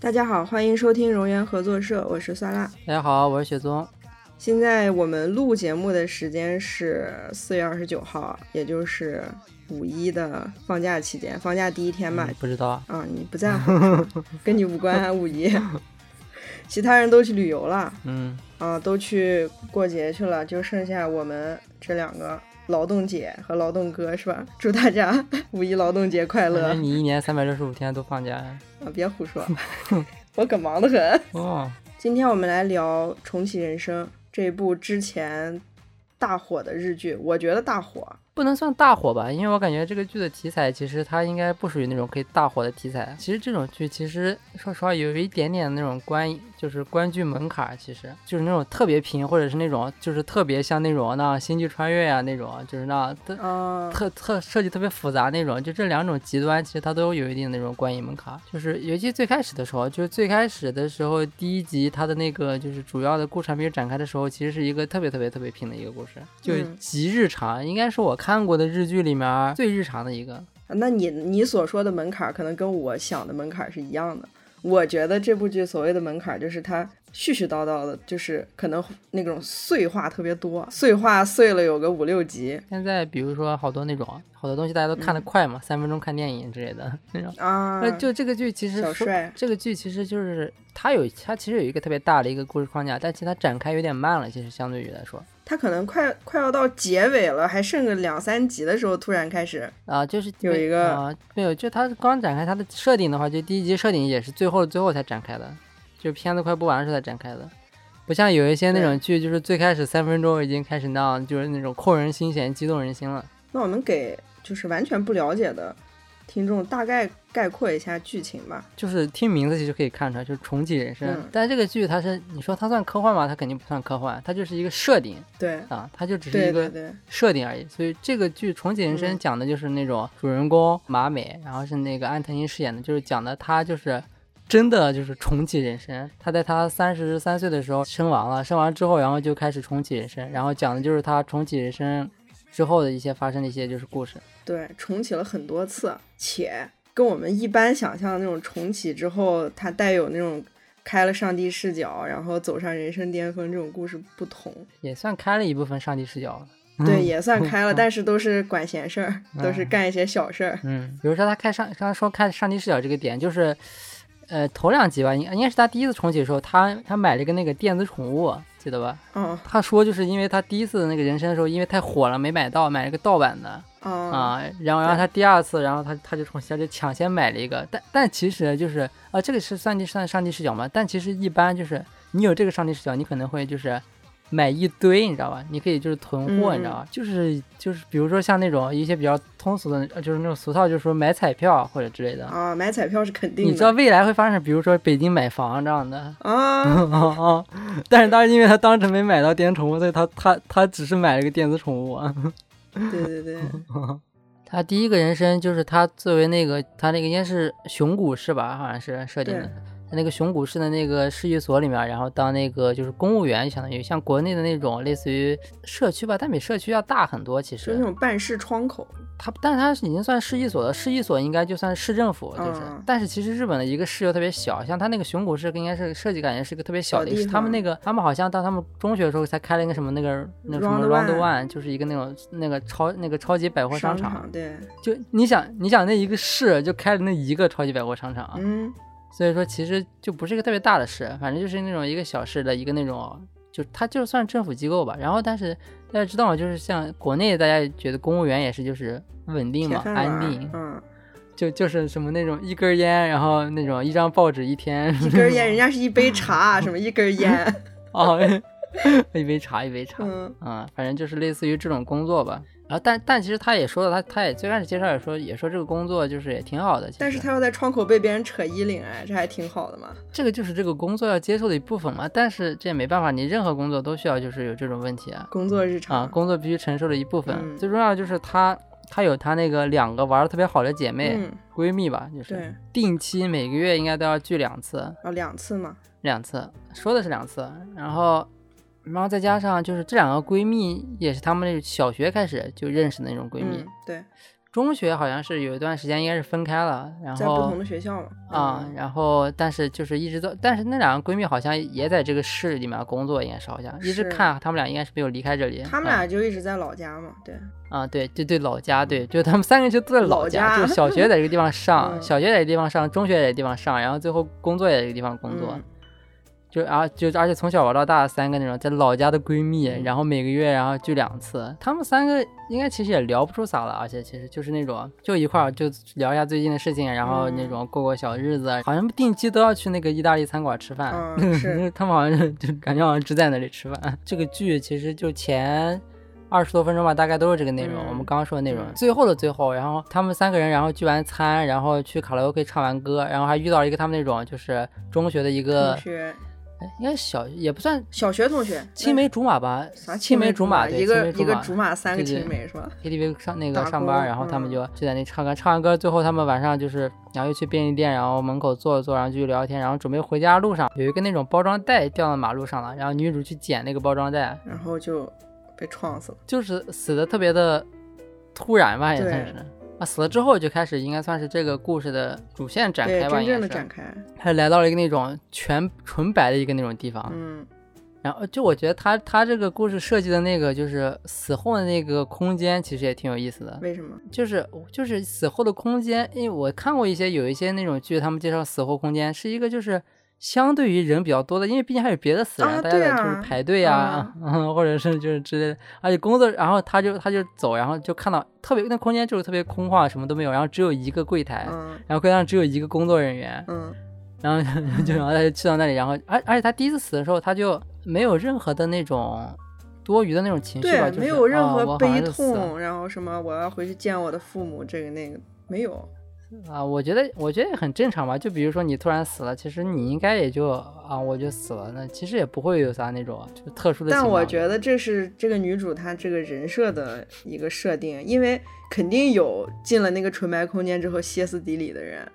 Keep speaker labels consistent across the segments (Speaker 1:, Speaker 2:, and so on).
Speaker 1: 大家好，欢迎收听荣源合作社，我是酸辣。
Speaker 2: 大家好，我是雪宗。
Speaker 1: 现在我们录节目的时间是四月二十九号，也就是五一的放假期间，放假第一天吧。
Speaker 2: 嗯不知道啊，
Speaker 1: 啊，你不在乎，跟你无关，啊五一。其他人都去旅游了
Speaker 2: 嗯，
Speaker 1: 啊，都去过节去了，就剩下我们这两个劳动姐和劳动哥是吧？祝大家五一劳动节快乐
Speaker 2: 反正
Speaker 1: 啊！
Speaker 2: 你一年三百六十五天都放假呀。
Speaker 1: 别胡说， 我可忙得很。
Speaker 2: 哦，
Speaker 1: 今天我们来聊《重启人生》这部之前大火的日剧，我觉得大火，
Speaker 2: 不能算大火吧，因为我感觉这个剧的题材其实它应该不属于那种可以大火的题材。其实这种剧其实说实话有一点点那种关，就是关剧门槛儿，其实就是那种特别平，或者是那种就是特别像那种那星际穿越啊那种，就是那特
Speaker 1: 啊，
Speaker 2: 特特设计特别复杂那种。就这两种极端，其实它都有一定的那种观影门槛儿。就是尤其最开始的时候，就是最开始的时候第一集它的那个就是主要的故事还没有展开的时候，其实是一个特别特别特别平的一个故事，就
Speaker 1: 嗯
Speaker 2: 极日常，应该是我看过的日剧里面儿最日常的一个。
Speaker 1: 那你你所说的门槛，可能跟我想的门槛是一样的。我觉得这部剧所谓的门槛，就是它絮絮叨叨的，就是可能那种碎话特别多，碎话碎了有个五六集
Speaker 2: 现在比如说好多那种好多东西大家都
Speaker 1: 嗯
Speaker 2: 看得快嘛，三分钟看电影之类的那种。
Speaker 1: 啊
Speaker 2: 那，就这个剧其实
Speaker 1: 小
Speaker 2: 说
Speaker 1: 帅
Speaker 2: 这个剧其实就是它有它其实有一个特别大的一个故事框架，但其实它展开有点慢了，其实相对于来说。
Speaker 1: 它可能快快要到结尾了，还剩个两三集的时候，突然开始
Speaker 2: 啊，就是
Speaker 1: 有
Speaker 2: 没
Speaker 1: 一个
Speaker 2: 啊，没有，就它刚展开它的设定的话，就第一集设定也是最后最后才展开的，就片子快播完的时候才展开的，不像有一些那
Speaker 1: 对
Speaker 2: 种剧，就是最开始三分钟已经开始那样，就是那种扣人心弦、激动人心了。
Speaker 1: 那我们给就是完全不了解的听众大概概括一下剧情吧。
Speaker 2: 就是听名字其实可以看出来，就是重启人生。
Speaker 1: 嗯
Speaker 2: 但这个剧它是，你说它算科幻吗？它肯定不算科幻，它就是一个设定
Speaker 1: 对，
Speaker 2: 啊，它就只是
Speaker 1: 对
Speaker 2: 一个
Speaker 1: 对对，
Speaker 2: 设定而已。所以这个剧《重启人生
Speaker 1: 嗯》
Speaker 2: 讲的就是那种主人公马美，然后是那个安藤樱饰演的，就是讲的他就是。真的就是重启人生。他在他三十三岁的时候身亡了，身亡之后，然后就开始重启人生，然后讲的就是他重启人生之后的一些发生的一些就是故事。
Speaker 1: 对，重启了很多次，且跟我们一般想象的那种重启之后，它带有那种开了上帝视角，然后走上人生巅峰这种故事不同。
Speaker 2: 也算开了一部分上帝视角了。
Speaker 1: 对，也算开了，但是都是管闲事儿，都是干一些小事儿。
Speaker 2: 嗯，比如说他看上刚刚说看上帝视角这个点，就是，呃，头两集吧，应应该是他第一次重启的时候，他他买了一个那个电子宠物，记得吧？
Speaker 1: 嗯
Speaker 2: 他说就是因为他第一次那个人参的时候，因为太火了没买到，买了个盗版的
Speaker 1: 啊
Speaker 2: 啊。然后然后他第二次，然后他他就重新他就抢先买了一个，但但其实就是啊、这个是上帝算上帝视角嘛？但其实一般就是你有这个上帝视角，你可能会就是。买一堆，你知道吧？你可以就是囤货，
Speaker 1: 嗯
Speaker 2: 你知道吧？就是就是，比如说像那种一些比较通俗的，呃就是那种俗套，就是说买彩票或者之类的。
Speaker 1: 啊！买彩票是肯定的。
Speaker 2: 你知道未来会发生，比如说北京买房这样的，
Speaker 1: 啊？
Speaker 2: 哦，但是当时因为他当时没买到电子宠物，所以他他他只是买了个电子宠物。啊
Speaker 1: 对对对，
Speaker 2: 他第一个人生就是他作为那个他那个应该是熊谷市吧，好像是设定的
Speaker 1: 对。
Speaker 2: 在那个熊谷市的那个市役所里面，然后当那个就是公务员，相当于像国内的那种类似于社区吧，但比社区要大很多。其
Speaker 1: 就那
Speaker 2: 实
Speaker 1: 种办事窗口。
Speaker 2: 他，但是他已经算市役所了，市役所应该就算市政府，就是。
Speaker 1: 嗯
Speaker 2: 但是其实日本的一个市又特别小，像他那个熊谷市应该是设计感觉是一个特别小的一个市，
Speaker 1: 小地
Speaker 2: 他
Speaker 1: 方
Speaker 2: 们那个他们好像到他们中学的时候才开了一个什么那个那个什么
Speaker 1: Round
Speaker 2: Round One，就是一个那种那个超那个超级百货商场。啊
Speaker 1: 场对，
Speaker 2: 就你想，你想那一个市就开了那一个超级百货商场啊，
Speaker 1: 嗯，
Speaker 2: 所以说其实就不是一个特别大的市，反正就是那种一个小市的一个那种，就它就算政府机构吧。然后但是大家知道嘛，就是像国内大家觉得公务员也是就是稳定
Speaker 1: 铁
Speaker 2: 嘛，
Speaker 1: 饭
Speaker 2: 安
Speaker 1: 碗儿
Speaker 2: 定，
Speaker 1: 嗯，
Speaker 2: 就就是什么那种一根烟，然后那种一张报纸一天，
Speaker 1: 一根烟，人家是一杯茶，啊什么一根烟，
Speaker 2: 哦，一杯茶一杯茶，
Speaker 1: 嗯
Speaker 2: 啊、反正就是类似于这种工作吧。然后但但其实他也说了，他他也最开始介绍也说也说这个工作就是也挺好的，其
Speaker 1: 但
Speaker 2: 实
Speaker 1: 是他要在窗口被别人扯衣领，哎，这还挺好的嘛。
Speaker 2: 这个就是这个工作要接受的一部分嘛。但是这也没办法，你任何工作都需要就是有这种问题啊
Speaker 1: 工作日常
Speaker 2: 啊，工作必须承受的一部分。
Speaker 1: 嗯
Speaker 2: 最重要的就是她她有她那个两个玩的特别好的姐妹、
Speaker 1: 嗯，
Speaker 2: 闺蜜吧，就是
Speaker 1: 对
Speaker 2: 定期每个月应该都要聚两次，
Speaker 1: 啊，两次嘛，
Speaker 2: 两次说的是两次，然后然后再加上就是这两个闺蜜也是她们那小学开始就认识的那种闺蜜，
Speaker 1: 嗯，对，
Speaker 2: 中学好像是有一段时间应该是分开了，然
Speaker 1: 在不同
Speaker 2: 后
Speaker 1: 的学校嘛。
Speaker 2: 啊、
Speaker 1: 嗯
Speaker 2: 然后但是就是一直都，但是那两个闺蜜好像也在这个市里面工作，应该是好像一直
Speaker 1: 是
Speaker 2: 看她们俩应该是没有离开这里。
Speaker 1: 他们
Speaker 2: 啊
Speaker 1: 俩就一直在老家嘛，对，
Speaker 2: 啊，对，就对老家，对，就他们三个就都在老
Speaker 1: 老
Speaker 2: 家，
Speaker 1: 家
Speaker 2: 就是小学在这个地方上，
Speaker 1: 嗯
Speaker 2: 小学在这个地方上，中学在这个地方上，然后最后工作也在这个地方工作，
Speaker 1: 嗯
Speaker 2: 就而、就而且从小玩到大，三个那种在老家的闺蜜，
Speaker 1: 嗯
Speaker 2: 然后每个月然后聚两次，她们三个应该其实也聊不出啥了，而且其实就是那种就一块儿就聊一下最近的事情，然后那
Speaker 1: 嗯
Speaker 2: 种过过小日子，好像定期都要去那个意大利餐馆吃饭，
Speaker 1: 嗯是
Speaker 2: 他们好像就感觉好像只在那里吃饭。这个剧其实就前二十多分钟吧，大概都是这个内容，
Speaker 1: 嗯
Speaker 2: 我们刚刚说的内容。
Speaker 1: 嗯
Speaker 2: 最后的最后，然后他们三个人，然后聚完餐，然后去卡拉 OK 唱完歌，然后还遇到一个他们那种就是中学的一个
Speaker 1: 同，学，
Speaker 2: 哎应该小也不算
Speaker 1: 小学同学，
Speaker 2: 青梅竹马吧，
Speaker 1: 啥
Speaker 2: 青
Speaker 1: 梅
Speaker 2: 竹
Speaker 1: 马，一
Speaker 2: 对，青
Speaker 1: 个
Speaker 2: 梅
Speaker 1: 一个
Speaker 2: 竹
Speaker 1: 竹马三个
Speaker 2: 对对
Speaker 1: 青梅是吧？
Speaker 2: KTV 上那
Speaker 1: 打
Speaker 2: 个
Speaker 1: 工
Speaker 2: 上班，然后他们
Speaker 1: 嗯
Speaker 2: 就就在那唱歌，唱完歌最后他们晚上就是，然后又去便利店，然后门口坐一坐，然后继续聊天，然后准备回家路上有一个那种包装袋掉到马路上了，然后女主去捡那个包装袋，
Speaker 1: 然后就被撞死了，
Speaker 2: 就是死的特别的突然吧，也算是
Speaker 1: 对
Speaker 2: 啊，死了之后就开始应该算是这个故事的主线展
Speaker 1: 对
Speaker 2: 开，吧，
Speaker 1: 真
Speaker 2: 应
Speaker 1: 正
Speaker 2: 该
Speaker 1: 的
Speaker 2: 是，啊
Speaker 1: 展开，
Speaker 2: 他来到了一个那种全纯白的一个那种地方，
Speaker 1: 嗯，
Speaker 2: 然后就我觉得他他这个故事设计的那个就是死后的那个空间其实也挺有意思的，
Speaker 1: 为什么？
Speaker 2: 就是就是死后的空间，因为我看过一些有一些那种剧，他们介绍死后空间是一个就是相对于人比较多的，因为毕竟还有别的死人，
Speaker 1: 啊
Speaker 2: 大家
Speaker 1: 对
Speaker 2: 在就是
Speaker 1: 啊嗯
Speaker 2: 排队啊， 或者是就是之类的，而且工作，然后他就他就走，然后就看到特别那空间就是特别空旷，什么都没有，然后只有一个柜台，
Speaker 1: 嗯
Speaker 2: 然后柜台上只有一个工作人员，
Speaker 1: 嗯，
Speaker 2: 然后就 然后他就去到那里，然后而而且他第一次死的时候，他就没有任何的那种多余的那种情绪
Speaker 1: 对，
Speaker 2: 吧，就是
Speaker 1: 没有任
Speaker 2: 啊
Speaker 1: 何
Speaker 2: 我好像
Speaker 1: 悲
Speaker 2: 是死了
Speaker 1: 痛，然后什么我要回去见我的父母，这个那个没有，
Speaker 2: 啊，我觉得我觉得也很正常吧。就比如说你突然死了，其实你应该也就啊，我就死了，那其实也不会有啥那种就特殊的情
Speaker 1: 但
Speaker 2: 况。
Speaker 1: 我觉得这是这个女主她这个人设的一个设定，因为肯定有进了那个纯白空间之后歇斯底里的人，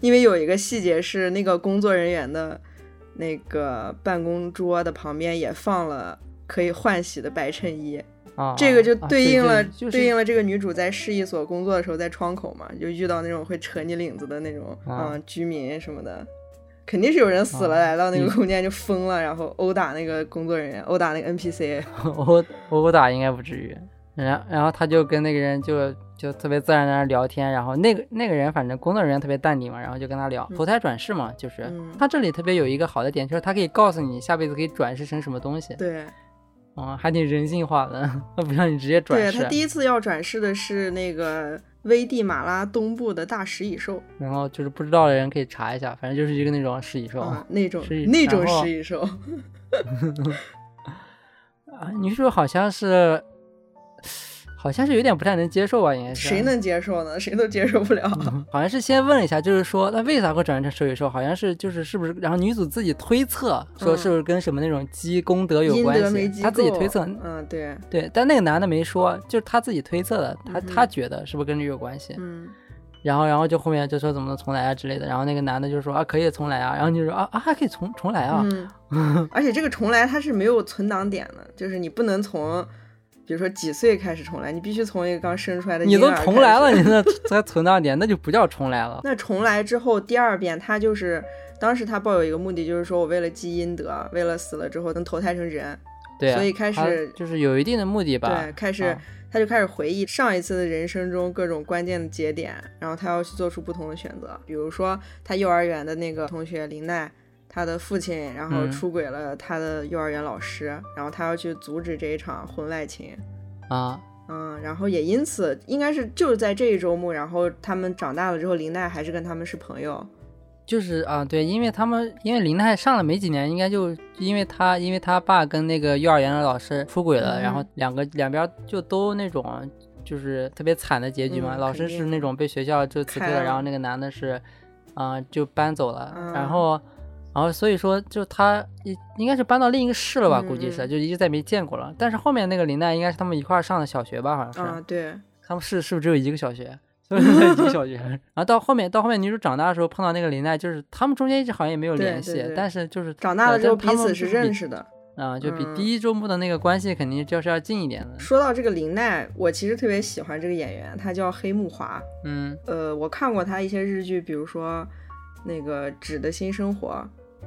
Speaker 1: 因为有一个细节是那个工作人员的那个办公桌的旁边也放了。可以换洗的白衬衣，
Speaker 2: 啊，
Speaker 1: 这个就
Speaker 2: 啊
Speaker 1: 对应了、
Speaker 2: 就是、
Speaker 1: 对应 了这个女主在市一所工作的时候，在窗口嘛，就遇到那种会扯你领子的那种
Speaker 2: 啊
Speaker 1: 嗯居民什么的，肯定是有人死了，
Speaker 2: 啊
Speaker 1: 来到那
Speaker 2: 你
Speaker 1: 个空间就疯了，然后殴打那个工作人员，殴打那个 NPC，
Speaker 2: 殴殴打应该不至于。然然后他就跟那个人就就特别自然而然聊天，然后那个那个人反正工作人员特别淡定嘛，然后就跟他聊投胎转世嘛，就是、
Speaker 1: 嗯
Speaker 2: 他这里特别有一个好的点，就是他可以告诉你下辈子可以转世成什么东西，
Speaker 1: 对
Speaker 2: 啊、还挺人性化的， 不让你直接转
Speaker 1: 对，
Speaker 2: 世。
Speaker 1: 他第一次要转世的是那个危地马拉东部的大食蚁兽
Speaker 2: 然后就是不知道的人可以查一下，反正就是一个那种食蚁兽。
Speaker 1: 啊，那种
Speaker 2: 食蚁
Speaker 1: 那种
Speaker 2: 然后
Speaker 1: 食蚁兽，
Speaker 2: 啊女主好像是，好像是有点不太能接受吧，应该是。嗯
Speaker 1: 谁？能接受呢？谁都接受不了。
Speaker 2: 好像是先问了一下，就是说那为啥会转变成食蚁兽？好像是就是是不是？然后女主自己推测说
Speaker 1: 嗯
Speaker 2: 是不是跟什么那种积功德有
Speaker 1: 阴
Speaker 2: 关
Speaker 1: 德没
Speaker 2: 系？
Speaker 1: 机
Speaker 2: 她自己
Speaker 1: 构
Speaker 2: 推测。
Speaker 1: 嗯，对，
Speaker 2: 对，但那个男的没说，就是他自己推测的，他
Speaker 1: 嗯哼
Speaker 2: 他觉得是不是跟这有关系？
Speaker 1: 嗯，
Speaker 2: 然后，然后就后面就说怎么能重来啊之类的。然后那个男的就说啊，可以重来啊。然后女主说啊啊，还可以重重来啊。
Speaker 1: 嗯， 而且这个重来它是没有存档点的，就是你不能从，比如说几岁开始重来，你必须从一个刚生出来的
Speaker 2: 你都
Speaker 1: 婴儿
Speaker 2: 重来
Speaker 1: 开
Speaker 2: 了，
Speaker 1: 始
Speaker 2: 你那才存档点，那就不叫重来了。
Speaker 1: 那重来之后第二遍，他就是当时他抱有一个目的，就是说我为了积阴德，为了死了之后能投胎成人，
Speaker 2: 对啊、
Speaker 1: 所以开
Speaker 2: 它
Speaker 1: 始
Speaker 2: 就是有一定的目的吧。
Speaker 1: 对，开始、
Speaker 2: 啊
Speaker 1: 他就开始回忆上一次的人生中各种关键的节点，然后他要去做出不同的选择，比如说他幼儿园的那个同学林奈。他的父亲，然后
Speaker 2: 嗯
Speaker 1: 出轨了他的幼儿园老师，然后他要去阻止这一场婚外情，
Speaker 2: 啊，
Speaker 1: 嗯，然后也因此应该是就是在这一周目，然后他们长大了之后，林奈还是跟他们是朋友，
Speaker 2: 就是啊，对，因为他们因为林奈上了没几年，应该就因为他因为他爸跟那个幼儿园的老师出轨了，
Speaker 1: 嗯
Speaker 2: 然后两个两边就都那种就是特别惨的结局嘛。
Speaker 1: 嗯
Speaker 2: 老师
Speaker 1: 肯
Speaker 2: 是
Speaker 1: 定
Speaker 2: 那种被学校就辞退
Speaker 1: 开
Speaker 2: 了，
Speaker 1: 了
Speaker 2: 然后那个男的是啊、就搬走了，
Speaker 1: 嗯
Speaker 2: 然后。然后所以说，就他应应该是搬到另一个市了吧，
Speaker 1: 嗯
Speaker 2: 估计是，
Speaker 1: 嗯
Speaker 2: 就一直再没见过了。但是后面那个林奈应该是他们一块儿上的小学吧，好像是。
Speaker 1: 啊，对，
Speaker 2: 他们是是不是只有一个小学？所以在一个 小学，然后到后面到后面女主长大的时候碰到那个林奈，就是他们中间一直好像也没有
Speaker 1: 对
Speaker 2: 联系，
Speaker 1: 对对
Speaker 2: 但是就是
Speaker 1: 长大了之后彼此
Speaker 2: 是
Speaker 1: 是认识的，嗯
Speaker 2: 啊，就比第一周目的那个关系肯定就是要近一点的。
Speaker 1: 说到这个林奈，我其实特别喜欢这个演员，他叫黑木华。
Speaker 2: 嗯
Speaker 1: 呃，我看过他一些日剧，比如说那个《纸的新生活》，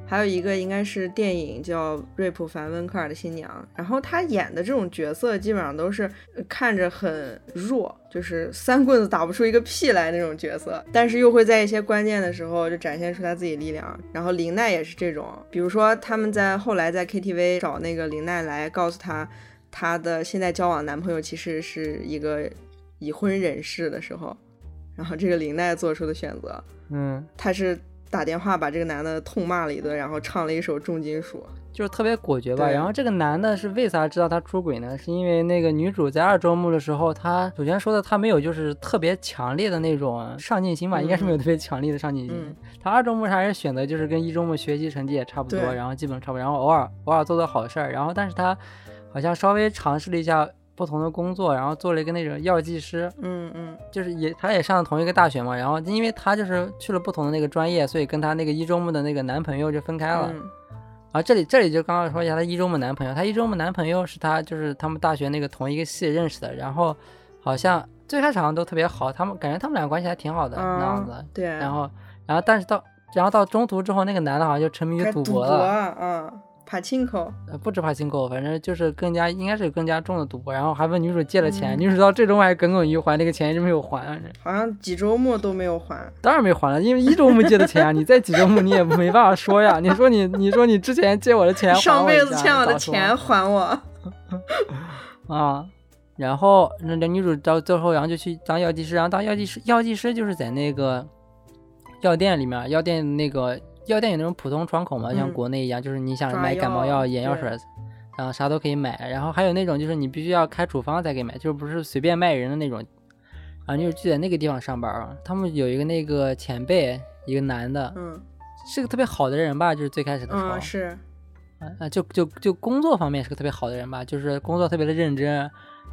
Speaker 1: 还有一个应该是电影叫《瑞普·凡温克尔的新娘》。然后他演的这种角色基本上都是呃看着很弱，就是三棍子打不出一个屁来那种角色，但是又会在一些关键的时候就展现出他自己力量。然后林奈也是这种，比如说他们在后来在 KTV 找那个林奈来告诉她。她的现在交往男朋友其实是一个已婚人士的时候，然后这个林奈做出的选择，
Speaker 2: 嗯，
Speaker 1: 她是打电话把这个男的痛骂了一顿，然后唱了一首重金属。
Speaker 2: 就是特别果决吧。
Speaker 1: 对
Speaker 2: 然后这个男的是为啥知道他出轨呢？是因为那个女主在二周目的时候，她首先说的她没有就是特别强烈的那种上进心吧，
Speaker 1: 嗯
Speaker 2: 应该是没有特别强烈的上进心。
Speaker 1: 嗯
Speaker 2: 她二周目还是选择就是跟一周目学习成绩也差不多，
Speaker 1: 对
Speaker 2: 然后基本差不多，然后偶尔偶尔做做好事儿，然后但是她好像稍微尝试了一下。不同的工作，然后做了一个那种药剂师，
Speaker 1: 嗯嗯
Speaker 2: 就是也她也上了同一个大学嘛，然后因为她就是去了不同的那个专业，所以跟她那个一周目的那个男朋友就分开了。
Speaker 1: 嗯
Speaker 2: 啊，这里这里就刚刚说一下她一中的男朋友，她一中的男朋友是她就是他们大学那个同一个系认识的，然后好像最开始好像都特别好，他们感觉他们俩关系还挺好的、那样子
Speaker 1: 啊，，对，
Speaker 2: 然后然后但是到然后到中途之后，那个男的好像就沉迷于
Speaker 1: 开
Speaker 2: 赌
Speaker 1: 赌
Speaker 2: 博
Speaker 1: 博
Speaker 2: 了，
Speaker 1: 啊啊，帕钦口，
Speaker 2: 呃不止帕金狗，反正就是更加应该是更加重的赌博，然后还问女主借了钱，
Speaker 1: 嗯
Speaker 2: 女主到最终还耿耿于怀，那个钱一直没有还，反正
Speaker 1: 好像几周末都没有还。
Speaker 2: 当然没还了，因为一周目借的钱啊，你在几周目你也没办法说呀，你说你你说你之前借我的钱，还
Speaker 1: 上
Speaker 2: 我
Speaker 1: 辈
Speaker 2: 一
Speaker 1: 子
Speaker 2: 下
Speaker 1: 欠我的
Speaker 2: 早说
Speaker 1: 钱还 我。
Speaker 2: 啊，然后那那女主到最后，然后就去当药剂师，然后当药剂师，药剂师就是在那个药店里面，药店那个药店有那种普通窗口嘛，像
Speaker 1: 嗯
Speaker 2: 国内一样，就是你想
Speaker 1: 抓
Speaker 2: 买感冒
Speaker 1: 药
Speaker 2: 药、眼药
Speaker 1: 对
Speaker 2: 水儿，然后啥都可以买，然后还有那种就是你必须要开处方才可以买，就是不是随便卖人的那种。然后女主就在那个地方上班儿，啊他们有一个那个前辈，一个男的，
Speaker 1: 嗯
Speaker 2: 是个特别好的人吧，就是最开始的时候，
Speaker 1: 嗯是，
Speaker 2: 啊，就就就工作方面是个特别好的人吧，就是工作特别的认真，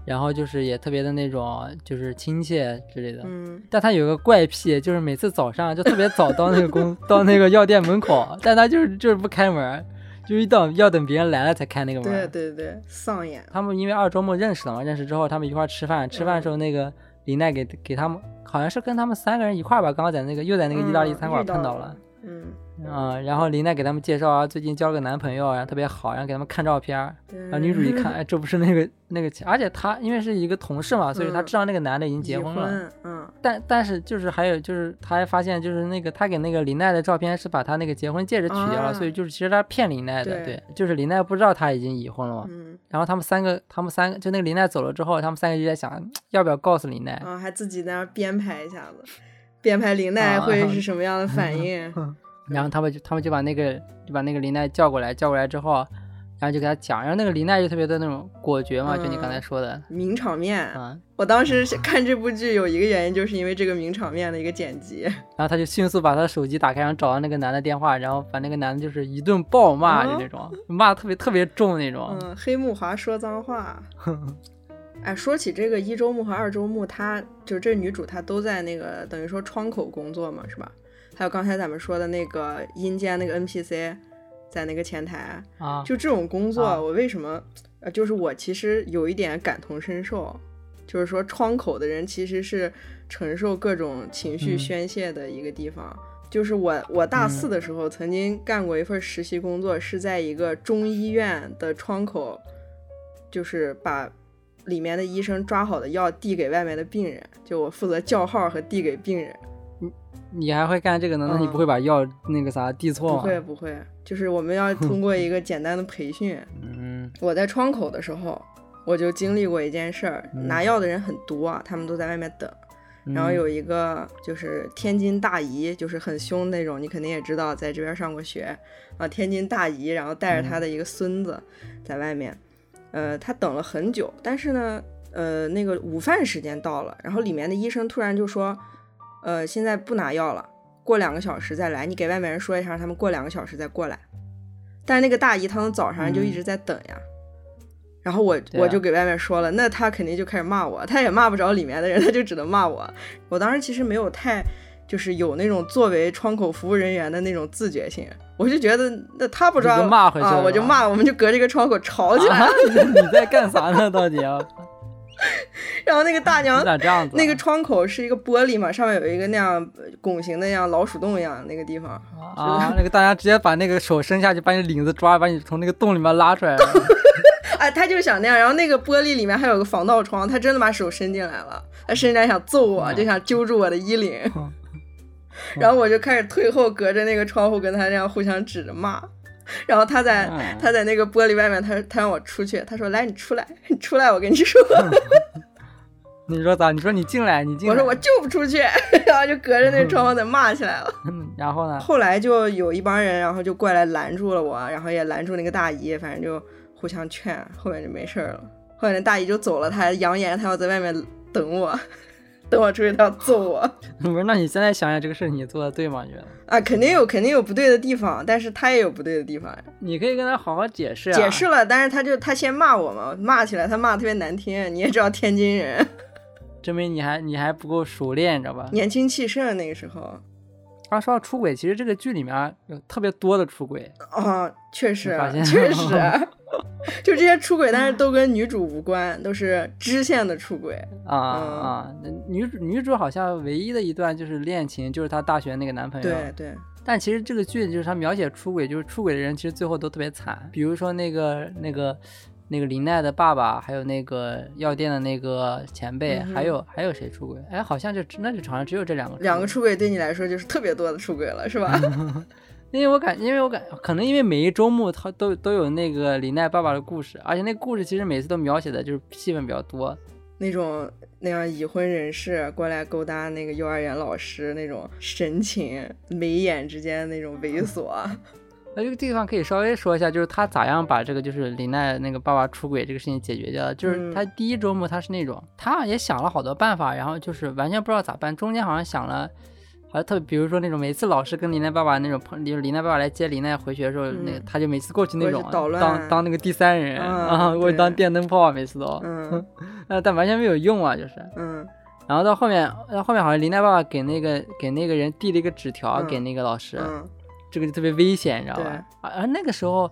Speaker 2: 然后就是也特别的那种就是亲切之类的。
Speaker 1: 嗯
Speaker 2: 但他有个怪癖，就是每次早上就特别早到那个公到那个药店门口，但他就是就是不开门，就是等要等别人来了才开那个门。
Speaker 1: 对对对，丧眼。
Speaker 2: 他们因为二周末认识了嘛，认识之后他们一块儿吃饭，吃饭的时候
Speaker 1: 嗯
Speaker 2: 那个林奈给给他们好像是跟他们三个人一块儿吧，刚刚在那个又在那个意大利
Speaker 1: 嗯
Speaker 2: 餐馆
Speaker 1: 遇到
Speaker 2: 碰到
Speaker 1: 了
Speaker 2: 了。
Speaker 1: 嗯，
Speaker 2: 嗯，然后林奈给他们介绍啊，最近交了个男朋友，然后啊特别好，然后给他们看照片儿，
Speaker 1: 然
Speaker 2: 然后女主一看，
Speaker 1: 嗯
Speaker 2: 哎，这不是那个那个前，而且她因为是一个同事嘛，所以她
Speaker 1: 嗯
Speaker 2: 知道那个男的已经结
Speaker 1: 已
Speaker 2: 婚了。
Speaker 1: 婚，嗯
Speaker 2: 但但是就是还有就是，她还发现就是那个她给那个林奈的照片是把她那个结婚戒指取掉了，
Speaker 1: 啊
Speaker 2: 所以就是其实她骗林奈的，对
Speaker 1: 对
Speaker 2: 就是林奈不知道她已经已婚了嘛。
Speaker 1: 嗯
Speaker 2: 然后他们三个，他们三个就那个林奈走了之后，他们三个就在想要不要告诉林奈。
Speaker 1: 啊，还自己在那儿编排一下子，编排林
Speaker 2: 啊
Speaker 1: 奈会 是什么样的反应？
Speaker 2: 然后他们就他们就把那个就把那个林奈叫过来，叫过来之后，然后就给他讲，然后那个林奈就特别的那种果决嘛，就你刚才
Speaker 1: 嗯
Speaker 2: 说的，
Speaker 1: 名场面，
Speaker 2: 嗯，
Speaker 1: 我当时是看这部剧有一个原因，就是因为这个名场面的一个剪辑，
Speaker 2: 然后他就迅速把他的手机打开，然后找到那个男的电话，然后把那个男的就是一顿暴骂，
Speaker 1: 嗯
Speaker 2: 就那种骂得特别特别重那种，
Speaker 1: 嗯，黑木华说脏话。哎，说起这个一周目和二周目，她就这女主她都在那个等于说窗口工作嘛，是吧？还有刚才咱们说的那个阴间那个 NPC，在那个前台，
Speaker 2: 啊，
Speaker 1: 就这种工作，
Speaker 2: 啊
Speaker 1: 我为什么呃，就是我其实有一点感同身受，就是说窗口的人其实是承受各种情绪
Speaker 2: 嗯
Speaker 1: 宣泄的一个地方。就是我我大四的时候曾经干过一份实习工作，是在一个中医院的窗口，就是把。里面的医生抓好的药递给外面的病人，就我负责叫号和递给病人。
Speaker 2: 你还会干这个呢？那你
Speaker 1: 嗯
Speaker 2: 不会把药那个啥递错
Speaker 1: 不
Speaker 2: 吗？
Speaker 1: 会不会，就是我们要通过一个简单的培训，
Speaker 2: 嗯
Speaker 1: 我在窗口的时候，我就经历过一件事儿，
Speaker 2: 嗯
Speaker 1: 拿药的人很多啊，他们都在外面等。
Speaker 2: 嗯，
Speaker 1: 然后有一个就是天津大姨，就是很凶那种，你肯定也知道，在这边上过学啊。天津大姨，然后带着她的一个孙子
Speaker 2: 嗯
Speaker 1: 在外面，呃，她等了很久，但是呢，呃，那个午饭时间到了，然后里面的医生突然就说，呃，现在不拿药了，过两个小时再来，你给外面人说一下，他们过两个小时再过来。但是那个大姨她从早上
Speaker 2: 嗯
Speaker 1: 就一直在等呀。然后我、
Speaker 2: 啊
Speaker 1: 我就给外面说了，那她肯定就开始骂我，她也骂不着里面的人，她就只能骂我。我当时其实没有太，就是有那种作为窗口服务人员的那种自觉性，我就觉得那他不抓
Speaker 2: 你就骂回去
Speaker 1: 啊，
Speaker 2: 了
Speaker 1: 我就骂，我们就隔着一个窗口吵起来，
Speaker 2: 啊、 你在干啥呢？到底 啊？
Speaker 1: 然后那个大娘
Speaker 2: 你咋这样子啊？
Speaker 1: 那个窗口是一个玻璃嘛，上面有一个那样呃拱形的那样老鼠洞一样那个地方，
Speaker 2: 啊，那个大家直接把那个手伸下去，把你领子抓，把你从那个洞里面拉 出来了。
Speaker 1: 哎，他就是想那样。然后那个玻璃里面还有个防盗窗，他真的把手伸进来了，他伸进来想揍我，
Speaker 2: 嗯
Speaker 1: 就想揪住我的衣领
Speaker 2: 嗯，
Speaker 1: 然后我就开始退后，隔着那个窗户跟他这样互相指着骂。然后他在、
Speaker 2: 嗯
Speaker 1: 他在那个玻璃外面，他他让我出去，他说来你出来，你出来，我跟你说，
Speaker 2: 你说咋？你说你进来，你进
Speaker 1: 我
Speaker 2: 来。
Speaker 1: 说我就不出去， 然后就隔着那个窗户在骂起来了。
Speaker 2: 嗯然后呢？
Speaker 1: 后来就有一帮人，然后就过来拦住了我，然后也拦住那个大姨，反正就互相劝，后面就没事儿了。后面那大姨就走了，她还扬言她要在外面等我， 等我出去，她要揍我
Speaker 2: 不是，那你现在想想这个事，你做的对吗？你觉得？
Speaker 1: 啊！肯定有肯定有不对的地方，但是她也有不对的地方呀。
Speaker 2: 你可以跟他好好解释、啊。
Speaker 1: 解释。了，但是她就她先骂我嘛，骂起来她骂得特别难听，你也知道天津人
Speaker 2: 证明你还你还不够熟练，你知道吧？
Speaker 1: 年轻气盛那个时候
Speaker 2: 然后啊说到出轨，其实这个剧里面啊有特别多的出轨，
Speaker 1: 啊，确实
Speaker 2: 发现 了
Speaker 1: 确实，啊就这些出轨，但是都跟女主无关，都是支线的出轨。
Speaker 2: 啊啊！那女主女主好像唯一的一段就是恋情，就是她大学那个男朋友。
Speaker 1: 对对，
Speaker 2: 但其实这个剧就是他描写出轨，就是出轨的人其实最后都特别惨，比如说那个那个那个林奈的爸爸，还有那个药店的那个前辈，
Speaker 1: 嗯哼
Speaker 2: 还有还有谁出轨？哎，好像就只那就好像只有这两个
Speaker 1: 两个
Speaker 2: 轨。
Speaker 1: 出轨对你来说就是特别多的出轨了，是
Speaker 2: 嗯
Speaker 1: 吧？
Speaker 2: 因为我感，因为我感，可能因为每一周末他都都有那个林奈爸爸的故事，而且那个故事其实每次都描写的就是戏份比较多，
Speaker 1: 那种那样已婚人士过来勾搭那个幼儿园老师那种神情，眉眼之间那种
Speaker 2: 嗯
Speaker 1: 猥琐，
Speaker 2: 那这个地方可以稍微说一下，就是他咋样把这个就是林奈那个爸爸出轨这个事情解决掉的。就是
Speaker 1: 嗯
Speaker 2: 他第一周末他是那种，他好像也想了好多办法，然后就是完全不知道咋办。中间好像想了，好像特别比如说那种每次老师跟林奈爸爸那种碰，就是林奈爸爸来接林奈回学的时候，
Speaker 1: 嗯
Speaker 2: 那个他就每次过去那种
Speaker 1: 过去捣乱
Speaker 2: 当当那个第三人
Speaker 1: 嗯
Speaker 2: 啊，我、
Speaker 1: 对
Speaker 2: 当电灯泡啊，每次都，
Speaker 1: 嗯
Speaker 2: 呃但完全没有用啊，就是。
Speaker 1: 嗯
Speaker 2: 然后到后面，到后面好像林奈爸爸给那个给那个人递了一个纸条
Speaker 1: 嗯
Speaker 2: 给那个老师，
Speaker 1: 嗯，
Speaker 2: 这个就特别危险，你知道
Speaker 1: 对
Speaker 2: 吧？啊而而那个时候，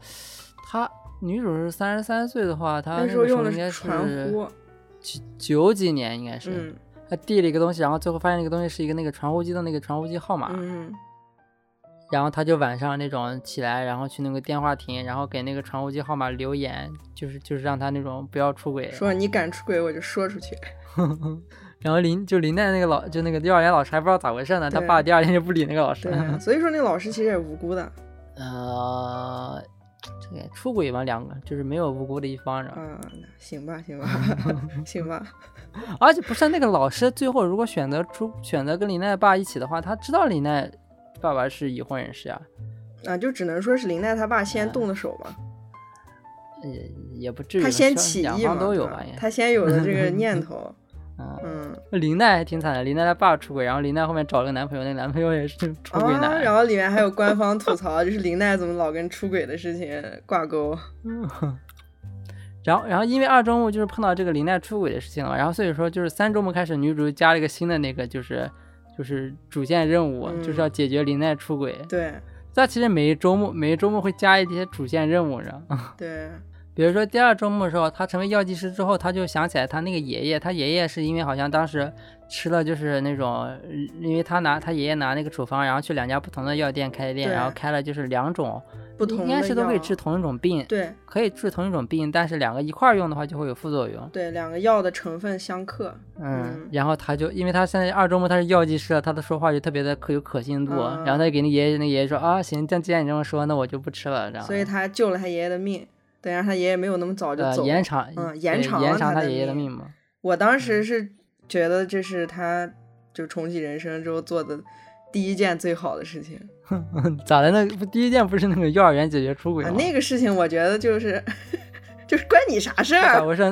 Speaker 2: 她女主是三十三岁的话，她
Speaker 1: 那
Speaker 2: 那
Speaker 1: 时候
Speaker 2: 个
Speaker 1: 用的
Speaker 2: 应该是
Speaker 1: 传呼，
Speaker 2: 九九几年，应该是
Speaker 1: 嗯
Speaker 2: 她递了一个东西，然后最后发现那个东西是一个那个传呼机的那个传呼机号码，
Speaker 1: 嗯
Speaker 2: 然后她就晚上那种起来，然后去那个电话亭，然后给那个传呼机号码留言，就是就是让她那种不要出轨
Speaker 1: 嗯，。说你敢出轨我就说出 去，
Speaker 2: 然后林就林奈那个老就那个幼儿园老师还不知道咋回事呢，他
Speaker 1: 对
Speaker 2: 爸第二天就不理那个老师
Speaker 1: 对啊
Speaker 2: 了。，
Speaker 1: 所以说那老师其实也是无辜的，
Speaker 2: 呃，这个出轨嘛，两个就是没有无辜的一方，然后。
Speaker 1: 嗯，行吧行 吧行吧，
Speaker 2: 而且不是啊那个老师最后如果选择出选择跟林奈爸一起的话，他知道林奈爸爸是已婚人士啊，
Speaker 1: 啊，就只能说是林奈他爸先动的手吧，
Speaker 2: 嗯也呃也不至于吧。
Speaker 1: 他先
Speaker 2: 双
Speaker 1: 起
Speaker 2: 两
Speaker 1: 义
Speaker 2: 方
Speaker 1: 嘛，
Speaker 2: 都有
Speaker 1: 对
Speaker 2: 吧？也
Speaker 1: 他先有了这 个念头，
Speaker 2: 嗯，
Speaker 1: 嗯。
Speaker 2: 林奈还挺惨的，林奈他爸出轨，然后林奈后面找了个男朋友，那个男朋友也是出轨
Speaker 1: 啊，
Speaker 2: 男。
Speaker 1: 然后里面还有官方吐槽，就是林奈怎么老跟出轨的事情挂钩。
Speaker 2: 嗯然后，然后因为二周目就是碰到这个林奈出轨的事情了嘛，然后所以说就是三周目开始，女主加了一个新的那个就是就是主线任务，
Speaker 1: 嗯
Speaker 2: 就是要解决林奈出轨。
Speaker 1: 对
Speaker 2: 它其实每一周末每一周末会加一些主线任务，你知道吗？
Speaker 1: 对，
Speaker 2: 比如说第二周末的时候，他成为药剂师之后，他就想起来他那个爷爷，他爷爷是因为好像当时吃了就是那种，呃因为他拿他爷爷拿那个处方，然后去两家不同的药店开店，
Speaker 1: 对
Speaker 2: 然后开了就是两种，
Speaker 1: 不同
Speaker 2: 应该是
Speaker 1: 的
Speaker 2: 都可以
Speaker 1: 药
Speaker 2: 治同一种病，
Speaker 1: 对
Speaker 2: 可以治同一种病，但是两个一块儿用的话就会有副作用。
Speaker 1: 对，两个药的成分相克。
Speaker 2: 嗯
Speaker 1: 嗯，
Speaker 2: 然后他就，因为他现在二周末他是药剂师了，他的说话就特别的可有可信度，
Speaker 1: 嗯
Speaker 2: 然后他就给那爷爷，那爷爷说啊，行，但既然你这么说，那我就不吃了，这样。
Speaker 1: 所以他救了他爷爷的命，等让他爷爷没有那么早就
Speaker 2: 呃
Speaker 1: 走。
Speaker 2: 延长，嗯
Speaker 1: 嗯
Speaker 2: 对
Speaker 1: 延长
Speaker 2: 延
Speaker 1: 了
Speaker 2: 长
Speaker 1: 他
Speaker 2: 他
Speaker 1: 的
Speaker 2: 爷爷的
Speaker 1: 命
Speaker 2: 命嘛。
Speaker 1: 我当时是觉得这是他就重启人生之后做的第一件最好的事情
Speaker 2: 咋的？那不第一件不是那个幼儿园解决出轨
Speaker 1: 啊
Speaker 2: 吗？！
Speaker 1: 那个事情我觉得就是 就是关你啥事
Speaker 2: 咋
Speaker 1: 儿？
Speaker 2: 回事？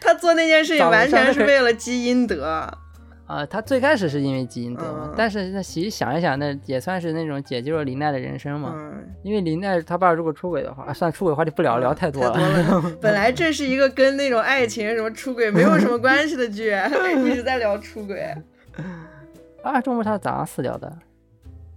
Speaker 1: 他做那件事情
Speaker 2: 咋回
Speaker 1: 完
Speaker 2: 事儿那
Speaker 1: 全是
Speaker 2: 可
Speaker 1: 为了积阴德。
Speaker 2: 啊，他最开始是因为基因得嘛，
Speaker 1: 嗯
Speaker 2: 但是那其实想一想，那也算是那种解救了林奈的人生嘛。
Speaker 1: 嗯，
Speaker 2: 因为林奈他爸如果出轨的话，啊算了出轨话题不聊，聊太多
Speaker 1: 太多
Speaker 2: 了。
Speaker 1: 了。本来这是一个跟那种爱情什么出轨没有什么关系的 剧，一直在聊出轨。
Speaker 2: 二周末他是咋死掉的？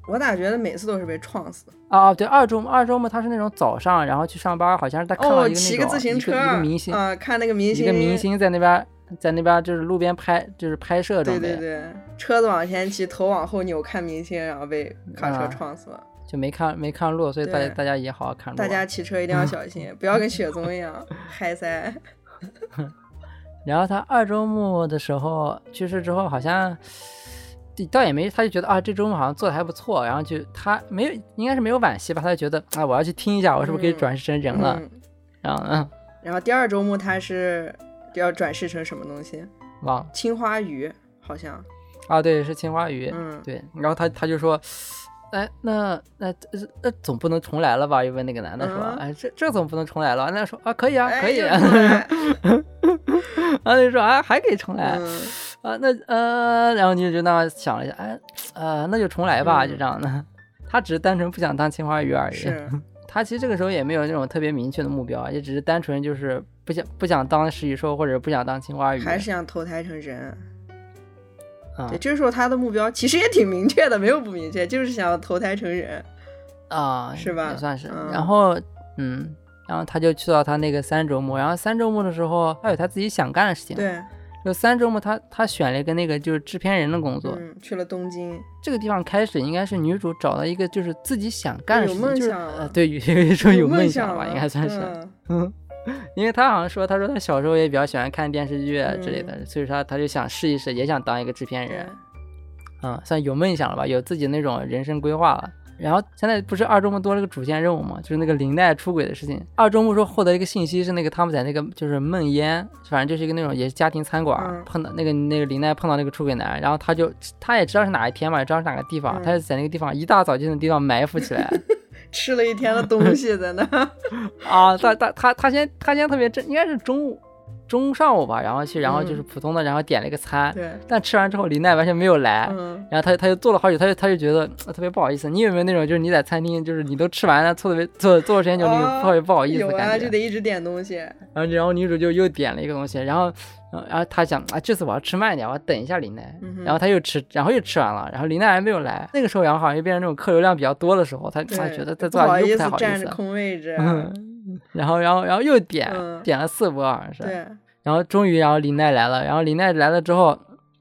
Speaker 1: 我咋觉得每次都是被撞死？
Speaker 2: 啊，对，二周末二周末他是那种早上，然后去上班，好像是他看到
Speaker 1: 哦，
Speaker 2: 一个那
Speaker 1: 骑
Speaker 2: 种、
Speaker 1: 自行车，
Speaker 2: 一个一个明星，
Speaker 1: 啊，看那个明星，
Speaker 2: 一个明，星在那边在那边就是路边拍，就是拍摄
Speaker 1: 对
Speaker 2: 准备，
Speaker 1: 对对，车子往前骑，头往后扭，看明星，然后被卡车
Speaker 2: 啊
Speaker 1: 撞死 了。
Speaker 2: 就没看没看路，所以大家
Speaker 1: 对
Speaker 2: 大家也好好看路啊。
Speaker 1: 大家骑车一定要小 心，不要跟雪宗一样嗨塞。
Speaker 2: 然后他二周目的时候去世之后，好像对倒也没，他就觉得啊，这周末好像做的还不错，然后就他没有，应该是没有惋惜吧，他就觉得啊，我要去听一下，我是不是可以
Speaker 1: 嗯
Speaker 2: 转世成人了？
Speaker 1: 嗯，
Speaker 2: 然后嗯，
Speaker 1: 然后第二周目他是要转世成什么东西？
Speaker 2: 忘了
Speaker 1: 青花鱼好像，
Speaker 2: 啊，对，是青花鱼，
Speaker 1: 嗯，
Speaker 2: 对，然后他他就说。哎，那那这这总不能重来了吧？又问那个男的说：“
Speaker 1: 嗯
Speaker 2: 哎，这这总不能重来了。”那说：“啊，可以啊，
Speaker 1: 哎
Speaker 2: 可以。
Speaker 1: 就
Speaker 2: 啊。
Speaker 1: 出 来
Speaker 2: 然后就说：“啊，还可以重来。
Speaker 1: 嗯，
Speaker 2: 啊，那呃，然后你就那样想了一下，哎，呃，那就重来吧，
Speaker 1: 嗯
Speaker 2: 就这样的。 他只是单纯不想当青花鱼而已。
Speaker 1: 是，
Speaker 2: 他其实这个时候也没有那种特别明确的目标，啊也只是单纯就是不想不想当食蚁兽，或者不想当青花鱼。
Speaker 1: 还是想投胎成人。
Speaker 2: 啊
Speaker 1: 对，这时候他的目标其实也挺明确的，没有不明确，就是想要投胎成人。
Speaker 2: 啊，
Speaker 1: 是吧
Speaker 2: 也算是。
Speaker 1: 嗯
Speaker 2: 然后嗯，然后他就去到他那个三周目，然后三周目的时候，他有他自己想干的事情。，
Speaker 1: 对，
Speaker 2: 就三周目他他选了一个那个就是制片人的工作，
Speaker 1: 嗯，去了东 京，
Speaker 2: 这个地方开始应该是女主找到一个就是自己想干的
Speaker 1: 有
Speaker 2: 事
Speaker 1: 梦
Speaker 2: 情，就是
Speaker 1: 想了
Speaker 2: 呃，对，有一种有梦
Speaker 1: 梦
Speaker 2: 想吧，
Speaker 1: 了
Speaker 2: 应该算是。
Speaker 1: 对
Speaker 2: 嗯，因为他好像说，他说他小时候也比较喜欢看电视剧啊之类的，所以说他他就想试一试，也想当一个制片人
Speaker 1: 对，
Speaker 2: 嗯，算有梦想了吧，有自己那种人生规划了。然后现在不是二周目多了个主线任务嘛，就是那个林黛出轨的事情。二周目说获得一个信息是那个他们在那个就是梦烟，反正就是一个那种也是家庭餐馆、
Speaker 1: 嗯
Speaker 2: 碰到那个那个林黛碰到那个出轨男，然后他就他也知道是哪一天嘛，也知道是哪个地方，
Speaker 1: 嗯
Speaker 2: 他就在那个地方一大早就在那地方埋伏起 来，
Speaker 1: 吃了一天的东西在那，
Speaker 2: 啊，他他他他先他先特别正，应该是中午中上午吧，然后去，然后就是普通的，然后点了一个餐，
Speaker 1: 嗯对，
Speaker 2: 但吃完之后林奈完全没有来，
Speaker 1: 嗯，
Speaker 2: 然后他他就做了好久，他就他就觉得呃特别不好意思。你有没有那种就是你在餐厅就是你都吃完了，特别做做的时间久，你有
Speaker 1: 哦
Speaker 2: 特别不好意思
Speaker 1: 有
Speaker 2: 的
Speaker 1: 啊，
Speaker 2: 感觉？
Speaker 1: 就得一直点东西，
Speaker 2: 然后然后女主就又点了一个东西，然后呃然后他想啊这次我要吃慢一点，我要等一下林奈，
Speaker 1: 嗯哼
Speaker 2: 然后他又吃，然后又吃完了，然后林奈还没有来，那个时候然后好像又变成那种客流量比较多的时候，他他
Speaker 1: 对，
Speaker 2: 觉得
Speaker 1: 就
Speaker 2: 他
Speaker 1: 不
Speaker 2: 做下
Speaker 1: 好
Speaker 2: 去
Speaker 1: 意
Speaker 2: 又
Speaker 1: 思
Speaker 2: 不太好意
Speaker 1: 占
Speaker 2: 思
Speaker 1: 着
Speaker 2: 了。
Speaker 1: 空位置，啊
Speaker 2: 嗯， 然后，然后，然后又点、
Speaker 1: 嗯
Speaker 2: 点了四波，好像是。
Speaker 1: 对，
Speaker 2: 然后终于，然后林奈来了，然后林奈来了之后，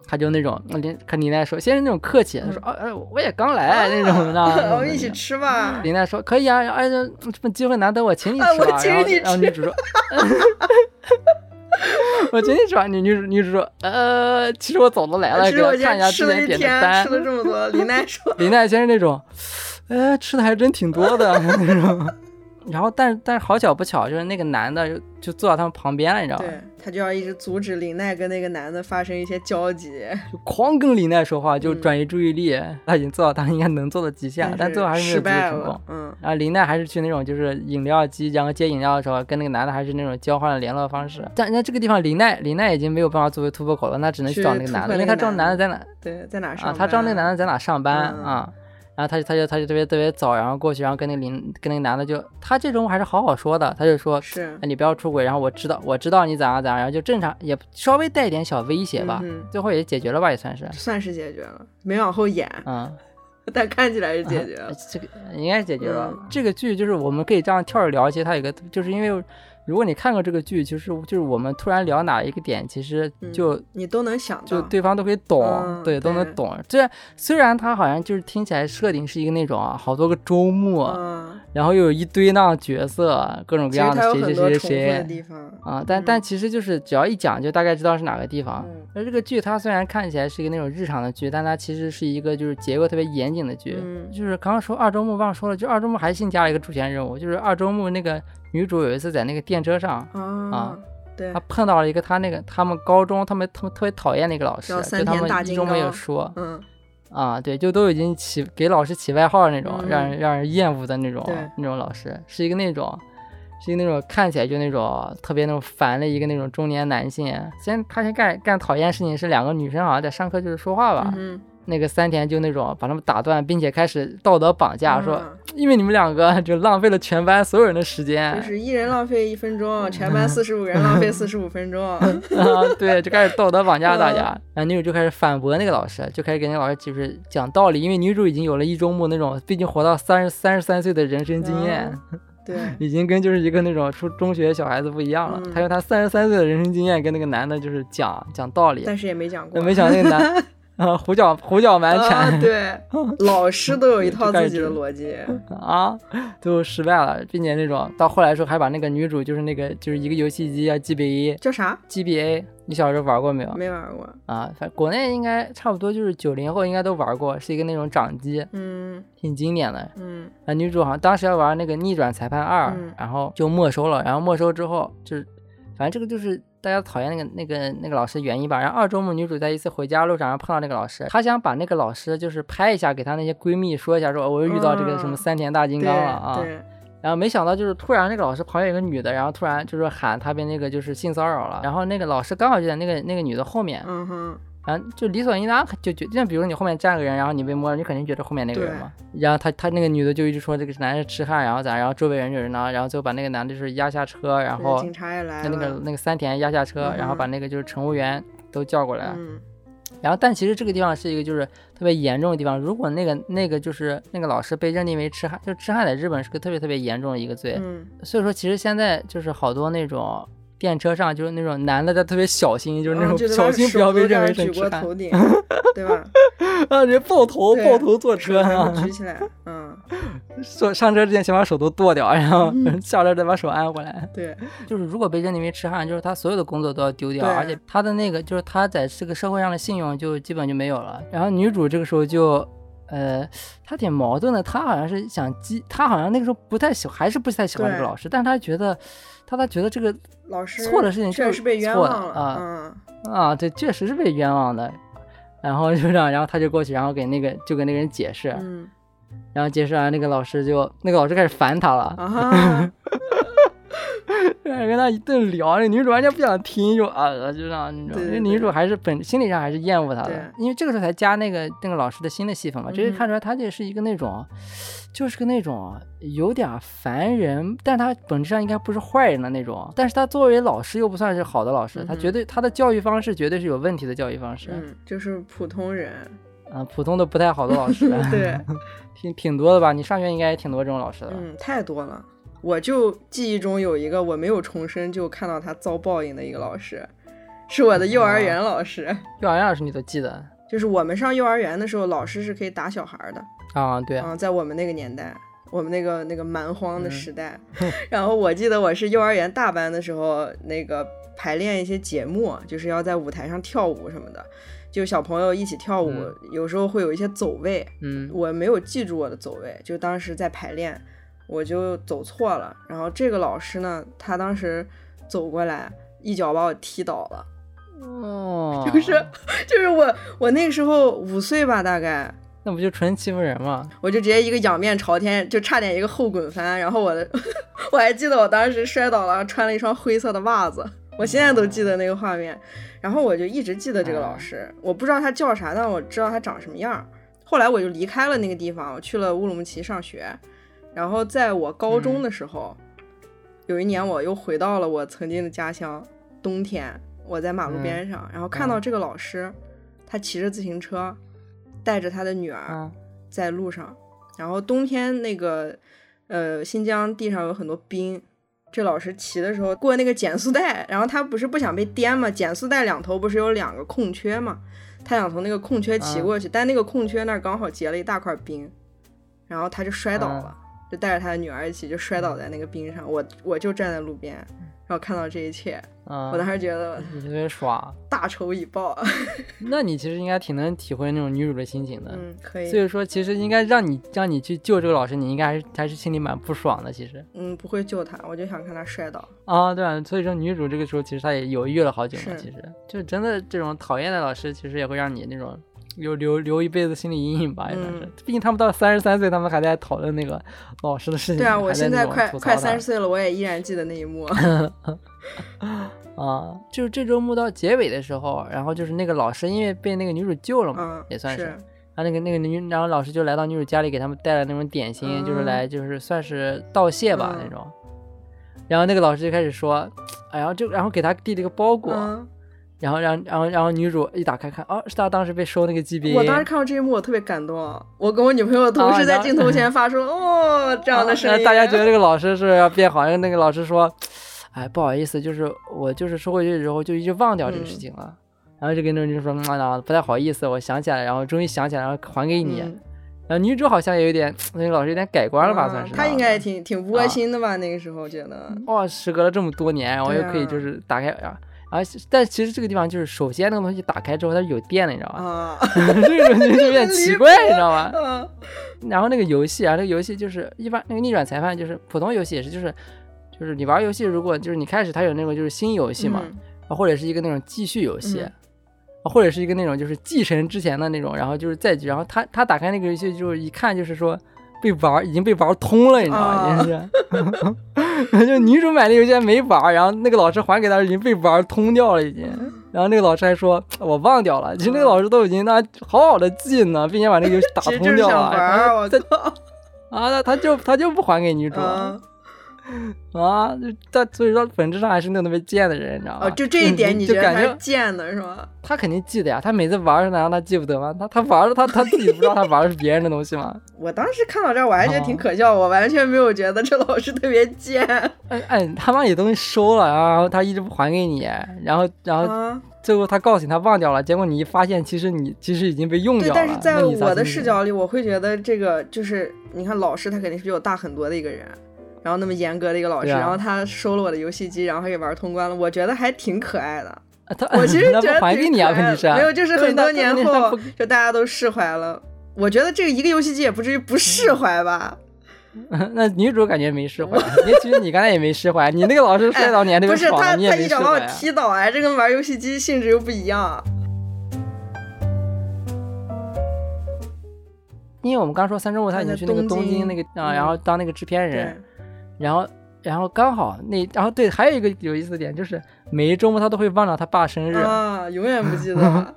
Speaker 2: 他就那种林看林奈说，先是那种客气，他说哦，哎，我也刚来、那种的。
Speaker 1: 嗯
Speaker 2: 那
Speaker 1: 啊 我
Speaker 2: 种
Speaker 1: 们一起
Speaker 2: 感觉。
Speaker 1: 吃 吧，
Speaker 2: 林奈说可以啊，哎，这这么机会难得，我请你
Speaker 1: 哎
Speaker 2: 吃吧。
Speaker 1: 我请
Speaker 2: 然后
Speaker 1: 你
Speaker 2: 然后
Speaker 1: 吃
Speaker 2: 女主说， 我请你吃吧。女女主女主说，呃，其实我早都来了，
Speaker 1: 啊其
Speaker 2: 给
Speaker 1: 实
Speaker 2: 我
Speaker 1: 我今
Speaker 2: 看一下
Speaker 1: 天
Speaker 2: 之
Speaker 1: 吃了
Speaker 2: 前
Speaker 1: 一
Speaker 2: 点的
Speaker 1: 天，
Speaker 2: 单
Speaker 1: 吃。了这么多， 林奈说，
Speaker 2: 林奈先是那种，哎，吃的还真挺多的 那种。然后，但是但是好巧不巧，就是那个男的就就坐到他们旁边了，你知道吧？
Speaker 1: 对他就要一直阻止林奈跟那个男的发生一些交集，
Speaker 2: 就狂跟林奈说话，就
Speaker 1: 嗯
Speaker 2: 转移注意力。 他已经做到他应该能做的极限了，但最后还是没有
Speaker 1: 失
Speaker 2: 解决
Speaker 1: 败
Speaker 2: 成功
Speaker 1: 了。，嗯，
Speaker 2: 然后林奈还是去那种就是饮料机，然后接饮料的时候，跟那个男的还是那种交换了联络方
Speaker 1: 嗯
Speaker 2: 式。但那这个地方林奈林奈已经没有办法作为突破口了，那只能去
Speaker 1: 去
Speaker 2: 找那个
Speaker 1: 突
Speaker 2: 男
Speaker 1: 破
Speaker 2: 的，因为
Speaker 1: 那
Speaker 2: 他
Speaker 1: 个
Speaker 2: 知道
Speaker 1: 男的
Speaker 2: 男的在哪，
Speaker 1: 对，在哪上
Speaker 2: 啊，
Speaker 1: 班？
Speaker 2: 他知道那个男的在哪上班、
Speaker 1: 嗯
Speaker 2: 啊，然后他就他就他就特别特别早，然后过去，然后跟那个林跟那个男的就他这种还是好好说的，他就说，
Speaker 1: 是
Speaker 2: 哎，你不要出轨，然后我知道我知道你咋样咋样，然后就正常也稍微带一点小威胁吧，
Speaker 1: 嗯哼
Speaker 2: 最 后也解决了吧，也算是，
Speaker 1: 算是解决了，没往后演，
Speaker 2: 嗯，
Speaker 1: 但看起来是解决了
Speaker 2: 呃， 这个应该是解决了。
Speaker 1: 嗯
Speaker 2: 这个剧就是我们可以这样跳着聊，其实它有一个，就是因为如果你看过这个剧，就是就是我们突然聊哪一个点，其实
Speaker 1: 嗯
Speaker 2: 就。
Speaker 1: 你都能想
Speaker 2: 就
Speaker 1: 到，
Speaker 2: 对方都可以懂，
Speaker 1: 嗯
Speaker 2: 对，都能
Speaker 1: 对
Speaker 2: 懂。虽然虽然他好像就是听起来设定是一个那种啊，好多个周末，
Speaker 1: 嗯，
Speaker 2: 然后又有一堆那样的角色，各种
Speaker 1: 其
Speaker 2: 各
Speaker 1: 实
Speaker 2: 样
Speaker 1: 他
Speaker 2: 的
Speaker 1: 有
Speaker 2: 谁
Speaker 1: 很
Speaker 2: 谁
Speaker 1: 多
Speaker 2: 谁
Speaker 1: 重复的
Speaker 2: 谁
Speaker 1: 地嗯方，
Speaker 2: 啊，但但其实就是只要一讲就大概知道是哪个地方。
Speaker 1: 嗯
Speaker 2: 而这个剧它虽然看起来是一个那种日常的剧，但它其实是一个就是结构特别严谨的剧。
Speaker 1: 嗯
Speaker 2: 就是刚刚说二周目忘说了，就二周目还新加了一个主线任务，就是二周目那个女主有一次在那个电车上，
Speaker 1: 啊
Speaker 2: 啊，
Speaker 1: 对
Speaker 2: 他，碰到了一个他那个他们高中他们他们特别讨厌的一个老师，
Speaker 1: 叫
Speaker 2: 就
Speaker 1: 三
Speaker 2: 他
Speaker 1: 田
Speaker 2: 们
Speaker 1: 大
Speaker 2: 一
Speaker 1: 金
Speaker 2: 中没有
Speaker 1: 刚
Speaker 2: 说
Speaker 1: 嗯，
Speaker 2: 啊，对，就都已经起给老师起外号那种，
Speaker 1: 嗯
Speaker 2: 让人让人厌恶的那种
Speaker 1: 对
Speaker 2: 那种老师，是一个那种。是一个那种看起来就那种特别那种烦的一个那种中年男性，先他先干干讨厌事情是两个女生好像在上课就是说话吧，
Speaker 1: 嗯哼
Speaker 2: 那个三田就那种把他们打断，并且开始道德绑架，说
Speaker 1: 嗯
Speaker 2: 因为你们两个就浪费了全班所有人的时间，
Speaker 1: 就是一人浪费一分 钟，全班四十五人浪费四十五分钟。
Speaker 2: 啊， 对，就开始道德绑架大家。
Speaker 1: 嗯
Speaker 2: 然后女主就开始反驳那个老师，就开始给那个老师就是讲道理，因为女主已经有了一周目那种，毕竟活到三十三十三岁的人生经验，
Speaker 1: 嗯对，
Speaker 2: 已经跟就是一个那种初中学小孩子不一样了。
Speaker 1: 嗯
Speaker 2: 她用她三十三岁的人生经验跟那个男的就是讲讲道理，
Speaker 1: 但是也没讲过。
Speaker 2: 没想到那个男 啊胡搅胡搅蛮缠。
Speaker 1: 啊，对， 老师都有一套
Speaker 2: 就开
Speaker 1: 自
Speaker 2: 始
Speaker 1: 己的逻 辑。
Speaker 2: 啊，最后失败了，并且那种到后来的时候还把那个女主就是那个就是一个游戏机啊 GBA
Speaker 1: 叫啥？
Speaker 2: GBA，你小时候玩过没有？
Speaker 1: 没玩过。
Speaker 2: 啊，反国内应该差不多就是九零后应该都玩过，是一个那种掌机，
Speaker 1: 嗯
Speaker 2: 挺经典的。
Speaker 1: 嗯
Speaker 2: 啊，女主好像当时要玩那个《逆转裁判二》
Speaker 1: 嗯
Speaker 2: 然后就没收了，然后没收之后就是，反正这个就是大家讨厌那个那个那个老师原因吧。然后二周目女主在一次回家路上，然后碰到那个老师，她想把那个老师就是拍一下，给她那些闺蜜说一下，说哦我又遇到这个什么
Speaker 1: 嗯
Speaker 2: 三田大金
Speaker 1: 对
Speaker 2: 刚了啊。
Speaker 1: 对，
Speaker 2: 然后没想到就是突然那个老师旁边有个女的，然后突然就是喊她被那个就是性骚扰了，然后那个老师刚好就在那个那个女的后面，
Speaker 1: 嗯哼，
Speaker 2: 然后就理所应当就觉，就像比如你后面站个人，然后你被摸了，你肯定觉得后面那个人嘛。然后他他那个女的就一直说这个男人痴汉，然后咋，然后周围人就是呢，然后最后把那个男的就是压下车，然
Speaker 1: 对
Speaker 2: 后
Speaker 1: 警察也来
Speaker 2: 那
Speaker 1: 了。
Speaker 2: 那个那个三田压下车，然后把
Speaker 1: 嗯哼
Speaker 2: 那个就是乘务员都叫过来。
Speaker 1: 嗯
Speaker 2: 然后但其实这个地方是一个就是特别严重的地方，如果那个那个就是那个老师被认定为痴汉，就痴汉在日本是个特别特别严重的一个罪。
Speaker 1: 嗯，
Speaker 2: 所以说，其实现在就是好多那种电车上，就是那种男的，他特别小心，就是那
Speaker 1: 然后
Speaker 2: 种
Speaker 1: 嗯就得
Speaker 2: 小
Speaker 1: 把
Speaker 2: 心不
Speaker 1: 手
Speaker 2: 要被
Speaker 1: 都这
Speaker 2: 认为
Speaker 1: 样
Speaker 2: 是
Speaker 1: 举
Speaker 2: 痴
Speaker 1: 过
Speaker 2: 汉
Speaker 1: 头 顶，对吧？
Speaker 2: 啊，人抱头
Speaker 1: 对
Speaker 2: 抱头坐
Speaker 1: 手
Speaker 2: 车
Speaker 1: 全
Speaker 2: 啊
Speaker 1: 部，举起来，嗯，
Speaker 2: 坐上车之前先把手都剁掉，然后 下车再把手按回来。
Speaker 1: 对，
Speaker 2: 就是如果被认定为痴汉，就是他所有的工作都要丢掉，
Speaker 1: 对啊
Speaker 2: 而且他的那个就是他在这个社会上的信用就基本就没有了。然后女主这个时候就。呃，她挺矛盾的，她好像是想激，她好像那个时候不太喜，还是不太喜欢这个
Speaker 1: 对
Speaker 2: 老师，但是她觉得，她她觉得这个
Speaker 1: 老师
Speaker 2: 错的事情就
Speaker 1: 确
Speaker 2: 是
Speaker 1: 实被冤
Speaker 2: 错
Speaker 1: 枉
Speaker 2: 的
Speaker 1: 了
Speaker 2: 啊
Speaker 1: 嗯。
Speaker 2: 啊，对，确实是被冤枉的，然后就让，然后她就过去，然后给那个就给那个人解释，
Speaker 1: 嗯
Speaker 2: 然后解释完，那个老师就那个老师开始烦他了，
Speaker 1: 啊哈，
Speaker 2: 然后跟他一顿聊，那女主完全不想听，就啊就让你知道，
Speaker 1: 对
Speaker 2: 因
Speaker 1: 对
Speaker 2: 为女主还是本心理上还是厌恶他的
Speaker 1: 对，
Speaker 2: 因为这个时候才加那个那个老师的新的戏份嘛，这
Speaker 1: 嗯
Speaker 2: 就
Speaker 1: 哼
Speaker 2: 看出来他这是一个那种，就是个那种有点烦人，但他本质上应该不是坏人的那种，但是他作为老师又不算是好的老师，
Speaker 1: 嗯
Speaker 2: 他
Speaker 1: 哼
Speaker 2: 绝对他的教育方式绝对是有问题的教育方式，嗯、
Speaker 1: 嗯，就是普通 人，，
Speaker 2: 普通的不太好的老师
Speaker 1: 对，
Speaker 2: 挺挺多的吧，你上学应该也挺多这种老师的吧。
Speaker 1: 嗯，太多了。我就记忆中有一个我没有重生就看到他遭报应的一个老师，是我的幼儿园老师。
Speaker 2: 幼儿园老师你都记得
Speaker 1: 就是我们上幼儿园的时候，老师是可以打小孩儿的。
Speaker 2: 啊？嗯对，
Speaker 1: 嗯，在我们那个年代，我们那个那个蛮荒的时 代。然后我记得我是幼儿园大班的时候，那个排练一些节目，就是要在舞台上跳舞什么的，就小朋友一起跳舞，
Speaker 2: 嗯
Speaker 1: 有时候会有一些走位，
Speaker 2: 嗯，
Speaker 1: 我没有记住我的走位，就当时在排练，我就走错了。然后这个老师呢，他当时走过来，一脚把我踢倒了。
Speaker 2: 哦，
Speaker 1: 就是就是我我那个时候五岁吧，大概
Speaker 2: 那不就纯欺负人吗？
Speaker 1: 我就直接一个仰面朝天，就差点一个后滚翻。然后我的 我还记得我当时摔倒了，穿了一双灰色的袜子。我现在都记得那个画面，然后我就一直记得这个老师，我不知道他叫啥，但我知道他长什么样儿。后来我就离开了那个地方，我去了乌鲁木齐上学。然后在我高中的时候，有一年我又回到了我曾经的家乡，冬天我在马路边上，然后看到这个老师，他骑着自行车，带着他的女儿，
Speaker 2: 啊，
Speaker 1: 在路上，然后冬天那个呃新疆地上有很多冰，这老师骑的时候过那个减速带，然后他不是不想被颠嘛，减速带两头不是有两个空缺嘛，他想从那个空缺骑
Speaker 2: 啊
Speaker 1: 过去，但那个空缺那儿刚好结了一大块冰，然后他就摔倒了，就带着他的女儿一起就摔倒在那个冰上，我我就站在路边，然后看到这一切，
Speaker 2: 啊
Speaker 1: 我当时觉得
Speaker 2: 你特别爽。
Speaker 1: 大仇已报，
Speaker 2: 那你其实应该挺能体会那种女主的心情的。
Speaker 1: 嗯，可
Speaker 2: 所
Speaker 1: 以，
Speaker 2: 以说，其实应该让你让你去救这个老师，你应该还是还是心里蛮不爽的。其实
Speaker 1: 嗯，不会救他，我就想看他摔倒，
Speaker 2: 啊，对啊，所以说女主这个时候其实她也犹豫了好久嘛。
Speaker 1: 是
Speaker 2: 其实就真的这种讨厌的老师，其实也会让你那种留留留一辈子心理阴影吧，也算是。
Speaker 1: 嗯
Speaker 2: 毕竟他们到三十三岁，他们还在讨论那个老师的事情。
Speaker 1: 对啊，
Speaker 2: 还
Speaker 1: 我
Speaker 2: 在
Speaker 1: 现
Speaker 2: 那
Speaker 1: 在
Speaker 2: 种
Speaker 1: 快
Speaker 2: 吐槽
Speaker 1: 快
Speaker 2: 他
Speaker 1: 三十岁了，我也依然记得那一 幕。
Speaker 2: 啊，就是这周末到结尾的时候，然后就是那个老师因为被那个女主救了嘛，
Speaker 1: 嗯，
Speaker 2: 也算
Speaker 1: 是
Speaker 2: 是。然后那个那个女，然后老师就来到女主家里，给他们带了那种点心，就是来就是算是道谢吧、
Speaker 1: 嗯
Speaker 2: 那种。然后那个老师就开始说，哎，然后就然后给他递了一个包裹，
Speaker 1: 嗯，
Speaker 2: 然后然后然后然后女主一打开看，哦，是她当时被收那个 GBA。
Speaker 1: 我当时看到这一幕，我特别感动。我跟我女朋友
Speaker 2: 哦
Speaker 1: 同时在镜头前发 出、哦这样的声
Speaker 2: 啊
Speaker 1: 音，
Speaker 2: 大家觉得这个老师是要变好，然后那个老师说：“哎，不好意思，就是我就是收回去之后就一直忘掉这个
Speaker 1: 嗯
Speaker 2: 事情了。然后就跟那个女主说：“嗯啊，不太好意思，我想起来了，然后终于想起来了，然后还给你。
Speaker 1: 嗯
Speaker 2: 然后女主好像也有点，那个老师有点改观了吧，
Speaker 1: 嗯
Speaker 2: 算是。啊
Speaker 1: 他应该也挺挺窝心的吧？那个时候觉得，
Speaker 2: 哇，时隔了这么多年，我又可以
Speaker 1: 对啊
Speaker 2: 就是打开啊。而且但其实这个地方就是，首先那个东西打开之后它是有电的，你知道吧？
Speaker 1: 啊，
Speaker 2: 这个东西就有点奇怪，你知道吗？
Speaker 1: 嗯
Speaker 2: 然后那个游戏啊，那个游戏就是一般那个逆转裁判就是普通游戏也是就是就是你玩游戏，如果就是你开始它有那种就是新游戏嘛，
Speaker 1: 嗯
Speaker 2: 啊或者是一个那种继续游戏，
Speaker 1: 嗯
Speaker 2: 啊或者是一个那种就是继承之前的那种，然后就是再去，然后他他打开那个游戏就是一看就是说被玩已经被玩通了，你知道吗？
Speaker 1: 啊
Speaker 2: 已经是，就 女主买的游戏还没玩，然后那个老师还给她已经被玩通掉了已经。
Speaker 1: 嗯
Speaker 2: 然后那个老师还说，我忘掉了，其实那个老师都已经那好好的记呢，并且把那个游戏打
Speaker 1: 其实
Speaker 2: 通哎
Speaker 1: 就是
Speaker 2: 掉
Speaker 1: 想
Speaker 2: 了，
Speaker 1: 玩
Speaker 2: 然后
Speaker 1: 儿，我靠，
Speaker 2: 啊，那他就他就不还给女主
Speaker 1: 嗯，
Speaker 2: 啊，就但所以说本质上还是那种特别贱的人，你知道吗？
Speaker 1: 哦，就这一点
Speaker 2: 嗯
Speaker 1: 你
Speaker 2: 就
Speaker 1: 觉得
Speaker 2: 感
Speaker 1: 他是
Speaker 2: 觉
Speaker 1: 贱的是吗？
Speaker 2: 他肯定记得呀，他每次玩儿是难道他记不得吗？他他玩儿他他自己不知道他玩儿是别人的东西吗？
Speaker 1: 我当时看到这儿，我还觉得挺
Speaker 2: 哦
Speaker 1: 可笑，我完全没有觉得这老师特别贱
Speaker 2: 哎哎，他把你东西收了，然后他一直不还给你，然后然后
Speaker 1: 啊。
Speaker 2: 最后他告诉你他忘掉了，结果你一发现其实你其实已经被用
Speaker 1: 对，
Speaker 2: 掉了。
Speaker 1: 但是在
Speaker 2: 那你咋
Speaker 1: 我的
Speaker 2: 心
Speaker 1: 视
Speaker 2: 里
Speaker 1: 角里，我会觉得这个就是，你看老师他肯定是比我大很多的一个人，然后那么严格的一个老师，
Speaker 2: 对啊
Speaker 1: 然后他收了我的游戏机，然后还给玩通关了，我觉得还挺可爱 的。
Speaker 2: 啊 他
Speaker 1: 我其实
Speaker 2: 他
Speaker 1: 觉得
Speaker 2: 不还给
Speaker 1: 挺
Speaker 2: 你啊，
Speaker 1: 可爱
Speaker 2: 问题
Speaker 1: 的
Speaker 2: 是
Speaker 1: 没有，就是
Speaker 2: 对
Speaker 1: 很
Speaker 2: 那
Speaker 1: 多年
Speaker 2: 那那
Speaker 1: 后
Speaker 2: 不，
Speaker 1: 就大家都释怀了。我觉得这个一个游戏机也不至于不释
Speaker 2: 嗯
Speaker 1: 怀吧？
Speaker 2: 那女主感觉没 释怀，因为其实你刚才也没释怀，你那个老师摔倒你还特
Speaker 1: 哎不
Speaker 2: 别
Speaker 1: 是
Speaker 2: 爽
Speaker 1: 他，
Speaker 2: 了，你也
Speaker 1: 他
Speaker 2: 没
Speaker 1: 一
Speaker 2: 释
Speaker 1: 脚把我
Speaker 2: 怀啊。
Speaker 1: 踢倒，哎，这跟玩游戏机性质又不一样。
Speaker 2: 因为我们刚说三周末他已经去那个东京那个啊、
Speaker 1: 嗯
Speaker 2: 然后当那个制片
Speaker 1: 对
Speaker 2: 人，，然后然后刚好那然后对，还有一个有意思的点就是每一周末他都会忘了他爸生日，
Speaker 1: 啊，永远不记 得。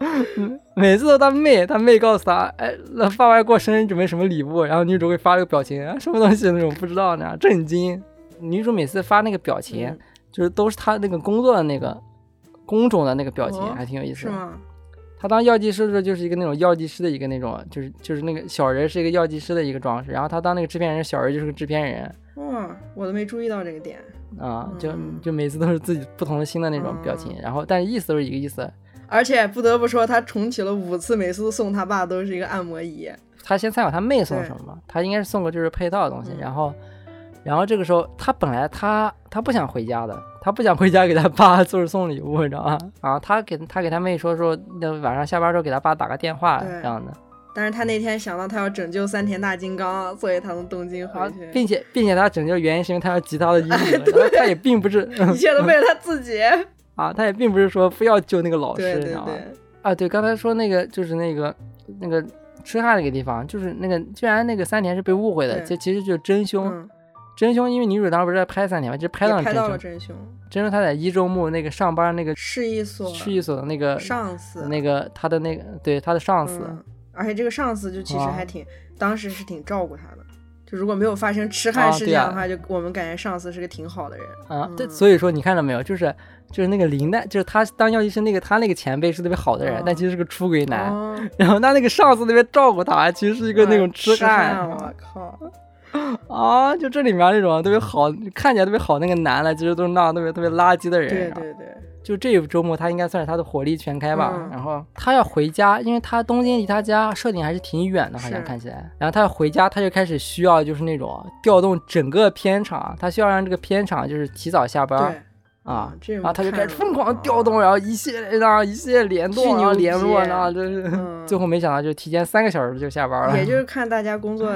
Speaker 2: 每次都他妹他妹告诉他，哎，那爸爸要过生日准备什么礼物，然后女主会发了个表情，啊、什么东西那种不知道呢，震惊。女主每次发那个表情，
Speaker 1: 嗯
Speaker 2: 就是都是她那个工作的那个工种的那个表情，
Speaker 1: 哦
Speaker 2: 还挺有意思
Speaker 1: 是
Speaker 2: 的。
Speaker 1: 吗？
Speaker 2: 他当药剂师的时候，就是一个那种药剂师的一个那种，就是就是那个小人是一个药剂师的一个装饰，然后他当那个制片人，小人就是个制片人
Speaker 1: 哇，我都没注意到这个点。
Speaker 2: 啊、就
Speaker 1: 嗯
Speaker 2: 就每次都是自己不同的新的那种表情，然后但是意思都是一个意思。
Speaker 1: 而且不得不说，他重启了五次，每次送他爸都是一个按摩仪。
Speaker 2: 他先参考他妹送了什么嘛，他应该是送个就是配套的东西，
Speaker 1: 嗯
Speaker 2: 然后然后这个时候他本来他他不想回家的，他不想回家给他爸就是送礼物，你知道吗？啊，他给他给他妹说说，那晚上下班之后给他爸打个电话
Speaker 1: 对
Speaker 2: 这样的。
Speaker 1: 但是他那天想到他要拯救三田大金刚，所以他从东京
Speaker 2: 啊
Speaker 1: 回去，，
Speaker 2: 并且并且他拯救的原因是因为他要吉他的衣服，然后他也并不是
Speaker 1: 一切都为了他自己。
Speaker 2: 啊，他也并不是说非要救那个老师，
Speaker 1: 对
Speaker 2: 你
Speaker 1: 对嗯
Speaker 2: 知道吗？
Speaker 1: 对，
Speaker 2: 啊，对，刚才说那个就是那个那个痴汉那个地方，就是那个居然那个三田是被误会的，
Speaker 1: 对
Speaker 2: 这其实就是真凶。
Speaker 1: 嗯，
Speaker 2: 真凶因为女主当时不是在拍三田嘛，就拍
Speaker 1: 也
Speaker 2: 到了
Speaker 1: 拍
Speaker 2: 真
Speaker 1: 到了
Speaker 2: 凶。
Speaker 1: 真凶，
Speaker 2: 真凶他在一周目那个上班那个
Speaker 1: 是一所
Speaker 2: 区一所的那个
Speaker 1: 上司，
Speaker 2: 那个他的那个对他的上司，
Speaker 1: 嗯，而且这个上司就其实
Speaker 2: 啊
Speaker 1: 还挺，当时是挺照顾他的。就如果没有发生痴汉
Speaker 2: 啊
Speaker 1: 事
Speaker 2: 对
Speaker 1: 件
Speaker 2: 啊
Speaker 1: 的话，就我们感觉上司是个挺好的人。
Speaker 2: 啊，对，
Speaker 1: 嗯
Speaker 2: 所以说你看到没有，就是就是那个林黛，就是他当药医生那个他那个前辈是特别好的人，
Speaker 1: 啊
Speaker 2: 但其实是个出轨男。
Speaker 1: 哦， 哎
Speaker 2: 然后他那个上司那边照顾他，其实是一个那种痴
Speaker 1: 痴
Speaker 2: 汉
Speaker 1: 我靠！
Speaker 2: 啊，就这里面那种特别好，看起来特别好那个男的，其实都是那样特别特别垃圾的人。
Speaker 1: 对
Speaker 2: 然后
Speaker 1: 对对，
Speaker 2: 就这一周末他应该算是他的火力全开吧。
Speaker 1: 嗯
Speaker 2: 然后他要回家，因为他东京离他家设定还是挺远的，好像
Speaker 1: 是
Speaker 2: 看起来。然后他要回家，他就开始需要就是那种调动整个片场，他需要让这个片场就是提早下班
Speaker 1: 对嗯
Speaker 2: 啊。，
Speaker 1: 这
Speaker 2: 然后他就开始疯狂调
Speaker 1: 调动。
Speaker 2: 动，然后一系列啊一系列联
Speaker 1: 巨
Speaker 2: 动，然
Speaker 1: 牛
Speaker 2: 后
Speaker 1: 逼
Speaker 2: 联络，然后就是、
Speaker 1: 嗯
Speaker 2: 最后没想到就提前三个小时就下班了。
Speaker 1: 也就是看大家工 作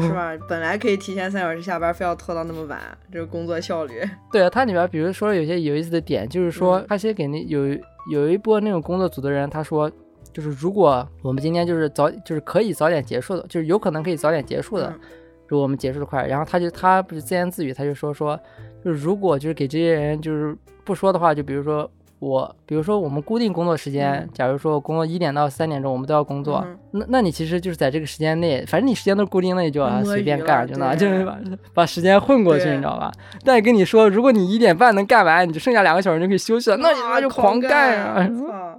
Speaker 1: 是吧？本来可以提前三小时下班，非要拖到那么晚，这是工作效率。
Speaker 2: 对啊，它里边比如说有些有意思的点，就是说
Speaker 1: 嗯
Speaker 2: 他先给那有有一波那种工作组的人，他说就是如果我们今天就是早就是可以早点结束的，就是有可能可以早点结束的，
Speaker 1: 嗯
Speaker 2: 如果我们结束的快，然后他就他不是自言自语，他就说说就是如果就是给这些人就是不说的话，就比如说我比如说我们固定工作时间
Speaker 1: 嗯，
Speaker 2: 假如说我工作一点到三点钟，我们都要工作，
Speaker 1: 嗯
Speaker 2: 那那你其实就是在这个时间内，反正你时间都是固定的，你就啊
Speaker 1: 摸
Speaker 2: 随便
Speaker 1: 鱼
Speaker 2: 干，
Speaker 1: 了
Speaker 2: 就那就
Speaker 1: 对
Speaker 2: 是把把时间混过去，
Speaker 1: 对
Speaker 2: 你知道吧？但跟你说，如果你一点半能干完，你就剩下两个小时就可以休息了，那你妈就狂干啊！
Speaker 1: 啊！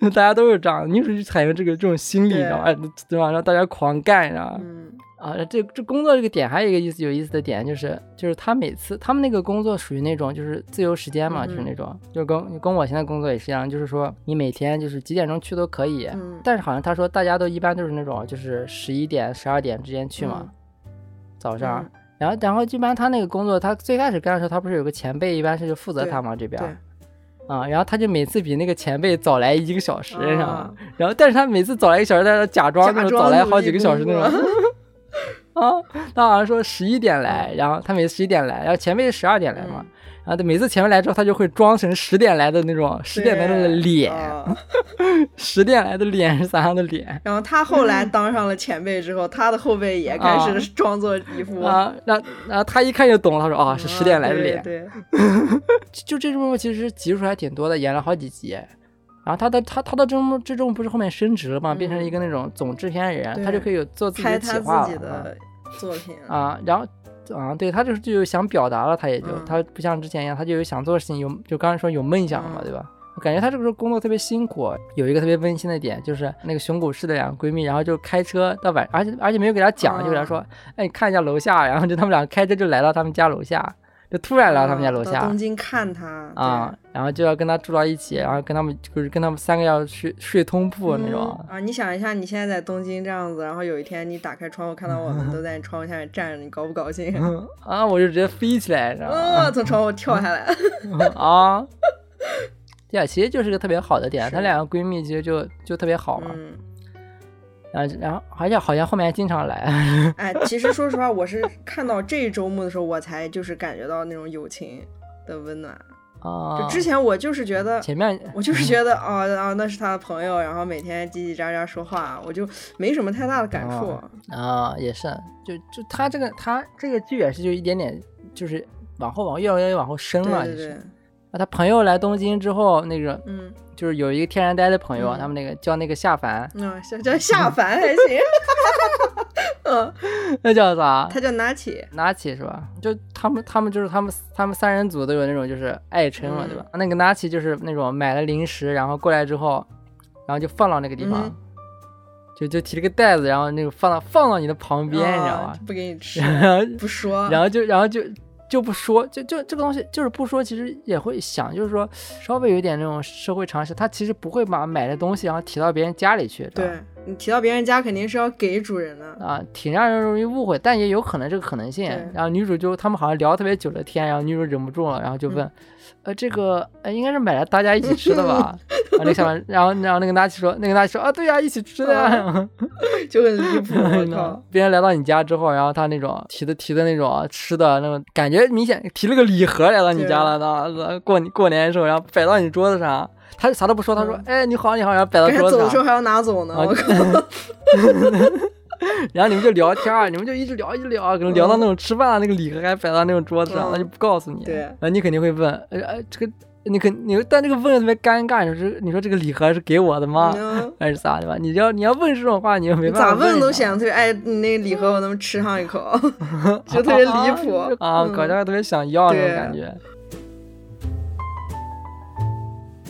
Speaker 2: 大家都是这样，你属于采用这个这种心理，你
Speaker 1: 对
Speaker 2: 知道吧？哎对吧？让大家狂干，你知道吧？
Speaker 1: 嗯，
Speaker 2: 啊，这这工作这个点还有一个意思有意思的点就是，就是他每次他们那个工作属于那种就是自由时间嘛，
Speaker 1: 嗯
Speaker 2: 就是
Speaker 1: 嗯
Speaker 2: 那种，就跟跟我现在工作也是一样，就是说你每天就是几点钟去都可以，
Speaker 1: 嗯
Speaker 2: 但是好像他说大家都一般都是那种就是十一点十二点之间去嘛，
Speaker 1: 嗯
Speaker 2: 早上，然后然后一般他那个工作他最开始干的时候，他不是有个前辈一般是就负责
Speaker 1: 对
Speaker 2: 他嘛这边
Speaker 1: 对
Speaker 2: 儿。啊，然后他就每次比那个前辈早来一个小时，你知道吗
Speaker 1: 啊？
Speaker 2: 然后，但是他每次早来一个小时，但是假装那
Speaker 1: 假
Speaker 2: 种
Speaker 1: 装
Speaker 2: 早来
Speaker 1: 努
Speaker 2: 好
Speaker 1: 力
Speaker 2: 几个
Speaker 1: 工
Speaker 2: 小时那
Speaker 1: 作
Speaker 2: 种， 啊，他好像说十一点来，然后他每次十一点来，然后前辈是十二点来
Speaker 1: 嗯
Speaker 2: 嘛，然后他每次前辈来之后，他就会装成十点来的那种十点来的
Speaker 1: 对
Speaker 2: 脸，
Speaker 1: 啊
Speaker 2: 十点来的脸是咋样的脸
Speaker 1: 然后他后 来当上了前辈之后，他的后辈也开始装作一副 嗯
Speaker 2: 啊？然后然后他一看就懂了，他说啊是十点来的
Speaker 1: 对
Speaker 2: 脸，
Speaker 1: 对，
Speaker 2: 就这种其实集数还挺多的，演了好几集。然后他的他他到这中这中不是后面升职了嘛，
Speaker 1: 嗯
Speaker 2: 变成了一个那种总制片人，
Speaker 1: 对
Speaker 2: 他就可以有做自己
Speaker 1: 拍
Speaker 2: 的企
Speaker 1: 他
Speaker 2: 划
Speaker 1: 自己
Speaker 2: 了啊
Speaker 1: 的作品，
Speaker 2: 啊，然后。啊，对他就是就有想表达了，他也就、
Speaker 1: 嗯
Speaker 2: 他不像之前一样，他就有想做的事情，有就刚才说有梦想嘛，
Speaker 1: 嗯
Speaker 2: 对吧？我感觉他这个时候工作特别辛苦，有一个特别温馨的点，就是那个熊谷市的两个闺蜜，然后就开车到晚，而且而且没有给他讲，就给他
Speaker 1: 嗯
Speaker 2: 说，哎，你看一下楼下，然后就他们俩开车就来到他们家楼下，就突然来到他们家楼
Speaker 1: 到
Speaker 2: 下
Speaker 1: 东京看他
Speaker 2: 啊、然后就要跟他住到一起，然后跟他们就是跟他们三个要睡睡通铺那种，
Speaker 1: 嗯啊！你想一下，你现在在东京这样子，然后有一天你打开窗户看到我们都在你窗户下面站着，你高不高 兴？
Speaker 2: 啊，我就直接飞起来，然后、
Speaker 1: 啊，从窗户跳下来，
Speaker 2: 啊。对啊，其实就是个特别好的点，
Speaker 1: 是
Speaker 2: 她两个闺蜜其实就就特别好嘛，
Speaker 1: 嗯。
Speaker 2: 然后然后而且好像后面还经常来，
Speaker 1: 哎，其实说实话，我是看到这一周目的时候，我才就是感觉到那种友情的温暖。
Speaker 2: 啊，
Speaker 1: 就之前我就是觉得，
Speaker 2: 前面
Speaker 1: 我就是觉得啊啊，那是他的朋友，然后每天叽叽喳喳说话，我就没什么太大的感触。
Speaker 2: 哦啊也是，就就她这个她这个剧也是就一点点就是往后往越来越往后深了，
Speaker 1: 对对
Speaker 2: 就是
Speaker 1: 对，
Speaker 2: 啊，她朋友来东京之后，那个
Speaker 1: 嗯，
Speaker 2: 就是有一个天然呆的朋友，
Speaker 1: 嗯
Speaker 2: 他们那个叫那个夏凡，
Speaker 1: 那啊叫叫下凡还行，嗯，
Speaker 2: 那叫啥？
Speaker 1: 他叫拿起，
Speaker 2: 拿起是吧？就他们，他们就是他们，他们三人组都有那种就是爱称嘛，
Speaker 1: 嗯
Speaker 2: 对吧？那个拿起就是那种买了零食，然后过来之后，然后就放到那个地方，
Speaker 1: 嗯
Speaker 2: 就就提了个袋子，然后那个放到放到你的旁边，你知道
Speaker 1: 啊
Speaker 2: 吧？
Speaker 1: 不给你 吃，
Speaker 2: 然后
Speaker 1: 不说，
Speaker 2: 然后就然后就就不说，就就这个东西就是不说，其实也会想，就是说稍微有一点那种社会常识，他其实不会把买的东西然后提到别人家里去，知道吧
Speaker 1: 对你提到别人家肯定是要给主人 的，
Speaker 2: 啊，挺让人容易误会，但也有可能这个可能性
Speaker 1: 对。
Speaker 2: 然后女主就他们好像聊特别久的天，然后女主忍不住了，然后就
Speaker 1: 嗯
Speaker 2: 问，呃，这个呃应该是买来大家一起吃的 吧？然后那个小兰，然后然后那个纳奇说，那个纳奇说啊，对呀、一起吃的呀。
Speaker 1: 就很离 谱，嗯我
Speaker 2: 然后
Speaker 1: 靠，
Speaker 2: 别人来到你家之后，然后他那种提的提的那种吃的那种，感觉明显提了个礼盒来到你家了，
Speaker 1: 啊
Speaker 2: 那过年过年的时候，然后摆到你桌子上，他啥都不说，他说，
Speaker 1: 嗯
Speaker 2: 哎，你好，你好，然后摆到
Speaker 1: 感觉
Speaker 2: 桌子
Speaker 1: 走的
Speaker 2: 上
Speaker 1: 时。候还要拿走呢，
Speaker 2: 啊
Speaker 1: 我靠，
Speaker 2: 然后你们就聊天儿，你们就一直聊，一直聊，可能聊到那种吃饭啊，那个礼盒还摆到那种桌子上，
Speaker 1: 嗯
Speaker 2: 他就不告诉你。
Speaker 1: 对
Speaker 2: 然后你肯定会问，呃，呃这个你肯你，但这个问的特别尴尬，你说你说这个礼盒是给我的 吗？
Speaker 1: 嗯
Speaker 2: 还是咋的吧？你要你要问这种话，你又没办法
Speaker 1: 咋问都
Speaker 2: 人家
Speaker 1: 显得特别哎，你那个礼盒我能不能吃上一口，就特别离谱
Speaker 2: 啊，
Speaker 1: 嗯
Speaker 2: 搞笑特别想要那种
Speaker 1: 对
Speaker 2: 感觉。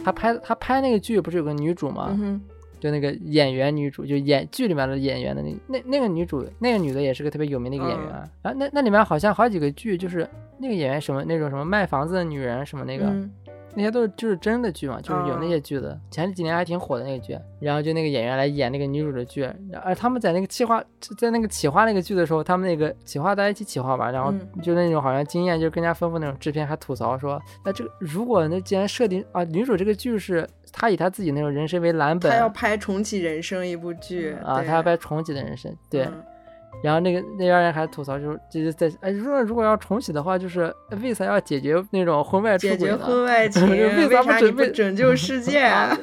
Speaker 2: 他拍他拍那个剧不是有个女主吗？
Speaker 1: 嗯哼，
Speaker 2: 就那个演员女主，就演剧里面的演员的那那那个女主，那个女的也是个特别有名的一个演员。啊
Speaker 1: 嗯
Speaker 2: 然后那那里面好像好几个剧，就是那个演员什么那种什么卖房子的女人什么那个，
Speaker 1: 嗯
Speaker 2: 那些都是就是真的剧嘛，就是有
Speaker 1: 嗯
Speaker 2: 那些剧的。前几年还挺火的那个剧，然后就那个演员来演那个女主的剧，而他们在那个企划在那个企划那个剧的时候，他们那个企划大家一起企划吧，然后
Speaker 1: 嗯
Speaker 2: 就那种好像经验就更加丰富那种制片还吐槽说，那这个如果那既然设定啊，女主这个剧是她以她自己那种人生为蓝本，
Speaker 1: 他要拍重启人生一部剧
Speaker 2: 啊，
Speaker 1: 对
Speaker 2: 他要拍重启的人生，对。
Speaker 1: 嗯
Speaker 2: 然后那个那边人还吐槽，就是就是在哎，说如果要重启的话，就是为啥要解决那种婚外出
Speaker 1: 解
Speaker 2: 轨
Speaker 1: 决婚
Speaker 2: 呢？
Speaker 1: 外情，
Speaker 2: 为啥
Speaker 1: 为
Speaker 2: 不
Speaker 1: 啥
Speaker 2: 准
Speaker 1: 你不
Speaker 2: 备
Speaker 1: 拯救世界？
Speaker 2: 啊，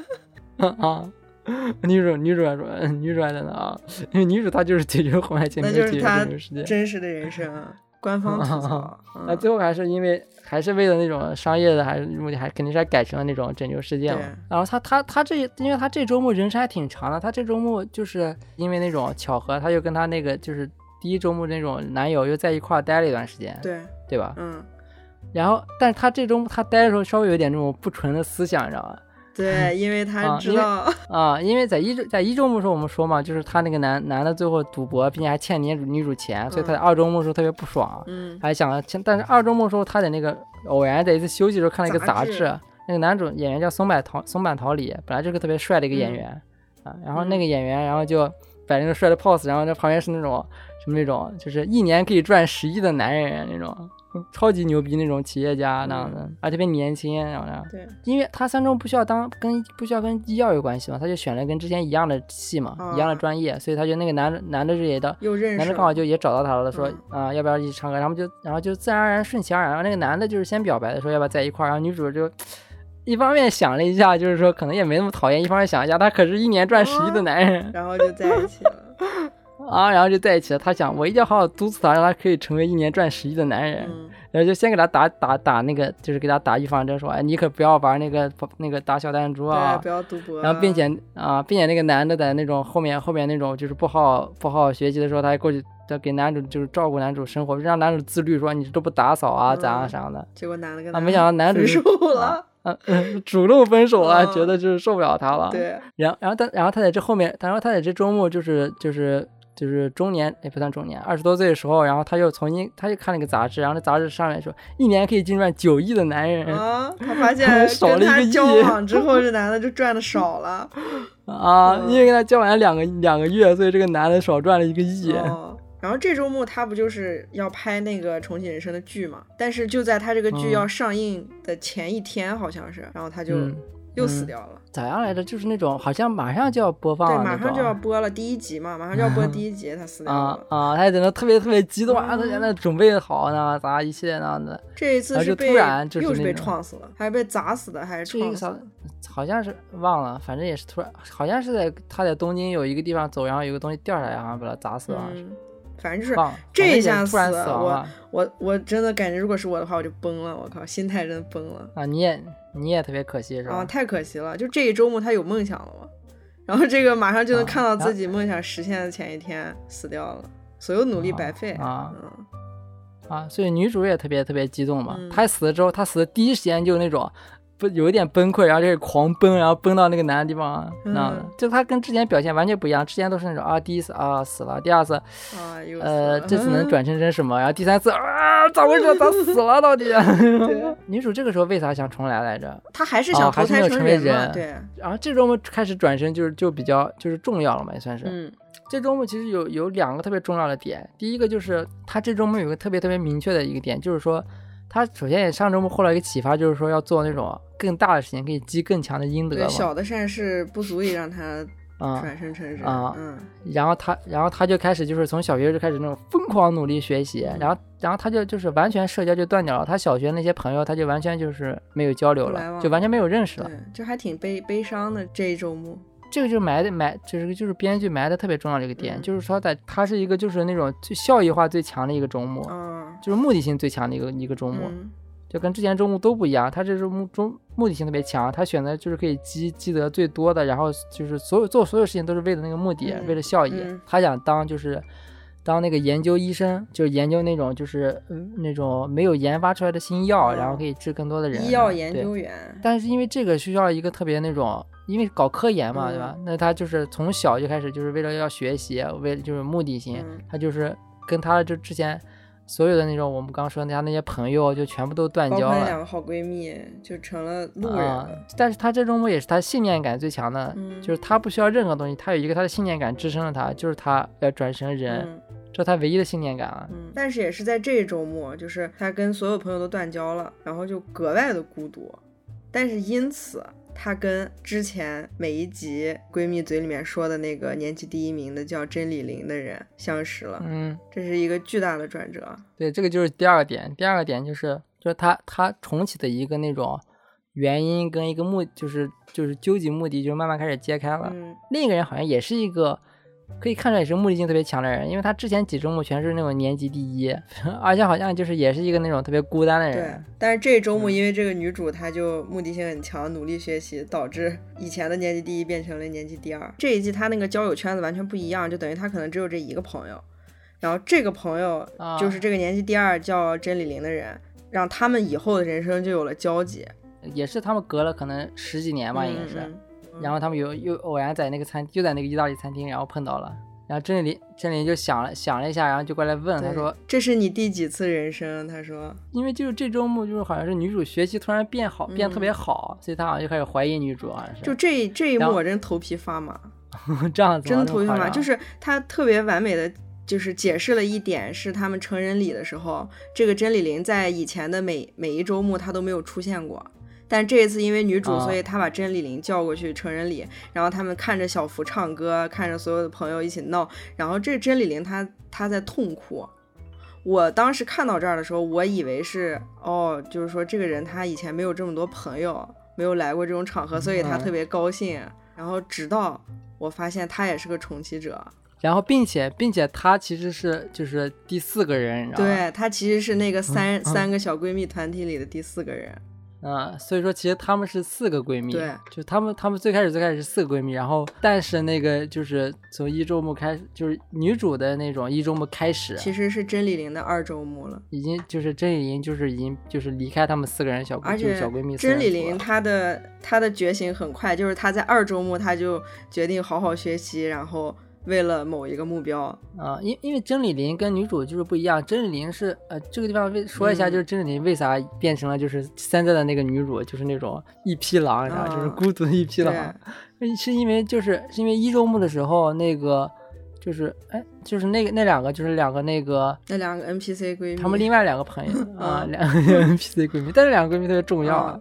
Speaker 2: 女主女主还说，嗯女主还在那啊，因为女主她就是解决婚外情，
Speaker 1: 那
Speaker 2: 没有
Speaker 1: 就是
Speaker 2: 解决
Speaker 1: 她
Speaker 2: 这种事情。
Speaker 1: 真实的人生，啊官方吐 槽。
Speaker 2: 那
Speaker 1: 嗯
Speaker 2: 最后还是因为还是为了那种商业的还是目的，还肯定是还改成了那种拯救世界嘛
Speaker 1: 对。
Speaker 2: 然后他他他这，因为他这周末人是还挺长的，他这周末就是因为那种巧合，他又跟他那个就是第一周末那种男友又在一块儿待了一段时间，
Speaker 1: 对，
Speaker 2: 对吧？
Speaker 1: 嗯，
Speaker 2: 然后，但是他这周他待的时候稍微有点这种不纯的思想，你知道吧？
Speaker 1: 对，因为他
Speaker 2: 啊
Speaker 1: 知
Speaker 2: 因为
Speaker 1: 道，
Speaker 2: 啊，因为在一周在一周目的时候我们说嘛，就是他那个男男的最后赌博，并且还欠女主女主钱，所以他在二周目的时候特别不爽，
Speaker 1: 嗯，
Speaker 2: 还想欠。但是二周目的时候他在那个偶然在一次休息的时候看了一个
Speaker 1: 杂
Speaker 2: 杂
Speaker 1: 志
Speaker 2: 志，那个男主演员叫松坂桃松坂桃李，本来就是个特别帅的一个演
Speaker 1: 嗯
Speaker 2: 员、啊，然后
Speaker 1: 嗯
Speaker 2: 那个演员然后就摆那个帅的 pose，然后在旁边是那种什么那种就是一年可以赚十亿的男人那种。超级牛逼那种企业家那样的
Speaker 1: 嗯，
Speaker 2: 而且特别年轻，然后呢，
Speaker 1: 对，
Speaker 2: 因为他三中不需要当跟不需要跟医药有关系嘛，他就选了跟之前一样的系嘛，
Speaker 1: 啊
Speaker 2: 一样的专业，所以他觉得那个男男的就也到，
Speaker 1: 又认
Speaker 2: 男
Speaker 1: 识
Speaker 2: 的刚好
Speaker 1: 了，
Speaker 2: 就也找到他了，说
Speaker 1: 嗯
Speaker 2: 啊、要不要一起唱歌？然后就然后就自然而然顺其而然，那个男的就是先表白的说要不要在一块儿，然后女主就。一方面想了一下，就是说可能也没那么讨厌；一方面想一下，他可是一年赚十亿
Speaker 1: 啊
Speaker 2: 的男人
Speaker 1: 然后就在一起 了。
Speaker 2: 啊，然后就在一起了。他想，我一定要好好督促他，让他可以成为一年赚十亿的男人。
Speaker 1: 嗯，
Speaker 2: 然后就先给他打打打那个，就是给他打预防针，说，哎，你可不要玩那个那个打小弹珠
Speaker 1: 对，
Speaker 2: 啊
Speaker 1: 不。要赌博啊。
Speaker 2: 然后并且啊、并且那个男的在那种后面后面那种就是不好不好学习的时候，他还过去他给男主就是照顾男主生活，让男主自律，说你都不打扫啊，
Speaker 1: 嗯
Speaker 2: 咋样啥的。
Speaker 1: 结果男的跟
Speaker 2: 啊
Speaker 1: 他
Speaker 2: 没想到男主
Speaker 1: 分手
Speaker 2: 是
Speaker 1: 了，
Speaker 2: 嗯、嗯主动分手了，
Speaker 1: 嗯
Speaker 2: 觉得就是受不了他了。。
Speaker 1: 对，
Speaker 2: 然后然后他然后他在这后面，然后他在这周末就是就是就是中年也不算中年，二十多岁的时候，然后他又重新他又看了一个杂志，然后那杂志上面说一年可以净赚九亿的男人啊
Speaker 1: 啊，他 发现
Speaker 2: 少
Speaker 1: 跟
Speaker 2: 了一
Speaker 1: 他
Speaker 2: 个亿
Speaker 1: 交往之后，这男的就 赚的少了，嗯
Speaker 2: 啊因为跟他交往了两个两个月，所以这个男的少赚了一个亿。
Speaker 1: 哦。然后这周末他不就是要拍那个重启人生的剧嘛？但是就在他这个剧
Speaker 2: 嗯
Speaker 1: 要上映的前一天，好像是，然后他就
Speaker 2: 嗯
Speaker 1: 又死
Speaker 2: 嗯
Speaker 1: 掉了。
Speaker 2: 咋样来着？就是那种好像马上就要播放
Speaker 1: 对，
Speaker 2: 了
Speaker 1: 马
Speaker 2: 那
Speaker 1: 上就要
Speaker 2: 种。
Speaker 1: 播了第一集嘛，马上就要播第 一集，他死掉
Speaker 2: 啊
Speaker 1: 了。
Speaker 2: 啊！他也在那特别特别激动啊，
Speaker 1: 嗯
Speaker 2: 他在那准备好呢，咋一系列那样的，
Speaker 1: 这一次
Speaker 2: 然后
Speaker 1: 是
Speaker 2: 就
Speaker 1: 被
Speaker 2: 突然就是
Speaker 1: 又是被
Speaker 2: 那种
Speaker 1: 撞死了，还是被砸死的，还是
Speaker 2: 是一
Speaker 1: 撞
Speaker 2: 个
Speaker 1: 死
Speaker 2: 啥
Speaker 1: 的？，
Speaker 2: 好像是忘了，反正也是突然，好像是在他在东京有一个地方走，然后有个东西掉下来，好像把他砸死了，哦好像是
Speaker 1: 嗯，反正就是
Speaker 2: 忘了。
Speaker 1: 这
Speaker 2: 反正
Speaker 1: 一下
Speaker 2: 也突然
Speaker 1: 死
Speaker 2: 死亡了
Speaker 1: 我我真的感觉，如果是我的话，我就崩了，我靠，心态真的崩了
Speaker 2: 啊！你也你也特别可惜是吧？
Speaker 1: 啊！太可惜了，就这一周末他有梦想了嘛，然后这个马上就能
Speaker 2: 啊
Speaker 1: 看到
Speaker 2: 然后
Speaker 1: 自己梦想实现的前一天死掉了，所有努力白费
Speaker 2: 啊
Speaker 1: 嗯，
Speaker 2: 啊，所以女主也特别特别激动嘛。
Speaker 1: 嗯
Speaker 2: 她死了之后，她死的第一时间就那种不有一点崩溃，然后就是狂奔，然后奔到那个男的地方啊
Speaker 1: 嗯
Speaker 2: 那样的。就她跟之前表现完全不一样，之前都是那种啊，第一次啊死了，第二次
Speaker 1: 啊，又死
Speaker 2: 呃
Speaker 1: 了
Speaker 2: 这 次能转身成什么，然后第三次啊咋回事？咋死了 到底？啊 女主这个时候为啥想重来来着？
Speaker 1: 他还是想
Speaker 2: 哦
Speaker 1: 投
Speaker 2: 还是没
Speaker 1: 胎
Speaker 2: 有
Speaker 1: 成
Speaker 2: 成为
Speaker 1: 嘛？
Speaker 2: 人
Speaker 1: 对，
Speaker 2: 然后这周末开始转身就是就比较就是重要了嘛，也算是。
Speaker 1: 嗯
Speaker 2: 这周末其实有有两个特别重要的点，第一个就是他这周末有个特别特别明确的一个点，就是说他首先也上周末获了一个启发，就是说要做那种更大的事情，可以积更强的阴德
Speaker 1: 对，
Speaker 2: 嘛。
Speaker 1: 小的善事不足以让他
Speaker 2: 啊、
Speaker 1: 转身成人。
Speaker 2: 啊
Speaker 1: 嗯，
Speaker 2: 然后他，然后他就开始就是从小学就开始那种疯狂努力学习，
Speaker 1: 嗯
Speaker 2: 然后，然后他就就是完全社交就断掉了，他小学那些朋友他就完全就是没有交流
Speaker 1: 不来往
Speaker 2: 了，就完全没有认识了
Speaker 1: 对。，就还挺悲悲伤的这一周目。
Speaker 2: 这个就是埋的埋，就是就是编剧埋的特别重要的一个点，
Speaker 1: 嗯
Speaker 2: 就是说在他是一个就是那种最效益化最强的一个周末，
Speaker 1: 啊，
Speaker 2: 就是目的性最强的一个一个周末，
Speaker 1: 嗯
Speaker 2: 就跟之前周末都不一样。他这周末中目的性特别强，他选择就是可以积积得最多的，然后就是所有做所有事情都是为了那个目的，
Speaker 1: 嗯
Speaker 2: 为了效益。
Speaker 1: 嗯
Speaker 2: 他想当就是当那个研究医生，就是研究那种就是、嗯那种没有研发出来的新药，
Speaker 1: 哦
Speaker 2: 然后可以治更多的人。啊
Speaker 1: 医药研
Speaker 2: 对
Speaker 1: 究员。
Speaker 2: 但是因为这个需要一个特别那种，因为搞科研嘛，
Speaker 1: 嗯
Speaker 2: 对吧？那他就是从小就开始就是为了要学习，为了就是目的性，
Speaker 1: 嗯
Speaker 2: 他就是跟他就之前所有的那种我们刚说的他那些朋友就全部都断
Speaker 1: 包
Speaker 2: 交
Speaker 1: 括那两
Speaker 2: 了。
Speaker 1: 个好闺蜜就成了路人
Speaker 2: 啊、
Speaker 1: 了，
Speaker 2: 但是他这周末也是他信念感最强的，
Speaker 1: 嗯
Speaker 2: 就是他不需要任何东西，他有一个他的信念感支撑着他，就是他要转成人，
Speaker 1: 嗯
Speaker 2: 这是他唯一的信念感了。
Speaker 1: 嗯，但是也是在这一周末，就是她跟所有朋友都断交了，然后就格外的孤独，但是因此她跟之前每一集闺蜜嘴里面说的那个年级第一名的叫真理玲的人相识了，
Speaker 2: 嗯，
Speaker 1: 这是一个巨大的转折，
Speaker 2: 对，这个就是第二个点。第二个点就是，就是他他重启的一个那种原因跟一个目，就是就是究极目的，就是慢慢开始揭开了。
Speaker 1: 嗯
Speaker 2: 另一个人好像也是一个可以看出来也是目的性特别强的人，因为他之前几周目全是那种年级第一， 而且好像就是也是一个那种特别孤单的
Speaker 1: 对
Speaker 2: 人。，
Speaker 1: 但是这
Speaker 2: 嗯
Speaker 1: 周末因为这个女主她就目的性很强，努力学习，导致以前的年级第一变成了年级第二。这一季她那个交友圈子完全不一样，就等于她可能只有这一个朋友，然后这个朋友
Speaker 2: 啊
Speaker 1: 就是这个年级第二叫真理玲的人，让他们以后的人生就有了交集
Speaker 2: 也是他们隔了可能十几年吧，应该是。
Speaker 1: 嗯嗯
Speaker 2: 然后他们有又偶然在那个餐，就在那个意大利餐厅，然后碰到了。然后郑林郑林就想了想了一下，然后就过来问他
Speaker 1: 对
Speaker 2: 说，
Speaker 1: 这是你第几次人生？”他说
Speaker 2: 因为就是这周末就是好像是女主学习突然变好，变得特别好，所以他好像就开始怀疑女主，好像：“是
Speaker 1: 嗯就这一这一
Speaker 2: 然
Speaker 1: 幕，
Speaker 2: 后
Speaker 1: 我真头皮发麻。”
Speaker 2: 这样子吗，啊
Speaker 1: 真的
Speaker 2: 这
Speaker 1: 头
Speaker 2: 么
Speaker 1: 晕
Speaker 2: 夸
Speaker 1: 嘛，
Speaker 2: 张
Speaker 1: 就是他特别完美的。就是解释了一点，是他们成人礼的时候，这个真理玲在以前的每每一周目她都没有出现过，但这一次因为女主，
Speaker 2: 啊
Speaker 1: 所以她把真理玲叫过去成人礼，然后他们看着小福唱歌，看着所有的朋友一起闹，然后这真理玲她她在痛哭。我当时看到这儿的时候，我以为是哦，就是说这个人他以前没有这么多朋友，没有来过这种场合，所以他
Speaker 2: 嗯
Speaker 1: 特别高兴。然后直到我发现他也是个重启者，
Speaker 2: 然后并且并且她其实是就是第四个人，你知道吗？
Speaker 1: 对他其实是那个三、
Speaker 2: 嗯
Speaker 1: 三个小闺蜜团体里的第四个人，
Speaker 2: 嗯，所以说其实她们是四个闺蜜，
Speaker 1: 对，
Speaker 2: 就她们她们最开始最开始是四个闺蜜，然后但是那个就是从一周目开始，就是女主的那种一周目开始，
Speaker 1: 其实是真理玲的二周目了。
Speaker 2: 已经就是真理玲就是已经就是离开她们四个人小闺
Speaker 1: 而
Speaker 2: 就是
Speaker 1: 且
Speaker 2: 小闺蜜四
Speaker 1: 真
Speaker 2: 人
Speaker 1: 理
Speaker 2: 组了
Speaker 1: 玲她的她的觉醒很快，就是她在二周目她就决定好好学习，然后为了某一个目标，
Speaker 2: 啊，因因为真理玲跟女主就是不一样，真理玲是呃这个地方为说一下，
Speaker 1: 嗯
Speaker 2: 就是真理玲为啥变成了就是现在的那个女主，就是那种一匹狼，你知道吗，就是
Speaker 1: 啊
Speaker 2: 孤独的一匹
Speaker 1: 对
Speaker 2: 狼，嗯是因为就是是因为一周目的时候那个就是哎就是那个那两个就是两个那个
Speaker 1: 那两个 NPC 闺蜜，
Speaker 2: 她们另外两个朋友啊
Speaker 1: 啊
Speaker 2: 两个 NPC 闺蜜，但是两个闺蜜特别重要啊
Speaker 1: 啊。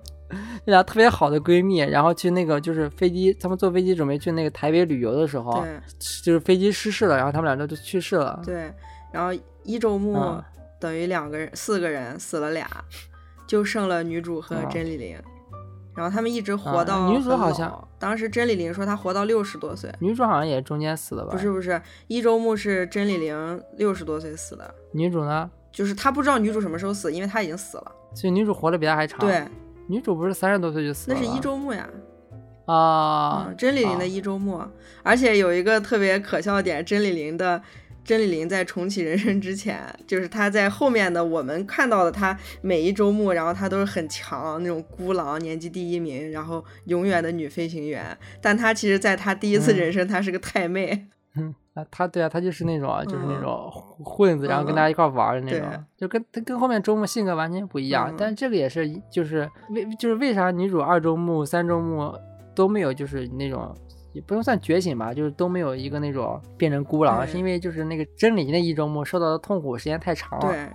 Speaker 2: 那俩特别好的闺蜜，然后去那个就是飞机，她们坐飞机准备去那个台北旅游的时候，
Speaker 1: 对
Speaker 2: 就是飞机失事了，然后她们俩就就去世了。
Speaker 1: 对，然后一周目
Speaker 2: 啊
Speaker 1: 等于两个人、四个人死了俩，就剩了女主和
Speaker 2: 啊
Speaker 1: 真理玲，然后他们一直活
Speaker 2: 啊
Speaker 1: 到、
Speaker 2: 女主好像，
Speaker 1: 当时真理玲说她活到六十多岁，
Speaker 2: 女主好像也中间死了吧？
Speaker 1: 不是，不是，一周目是真理玲六十多岁死的，
Speaker 2: 女主呢？
Speaker 1: 就是她不知道女主什么时候死，因为她已经死了。
Speaker 2: 所以女主活得比她还长。
Speaker 1: 对，，
Speaker 2: 女主不是三十多岁就死
Speaker 1: 那
Speaker 2: 了？
Speaker 1: 是一周目呀，
Speaker 2: 啊
Speaker 1: 嗯，真理玲的一周目，而且有一个特别可笑的点，真理玲的。真理玲在重启人生之前，就是她在后面的我们看到的她每一周目，然后她都是很强那种孤狼年级第一名，然后永远的女飞行员。但她其实，在她第一次
Speaker 2: 嗯
Speaker 1: 人生，她是个太妹，
Speaker 2: 啊，她对啊，她就是那种啊就是那
Speaker 1: 嗯
Speaker 2: 种混子，然后跟大家一块玩儿的那
Speaker 1: 对
Speaker 2: 种，就跟她跟后面周末性格完全不一样
Speaker 1: 嗯。
Speaker 2: 但这个也是就是为就是为啥女主二周目、三周目都没有就是那种。也不用算觉醒吧，就是都没有一个那种变成孤狼，
Speaker 1: 对
Speaker 2: 是因为就是那个真理那一周目受到的痛苦时间太长了，
Speaker 1: 对，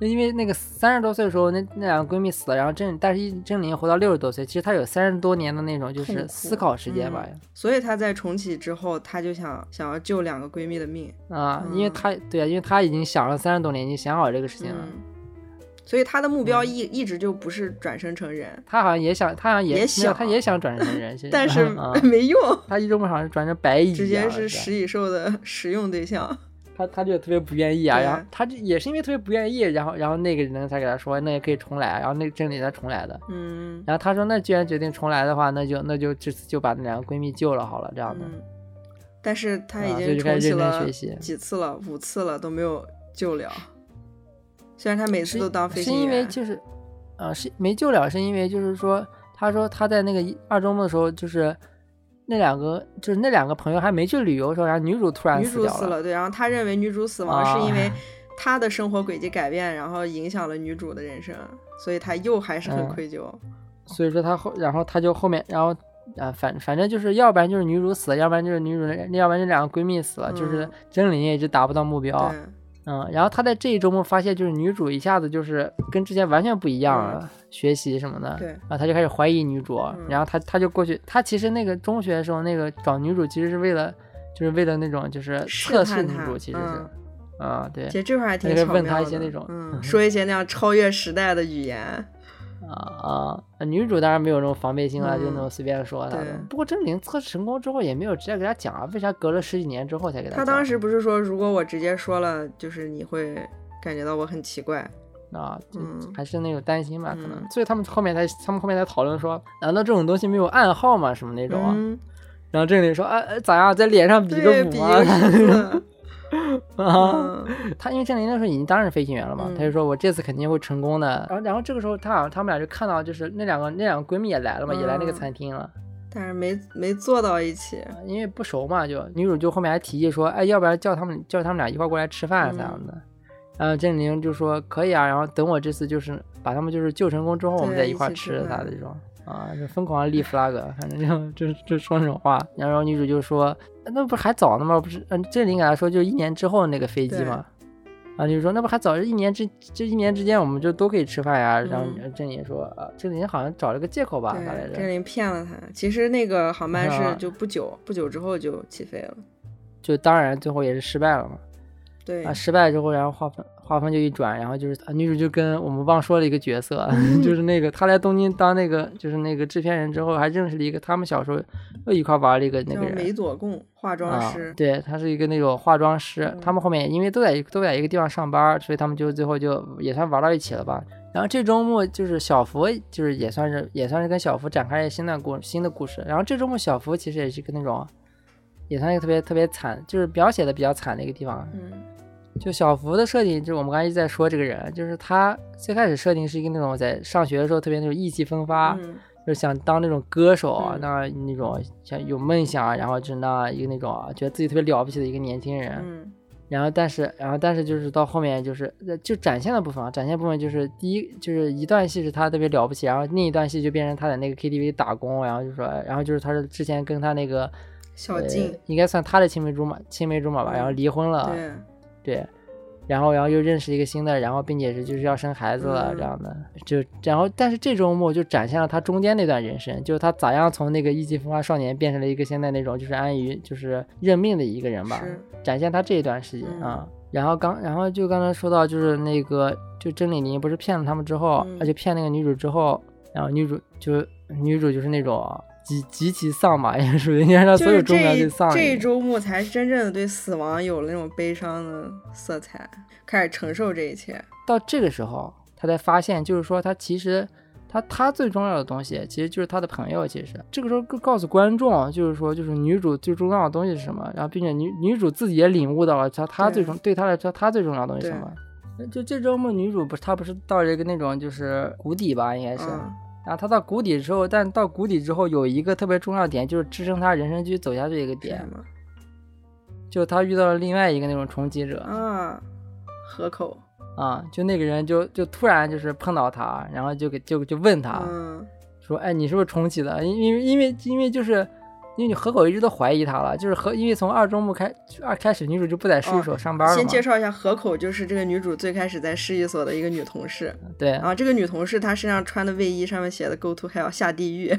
Speaker 2: 那因为那个三十多岁的时候，那那两个闺蜜死了，然后郑但是一郑琳活到六十多岁，其实她有三十多年的那种就
Speaker 1: 痛
Speaker 2: 是
Speaker 1: 苦
Speaker 2: 思考时间吧，
Speaker 1: 所以她在重启之后，她就想想要救两个闺蜜的命。
Speaker 2: 啊，
Speaker 1: 嗯
Speaker 2: 因为她对啊，因为她已经想了三十多年，已经想好这个事情了。
Speaker 1: 嗯，所以她的目
Speaker 2: 嗯
Speaker 1: 标一、一直就不是转生成人，
Speaker 2: 她好像也想，她好像也
Speaker 1: 也
Speaker 2: 没有
Speaker 1: 想
Speaker 2: 她也想转成人，其实
Speaker 1: 但是
Speaker 2: 啊，
Speaker 1: 没用，
Speaker 2: 她一周目好像转成白蚁啊，
Speaker 1: 直接是
Speaker 2: 吧
Speaker 1: 食蚁兽的 食用对象。
Speaker 2: 她她就特别不愿意啊，
Speaker 1: 对
Speaker 2: 然后她就也是因为特别不愿意，然后然后那个人才给她说，那也可以重来，然后那个郑琳才重来的。
Speaker 1: 嗯，
Speaker 2: 然后她说：“那既然决定重来的话，那就那就这次就把那两个闺蜜救了好了，这样的。
Speaker 1: 嗯，但是他已
Speaker 2: 啊
Speaker 1: 经
Speaker 2: 就开
Speaker 1: 重
Speaker 2: 始
Speaker 1: 启
Speaker 2: 认真
Speaker 1: 了
Speaker 2: 学习
Speaker 1: 几次了，五次了都没有救了。虽然他每次
Speaker 2: 是
Speaker 1: 都当飞
Speaker 2: 是
Speaker 1: 行
Speaker 2: 因为
Speaker 1: 员，
Speaker 2: 就是，呃，是没救了，是因为就是说，他说他在那个一二周末的时候，就是那两个就是那两个朋友还没去旅游的时候，然后女主突然
Speaker 1: 女
Speaker 2: 死
Speaker 1: 主
Speaker 2: 掉
Speaker 1: 死，了，对，然后他认为女主死亡
Speaker 2: 啊
Speaker 1: 是因为他的生活轨迹改变，然后影响了女主的人生，所以他又还是很
Speaker 2: 嗯
Speaker 1: 愧疚。
Speaker 2: 所以说他后，然后他就后面，然后。啊，反反正就是，要不然就是女主死了，要不然就是女主，要不然这两个闺蜜死了，就是
Speaker 1: 嗯
Speaker 2: 真理也一直达不到目标，
Speaker 1: 对，
Speaker 2: 嗯，然后他在这一周末发现，就是女主一下子就是跟之前完全不一样了，学习什么的，
Speaker 1: 嗯对嗯
Speaker 2: 然后他就开始怀疑女主，然后他他就过去，他其实那个中学的时候那个找女主其实是为了，就是为了那种就是
Speaker 1: 试
Speaker 2: 测试
Speaker 1: 探
Speaker 2: 女
Speaker 1: 她嗯
Speaker 2: 主，其实是，啊、对
Speaker 1: 其，实这块儿还
Speaker 2: 他
Speaker 1: 挺
Speaker 2: 就
Speaker 1: 巧妙
Speaker 2: 问
Speaker 1: 的。
Speaker 2: 她一些那种
Speaker 1: 嗯，说一些那样超越时代的语言。
Speaker 2: 啊啊！女主当然没有那种防备心了，
Speaker 1: 嗯
Speaker 2: 就那种随便说她
Speaker 1: 对
Speaker 2: 的。不过真灵测试成功之后也没有直接给他讲啊，为啥隔了十几年之后才给
Speaker 1: 他
Speaker 2: 讲？
Speaker 1: 当时不是说，如果我直接说了，就是你会感觉到我很奇怪。
Speaker 2: 啊，就
Speaker 1: 嗯
Speaker 2: 还是那种担心吧，可能
Speaker 1: 嗯。
Speaker 2: 所以他们后面才他们后面才讨论说，难道这种东西没有暗号吗？什么那种啊？
Speaker 1: 嗯，
Speaker 2: 然后这里说啊，呃咋样，在脸上比
Speaker 1: 对，
Speaker 2: 个
Speaker 1: 比一
Speaker 2: 五啊
Speaker 1: 个 数字
Speaker 2: 啊！
Speaker 1: 嗯
Speaker 2: 他因为郑林那时候已经当然是飞行员了嘛，
Speaker 1: 嗯
Speaker 2: 他就说我这次肯定会成功的。然后然后这个时候他好像他们俩就看到就是那两个那两个闺蜜也来了嘛，也来那个
Speaker 1: 嗯
Speaker 2: 餐厅了，
Speaker 1: 但是没没坐到一起。
Speaker 2: 因为不熟嘛，就女主就后面还提议说，哎，要不然叫他们叫他们俩一块儿过来吃饭
Speaker 1: 嗯
Speaker 2: 这样的。然后郑玲就说可以啊，然后等我这次就是把他们就是救成功之后，我们
Speaker 1: 对
Speaker 2: 再一块儿
Speaker 1: 一起
Speaker 2: 吃
Speaker 1: 吃
Speaker 2: 啥
Speaker 1: 饭
Speaker 2: 的这种啊，就疯狂地立 flag，反正就就就说那种话。然后女主就说，那不是还早呢吗？不是，嗯，郑玲给她说就一年之后那个飞机
Speaker 1: 对
Speaker 2: 嘛。啊，女主说那不还早，一年之这一年之间我们就都可以吃饭呀。然后
Speaker 1: 嗯
Speaker 2: 郑玲说，啊，郑玲好像找了个借口吧，咋来
Speaker 1: 对，
Speaker 2: 着
Speaker 1: 郑？林骗了他。其实那个航班
Speaker 2: 啊
Speaker 1: 是就不久，不久之后就起飞了。
Speaker 2: 就当然最后也是失败了嘛。
Speaker 1: 对
Speaker 2: 啊，，失败之后，然后画风画风就一转，然后就是、啊、女主就跟我们忘说了一个角色，
Speaker 1: 嗯
Speaker 2: 就是那个她来东京当那个就是那个制片人之后，还认识了一个他们小时候又一块玩了一个那
Speaker 1: 叫
Speaker 2: 个人
Speaker 1: 梅。佐贡化妆
Speaker 2: 啊
Speaker 1: 师，。嗯
Speaker 2: 对，他是一个那种化妆师，他们后面因为都在一都在一个地方上班，所以他们就最后就也算玩到一起了吧。然后这周末就是小福，就是也算是也算是跟小福展开了新的故新的故事。然后这周末小福其实也是个那种，也算是特别特别惨，就是描写的比较惨的一个地方。
Speaker 1: 嗯
Speaker 2: 就小福的设定，就是我们刚才一直在说这个人，就是他最开始设定是一个那种在上学的时候特别那种意气风发，
Speaker 1: 嗯
Speaker 2: 啊就是想当那种歌手啊，
Speaker 1: 嗯
Speaker 2: 那那种想有梦想，啊然后就是那一个那种啊觉得自己特别了不起的一个年轻人。
Speaker 1: 嗯
Speaker 2: 然后但是，然后但是就是到后面就是呃就展现的部分啊，展现部分就是第一就是一段戏是他特别了不起，然后另一段戏就变成他在那个 KTV 打工，然后就说，然后就是他是之前跟他那个
Speaker 1: 小
Speaker 2: 呃
Speaker 1: 静，
Speaker 2: 应该算他的青梅竹马青梅竹马吧，然后离婚了，
Speaker 1: 嗯对，
Speaker 2: 对，然后然后又认识一个新的，然后并且是就是要生孩子了
Speaker 1: 嗯
Speaker 2: 这样的，就然后但是这周末就展现了他中间那段人生，就是他咋样从那个意气风发少年变成了一个现在那种就是安于就是认命的一个人吧，
Speaker 1: 是，嗯
Speaker 2: 展现他这一段时间啊。然后刚，然后就刚才说到，就是那个，就郑丽玲不是骗了他们之后，
Speaker 1: 嗯
Speaker 2: 而且骗那个女主之后，然后女主就女主就是那种极极其丧嘛，也属于你看她
Speaker 1: 就
Speaker 2: 所有
Speaker 1: 是
Speaker 2: 中
Speaker 1: 这
Speaker 2: 年
Speaker 1: 一
Speaker 2: 最丧
Speaker 1: 这
Speaker 2: 一
Speaker 1: 一
Speaker 2: 个
Speaker 1: 周末才真正的对死亡有了那种悲伤的色彩，开始承受这一切。
Speaker 2: 到这个时候，他才发现，就是说他其实他他最重要的东西，其实就是他的朋友。其实这个时候告告诉观众，就是说就是女主最重要的东西是什么，然后并且女女主自己也领悟到了她她
Speaker 1: 对
Speaker 2: 最重对她来说她最重要的东西是
Speaker 1: 对
Speaker 2: 什么。那就这周末女主不是她不是到了一个那种就是谷底吧，应该是。
Speaker 1: 嗯，
Speaker 2: 然后她到谷底之后，但到谷底之后有一个特别重要的点，就是支撑她人生继续走下去的一个
Speaker 1: 是
Speaker 2: 点
Speaker 1: 什，么
Speaker 2: 就是她遇到了另外一个那种冲击者。
Speaker 1: 啊？河口，
Speaker 2: 啊，就那个人就就突然就是碰到他，然后就给就就问他、
Speaker 1: 嗯，
Speaker 2: 说，哎，你是不是重启的？因因为因为因为就是因为你河口一直都怀疑他了，就是河因为从二周目开二开始女主就不在事务所上班了嘛，
Speaker 1: 哦先介绍一下河口，就是这个女主最开始在市一所的一个女同事。
Speaker 2: 对
Speaker 1: 然后这个女同事她身上穿的卫衣上面写的 “Go to hell” 下地 狱。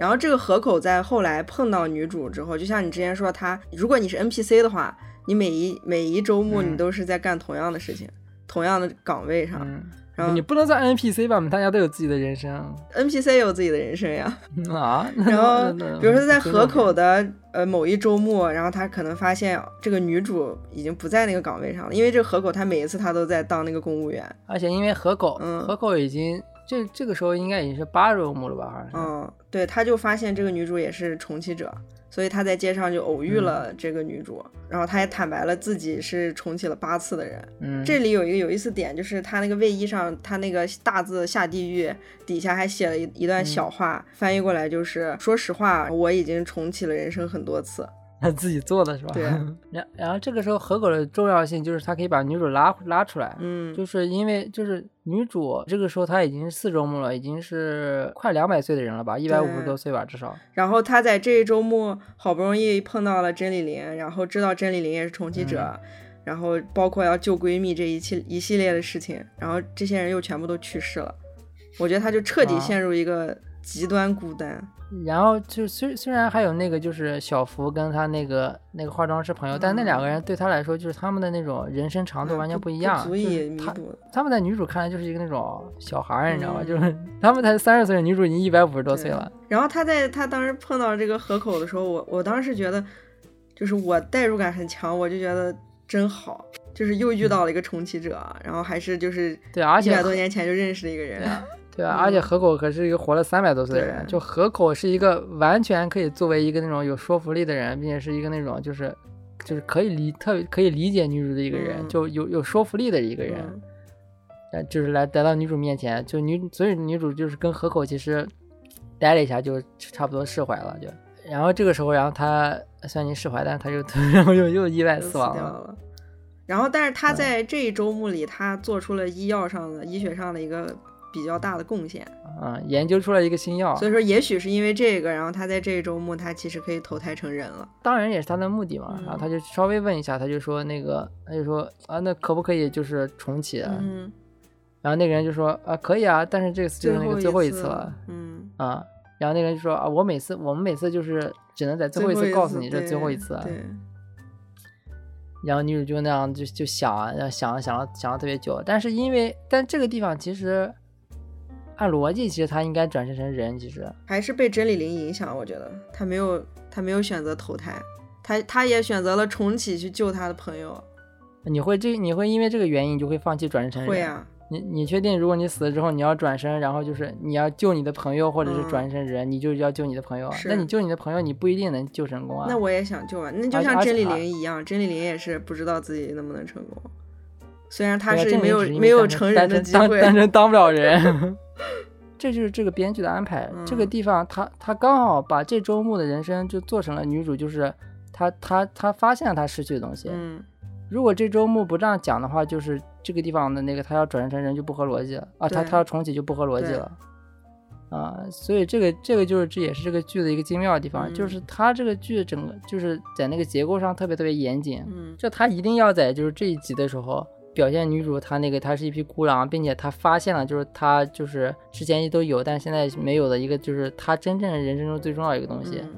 Speaker 1: 然后这个河口在后来碰到女主之后，就像你之前说，她如果你是 NPC 的话，你每一每一周末
Speaker 2: 嗯
Speaker 1: 你都是在干同样的事情，同样的岗位上。
Speaker 2: 嗯。
Speaker 1: 然后
Speaker 2: 你不能算 NPC 吧？我们大家都有自己的人生
Speaker 1: NPC 有自己的人生呀。
Speaker 2: 嗯啊。
Speaker 1: 然后
Speaker 2: 那那
Speaker 1: 比如说在河
Speaker 2: 尊重点
Speaker 1: 口的呃某一周末，然后他可能发现这个女主已经不在那个岗位上了，因为这个河口她每一次她都在当那个公务员，
Speaker 2: 而且因为河口，
Speaker 1: 嗯
Speaker 2: 河口已经这这个时候应该已经是八周目了吧？好像是。
Speaker 1: 嗯，对，他就发现这个女主也是重启者，所以他在街上就偶遇了这个女主，然后他也坦白了自己是重启了八次的人。
Speaker 2: 嗯，
Speaker 1: 这里有一个有意思点，就是他那个卫衣上，他那个大字“下地狱”底下还写了一一段小话，翻译过来就是：说实话，我已经重启了人生很多次。
Speaker 2: 他 自己做的是吧？
Speaker 1: 对啊
Speaker 2: 然然后这个时候河口的重要性就是他可以把女主拉拉出来，
Speaker 1: 嗯，
Speaker 2: 就是因为就是女主这个时候她已经是四周目了，已经是快两百岁的人了吧，一百五十多岁吧至少。
Speaker 1: 然后他在这一周末好不容易碰到了真理玲，然后知道真理玲也是重启者，
Speaker 2: 嗯
Speaker 1: 然后包括要救闺蜜这一系一系列的事情，然后这些人又全部都去世了。我觉得他就彻底
Speaker 2: 啊
Speaker 1: 陷入一个极端孤
Speaker 2: 嗯
Speaker 1: 单。
Speaker 2: 然后就虽虽然还有那个就是小福跟他那个那个化妆师朋友，但那两个人对他来说就是他们的那种人生长度完全
Speaker 1: 嗯不
Speaker 2: 一样，
Speaker 1: 不足以弥
Speaker 2: 就是他
Speaker 1: 补。
Speaker 2: 他们在女主看来就是一个那种小孩儿，你知道吗？
Speaker 1: 嗯
Speaker 2: 就是他们才三十岁，女主已经一百五十多岁了。
Speaker 1: 然后他在他当时碰到这个河口的时候，我我当时觉得，就是我代入感很强，我就觉得真好，就是又遇到了一个重启者，啊然后还是就是
Speaker 2: 嗯对啊而
Speaker 1: 一
Speaker 2: 且
Speaker 1: 百多年前就认识的一个人，
Speaker 2: 对啊，
Speaker 1: 嗯
Speaker 2: 而且河口可是一个活了三百多岁的人，
Speaker 1: 对
Speaker 2: 就河口是一个完全可以作为一个那种有说服力的人，并且是一个那种就是就是可以理特别可以理解女主的一个人，
Speaker 1: 嗯
Speaker 2: 就有有说服力的一个人，
Speaker 1: 嗯
Speaker 2: 呃，就是来来到女主面前，就女所以女主就是跟河口其实待了一下，就差不多释怀了就。然后这个时候，然后她虽然已经释怀，但是她又 然后又又意外
Speaker 1: 就死
Speaker 2: 死
Speaker 1: 掉
Speaker 2: 亡了。嗯
Speaker 1: 了。然后，但是他在这一周目里，他做出了医药上的、医学上的一个比较大的贡献。
Speaker 2: 嗯，研究出了一个新药，
Speaker 1: 所以说，也许是因为这个，然后他在这一周目，他其实可以投胎成人了。
Speaker 2: 当然也是他的目的嘛。
Speaker 1: 嗯
Speaker 2: 然后他就稍微问一下，他就说那个，他就说啊，那可不可以就是重启？啊
Speaker 1: 嗯，
Speaker 2: 然后那个人就说啊，可以啊，但是这个就是那个最后一次了
Speaker 1: 了。嗯，
Speaker 2: 啊。然后那个人就说啊，我每次我们每次就是只能在最后一次告诉你这是最后一次。啊
Speaker 1: 对，
Speaker 2: 然后女主就那样就就想啊，然后想了想了想了特别久，但是因为但这个地方其实按逻辑其实他应该转生成人，其实
Speaker 1: 还是被真理灵影响，我觉得他没有他没有选择投胎，他他也选择了重启去救他的朋友。
Speaker 2: 你会这你会因为这个原因你就会放弃转生成人。
Speaker 1: 会啊，
Speaker 2: 你你确定，如果你死了之后，你要转身，然后就是你要救你的朋友，或者是
Speaker 1: 嗯
Speaker 2: 转身人，你就要救你的朋友啊。
Speaker 1: 是
Speaker 2: 那你救你的朋友，你不一定能救成功啊。
Speaker 1: 那我也想救啊，那就
Speaker 2: 而
Speaker 1: 像
Speaker 2: 而
Speaker 1: 真理
Speaker 2: 且啊
Speaker 1: 灵一样，真理灵也是不知道自己能不能成功，虽然他
Speaker 2: 对啊
Speaker 1: 是
Speaker 2: 这
Speaker 1: 没有
Speaker 2: 只是因为
Speaker 1: 没有
Speaker 2: 单纯
Speaker 1: 成人的机
Speaker 2: 单
Speaker 1: 会
Speaker 2: 纯，当单纯当不 了人。这就是这个编剧的安排。这个
Speaker 1: 嗯
Speaker 2: 地方他，他刚好把这周末的人生就做成了女主，就是她她她发现了她失去的东西。
Speaker 1: 嗯，
Speaker 2: 如果这周末不这样讲的话，就是这个地方的那个他要转生成人就不合逻辑了啊，他
Speaker 1: 对
Speaker 2: 他要重启就不合逻辑
Speaker 1: 对
Speaker 2: 了啊，所以这个这个就是这也是这个剧的一个精妙的地方，
Speaker 1: 嗯
Speaker 2: 就是它这个剧整个就是在那个结构上特别特别严谨，
Speaker 1: 嗯
Speaker 2: 就他一定要在就是这一集的时候表现女主她那个她是一匹孤狼，并且她发现了就是她就是之前都有但现在没有的一个就是她真正人生中最重要的一个东西。
Speaker 1: 嗯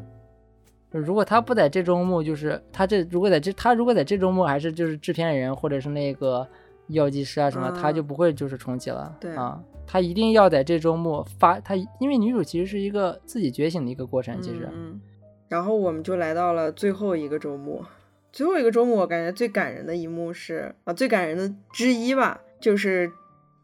Speaker 2: 如果他不在这周末，就是他这如果在这他如果在这周末还是就是制片人或者是那个药剂师啊什么，
Speaker 1: 嗯
Speaker 2: 他就不会就是重启了。
Speaker 1: 对
Speaker 2: 啊，他一定要在这周末发他，因为女主其实是一个自己觉醒的一个过程，其实啊
Speaker 1: 嗯，嗯然后我们就来到了最后一个周末，最后一个周末我感觉最感人的一幕是啊，最感人的之一吧，就是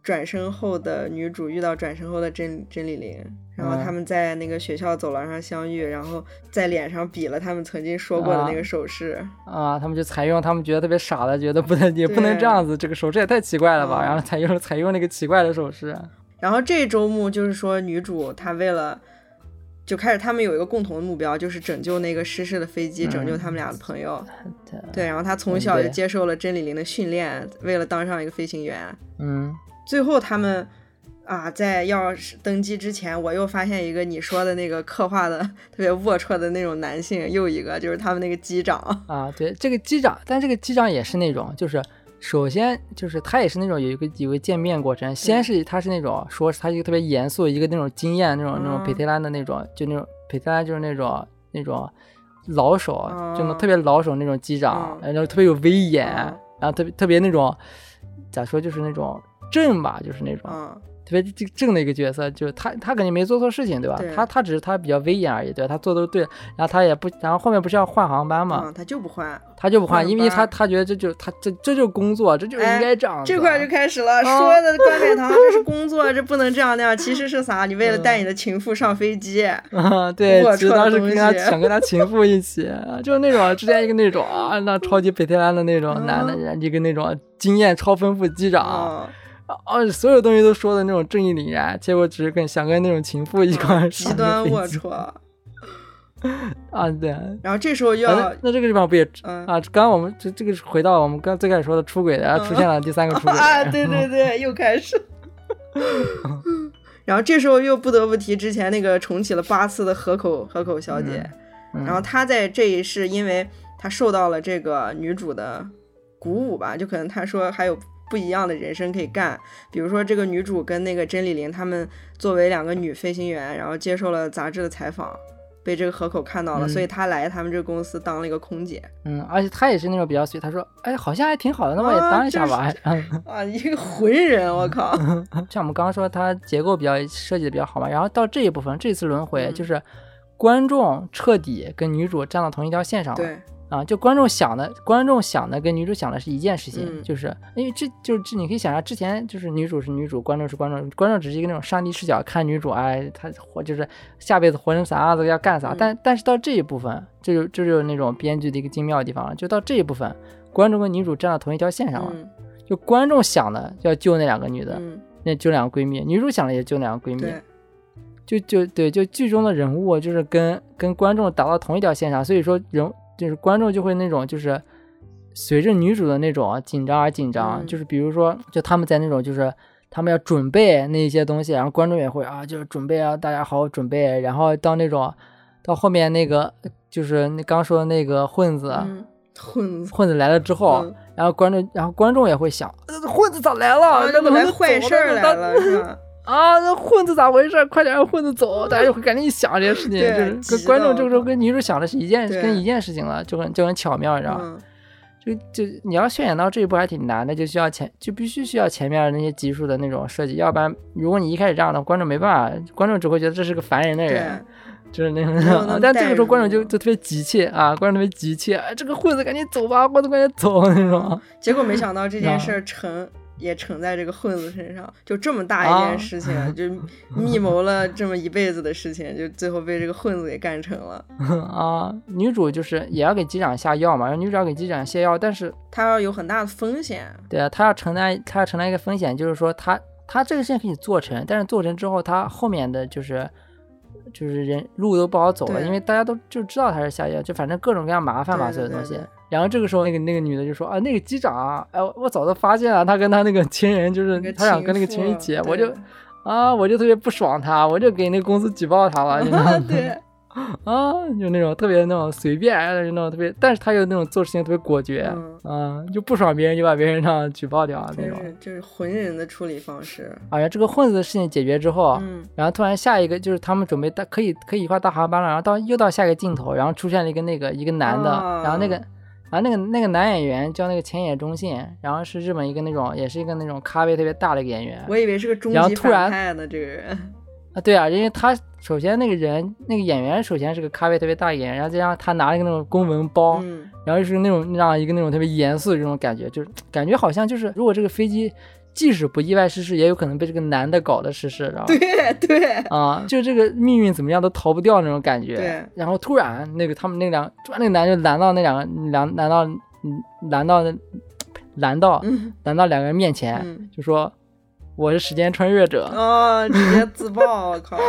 Speaker 1: 转身后的女主遇到转身后的真真理玲，然后
Speaker 2: 嗯
Speaker 1: 他们在那个学校走廊上相遇，然后在脸上比了他们曾经说过的那
Speaker 2: 啊
Speaker 1: 个手势，
Speaker 2: 啊，他们就采用他们觉得特别傻的，觉得不能也不能
Speaker 1: 嗯对
Speaker 2: 这样子，这个手势也太奇怪了吧，
Speaker 1: 嗯
Speaker 2: 然后采用采用那个奇怪的手势，
Speaker 1: 然后这周目就是说，女主她为了就开始他们有一个共同的目标，就是拯救那个失事的飞机，
Speaker 2: 嗯
Speaker 1: 拯救他们俩的朋友。
Speaker 2: 对
Speaker 1: 对，然后她从
Speaker 2: 嗯
Speaker 1: 小
Speaker 2: 对
Speaker 1: 就接受了真理灵的训练，为了当上一个飞行员。
Speaker 2: 嗯
Speaker 1: 最后他们啊，在要是登机之前，我又发现一个你说的那个刻画的特别龌龊的那种男性，又一个就是他们那个机长。
Speaker 2: 啊，对，这个机长，但这个机长也是那种，就是首先就是他也是那种有一个有个见面过程，先是他是那种说是他一个特别严肃一个那种经验那种那种
Speaker 1: 嗯
Speaker 2: 佩特兰的那种，就那种佩特兰就是那种那种老手，就那种
Speaker 1: 嗯
Speaker 2: 特别老手那种机长，
Speaker 1: 嗯
Speaker 2: 然后特别有威严，
Speaker 1: 嗯
Speaker 2: 然后特别特别那种咋说就是那种正吧，就是那种。
Speaker 1: 嗯，
Speaker 2: 特别正正的一个角色，就是他，他肯定没做错事情，对吧？
Speaker 1: 对
Speaker 2: 他他只是他比较威严而已，对吧？他做的对，然后他也不，然后后面不是要换航班嘛，
Speaker 1: 嗯，他就不换，
Speaker 2: 他就不换，
Speaker 1: 换
Speaker 2: 因为
Speaker 1: 班
Speaker 2: 他他觉得这就是他这这就是工作，这就是应
Speaker 1: 哎
Speaker 2: 该这样子、
Speaker 1: 这块就开始了，
Speaker 2: 啊
Speaker 1: 说的冠冕堂皇，这是工 作，这不能这样那样。其实是啥？你为了带
Speaker 2: 嗯
Speaker 1: 你的情妇上飞机，
Speaker 2: 啊， 对，
Speaker 1: 龌
Speaker 2: 其实
Speaker 1: 龊的
Speaker 2: 当时
Speaker 1: 东
Speaker 2: 跟他
Speaker 1: 西
Speaker 2: 想跟他情妇一起，就是那种之前一个那种啊，那超级北天安的那种男
Speaker 1: 嗯
Speaker 2: 的，一个那种经验超丰富机长，
Speaker 1: 啊，
Speaker 2: 啊，所有东西都说的那种正义凛然，结果只是跟想跟那种情妇一块儿
Speaker 1: 嗯极
Speaker 2: 上
Speaker 1: 端
Speaker 2: 飞
Speaker 1: 龌
Speaker 2: 机
Speaker 1: 龊。
Speaker 2: 啊，对。
Speaker 1: 然后这时候又
Speaker 2: 啊
Speaker 1: 要
Speaker 2: 那那这个地方不也
Speaker 1: 嗯
Speaker 2: 啊？刚刚我们这这个是回到我们刚最开始说的出轨的，然后出现了第三个出嗯轨的
Speaker 1: 啊，对对对，又开始。 然后这时候又不得不提之前那个重启了八次的河口河口小姐，
Speaker 2: 嗯
Speaker 1: 然后她在这一世，因为她受到了这个女主的鼓舞吧，就可能她说还有不一样的人生可以干。比如说，这个女主跟那个真理玲他们作为两个女飞行员，然后接受了杂志的采访，被这个河口看到了，
Speaker 2: 嗯
Speaker 1: 所以她来他们这个公司当了一个空姐。
Speaker 2: 嗯，而且他也是那种比较随，他说，哎，好像还挺好的，那我也
Speaker 1: 啊
Speaker 2: 当一下
Speaker 1: 就是
Speaker 2: 吧。
Speaker 1: 啊，一个浑人，我靠！
Speaker 2: 嗯像我们刚刚说，它结构比较设计的比较好嘛，然后到这一部分，这次轮回
Speaker 1: 嗯
Speaker 2: 就是观众彻底跟女主站到同一条线上了
Speaker 1: 对，
Speaker 2: 啊，就观众想的，观众想的跟女主想的是一件事情，
Speaker 1: 嗯
Speaker 2: 就是因为这就是这你可以想象，之前就是女主是女主，观众是观众，观众只是一个那种上帝视角看女主，哎，她活就是下辈子活成啥样子要干啥，
Speaker 1: 嗯
Speaker 2: 但但是到这一部分，这就这就是那种编剧的一个精妙的地方了，就到这一部分，观众跟女主站到同一条线上了，
Speaker 1: 嗯
Speaker 2: 就观众想的要救那两个女的。嗯啊
Speaker 1: 嗯，
Speaker 2: 那就两个闺蜜，女主想的也就两个闺蜜
Speaker 1: 对，，
Speaker 2: 就就对，就剧中的人物就是跟跟观众达到同一条线上，所以说人就是观众就会那种就是随着女主的那种啊紧张而紧张，
Speaker 1: 嗯
Speaker 2: 就是比如说就他们在那种就是他们要准备那一些东西，然后观众也会啊就是准备啊，大家好好准备，然后到那种到后面那个就是那刚说的那个混子。
Speaker 1: 嗯，混 子。
Speaker 2: 混子来了之后，
Speaker 1: 嗯
Speaker 2: 然后观众，然后观众也会想，呃混子咋来了？
Speaker 1: 这
Speaker 2: 哦那
Speaker 1: 啊么
Speaker 2: 混
Speaker 1: 来坏
Speaker 2: 子走
Speaker 1: 事儿
Speaker 2: 那
Speaker 1: 来
Speaker 2: 当
Speaker 1: 了是吧？
Speaker 2: 啊，那混子咋回事？快点让混子走！大家就会赶紧想这些事情，
Speaker 1: 嗯对
Speaker 2: 就是
Speaker 1: 急
Speaker 2: 跟观众
Speaker 1: 到
Speaker 2: 这个时候跟女主想的是一件
Speaker 1: 对
Speaker 2: 跟一件事情了，就很就很巧妙，你知道吗？
Speaker 1: 嗯，
Speaker 2: 就就你要渲染到这一步还挺难的，就需要前就必须需要前面的那些集数的那种设计，要不然如果你一开始这样的，观众没办法，观众只会觉得这是个烦人的
Speaker 1: 对，
Speaker 2: 人，就是那种。啊
Speaker 1: 没有那么
Speaker 2: 但这个时候观众
Speaker 1: 代入
Speaker 2: 就就特别急切啊，观众特别急切，哎这个混子赶紧走吧，混子赶紧走那种。
Speaker 1: 结果没想到这件
Speaker 2: 啊
Speaker 1: 事儿成也成在这个混子身上，就这么大一
Speaker 2: 啊
Speaker 1: 件事情， 就密谋了这么一辈子的事情，就最后被这个混子给干成了。
Speaker 2: 啊，女主就是也要给机长下药嘛，然后女主要给机长下药，但是
Speaker 1: 他要有很大的风险，
Speaker 2: 对啊，他要承担，他要承担一个风险，就是说他他这个事情可以做成，但是做成之后，他后面的就是就是人路都不好走了，
Speaker 1: 对
Speaker 2: 因为大家都就知道他是下药，就反正各种各样麻烦吧，
Speaker 1: 对
Speaker 2: 所有
Speaker 1: 对
Speaker 2: 东
Speaker 1: 对
Speaker 2: 西
Speaker 1: 对。
Speaker 2: 然后这个时候，那个那个女的就说啊，那个机长啊，哎，我我早都发现了，他跟他那个情人就
Speaker 1: 那
Speaker 2: 是
Speaker 1: 个
Speaker 2: 嗯他想跟那个情人
Speaker 1: 妇
Speaker 2: 结，
Speaker 1: 对？
Speaker 2: 我就 啊，我就特别不爽他，我就给那个公司举报他了，你知道吗
Speaker 1: 对，
Speaker 2: 啊，就那种特别那种随便，就那种特别，但是他又那种做事情特别果决，
Speaker 1: 嗯
Speaker 2: 啊，就不爽别人就把别人让举报掉啊那
Speaker 1: 就
Speaker 2: 种。
Speaker 1: 是就是浑人的处理方式。
Speaker 2: 啊，然后这个混子的事情解决之后，啊
Speaker 1: 嗯，
Speaker 2: 然后突然下一个就是他们准备搭可以可以一块搭航班了，然后到又到下一个镜头，然后出现了一个那个一个男的，然后那个
Speaker 1: 啊
Speaker 2: 然后那个那个男演员叫那个前野忠信，然后是日本一个那种也是一个那种咖位特别大的一个演员
Speaker 1: 我以为是个终
Speaker 2: 然后
Speaker 1: 极
Speaker 2: 突然
Speaker 1: 反派呢，这个人。
Speaker 2: 啊，对啊，因为他首先那个人那个演员首先是个咖位特别大的演员，然后再加上他拿了一个那种公文包，
Speaker 1: 嗯，
Speaker 2: 然后就是那种让一个那种特别严肃的这种感觉，就是感觉好像就是如果这个飞机即使不意外失事，也有可能被这个男的搞的失事，然后
Speaker 1: 对对，
Speaker 2: 啊，就这个命运怎么样都逃不掉那种感觉。
Speaker 1: 对
Speaker 2: 然后突然那个他们那两，突然那个男就拦到那两个拦拦到嗯拦到那拦到
Speaker 1: 嗯
Speaker 2: 拦到两个人面前，
Speaker 1: 嗯，
Speaker 2: 就说我是时间穿越者，
Speaker 1: 哦，直接自爆，我 靠，
Speaker 2: 啊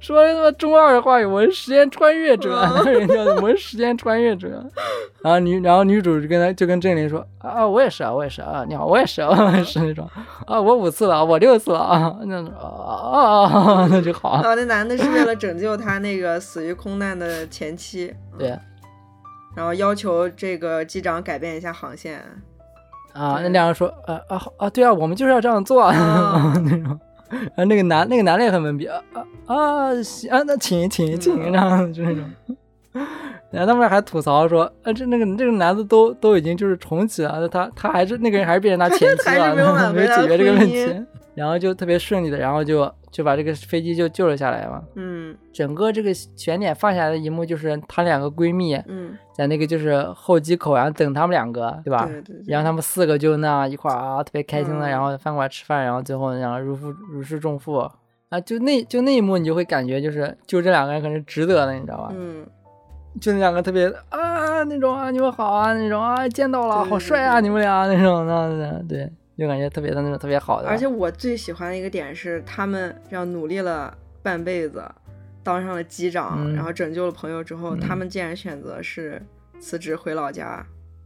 Speaker 2: 说他妈中二的话语，我是时间穿越者，
Speaker 1: 啊
Speaker 2: 那个 人叫我是时间穿越者。然后女，然后女主就跟他就跟郑琳说啊，我也是啊，我也是啊，你好，我也是啊，我也是那种啊，我五次了，我六次了啊，那种啊啊啊，那就好，
Speaker 1: 哦，那男的是为了拯救他那个死于空难的前妻，
Speaker 2: 对
Speaker 1: 然后要求这个机长改变一下航线。
Speaker 2: 啊，那两人说啊啊好啊，对啊，我们就是要这样做啊，
Speaker 1: 啊
Speaker 2: 那种。然后那个男那个男的也很文笔啊啊啊行啊，那请请请，
Speaker 1: 嗯
Speaker 2: 然后就那种。 然后他们还吐槽说，啊，这那个这个男的都都已经就是重启了，他他还是那个人还是变成他前妻
Speaker 1: 还
Speaker 2: 了，
Speaker 1: 是没有挽
Speaker 2: 没
Speaker 1: 回
Speaker 2: 有
Speaker 1: 他的
Speaker 2: 解决这个问
Speaker 1: 婚
Speaker 2: 题
Speaker 1: 姻。
Speaker 2: 然后就特别顺利的，然后就就把这个飞机就救了下来嘛。
Speaker 1: 嗯
Speaker 2: 整个这个悬点放下来的一幕就是她两个闺蜜
Speaker 1: 嗯，
Speaker 2: 在那个就是候机口，然后等他们两个，对吧？
Speaker 1: 对对对，
Speaker 2: 然啊后他们四个就那样一块儿啊，特别开心的，
Speaker 1: 嗯
Speaker 2: 然后饭馆吃饭，然后最后然后如负如释重负啊，就那就那一幕你就会感觉就是就这两个人可能是值得的，你知道吧？
Speaker 1: 嗯
Speaker 2: 就那两个特别啊那种啊你们好啊那种啊见到了
Speaker 1: 对
Speaker 2: 好
Speaker 1: 对
Speaker 2: 帅啊
Speaker 1: 对
Speaker 2: 你们俩那种那那对，就感觉特别的那种特别好的，
Speaker 1: 而且我最喜欢的一个点是，他们这样努力了半辈子，当上了机长，
Speaker 2: 嗯
Speaker 1: 然后拯救了朋友之后，
Speaker 2: 嗯
Speaker 1: 他们竟然选择是辞职回老家，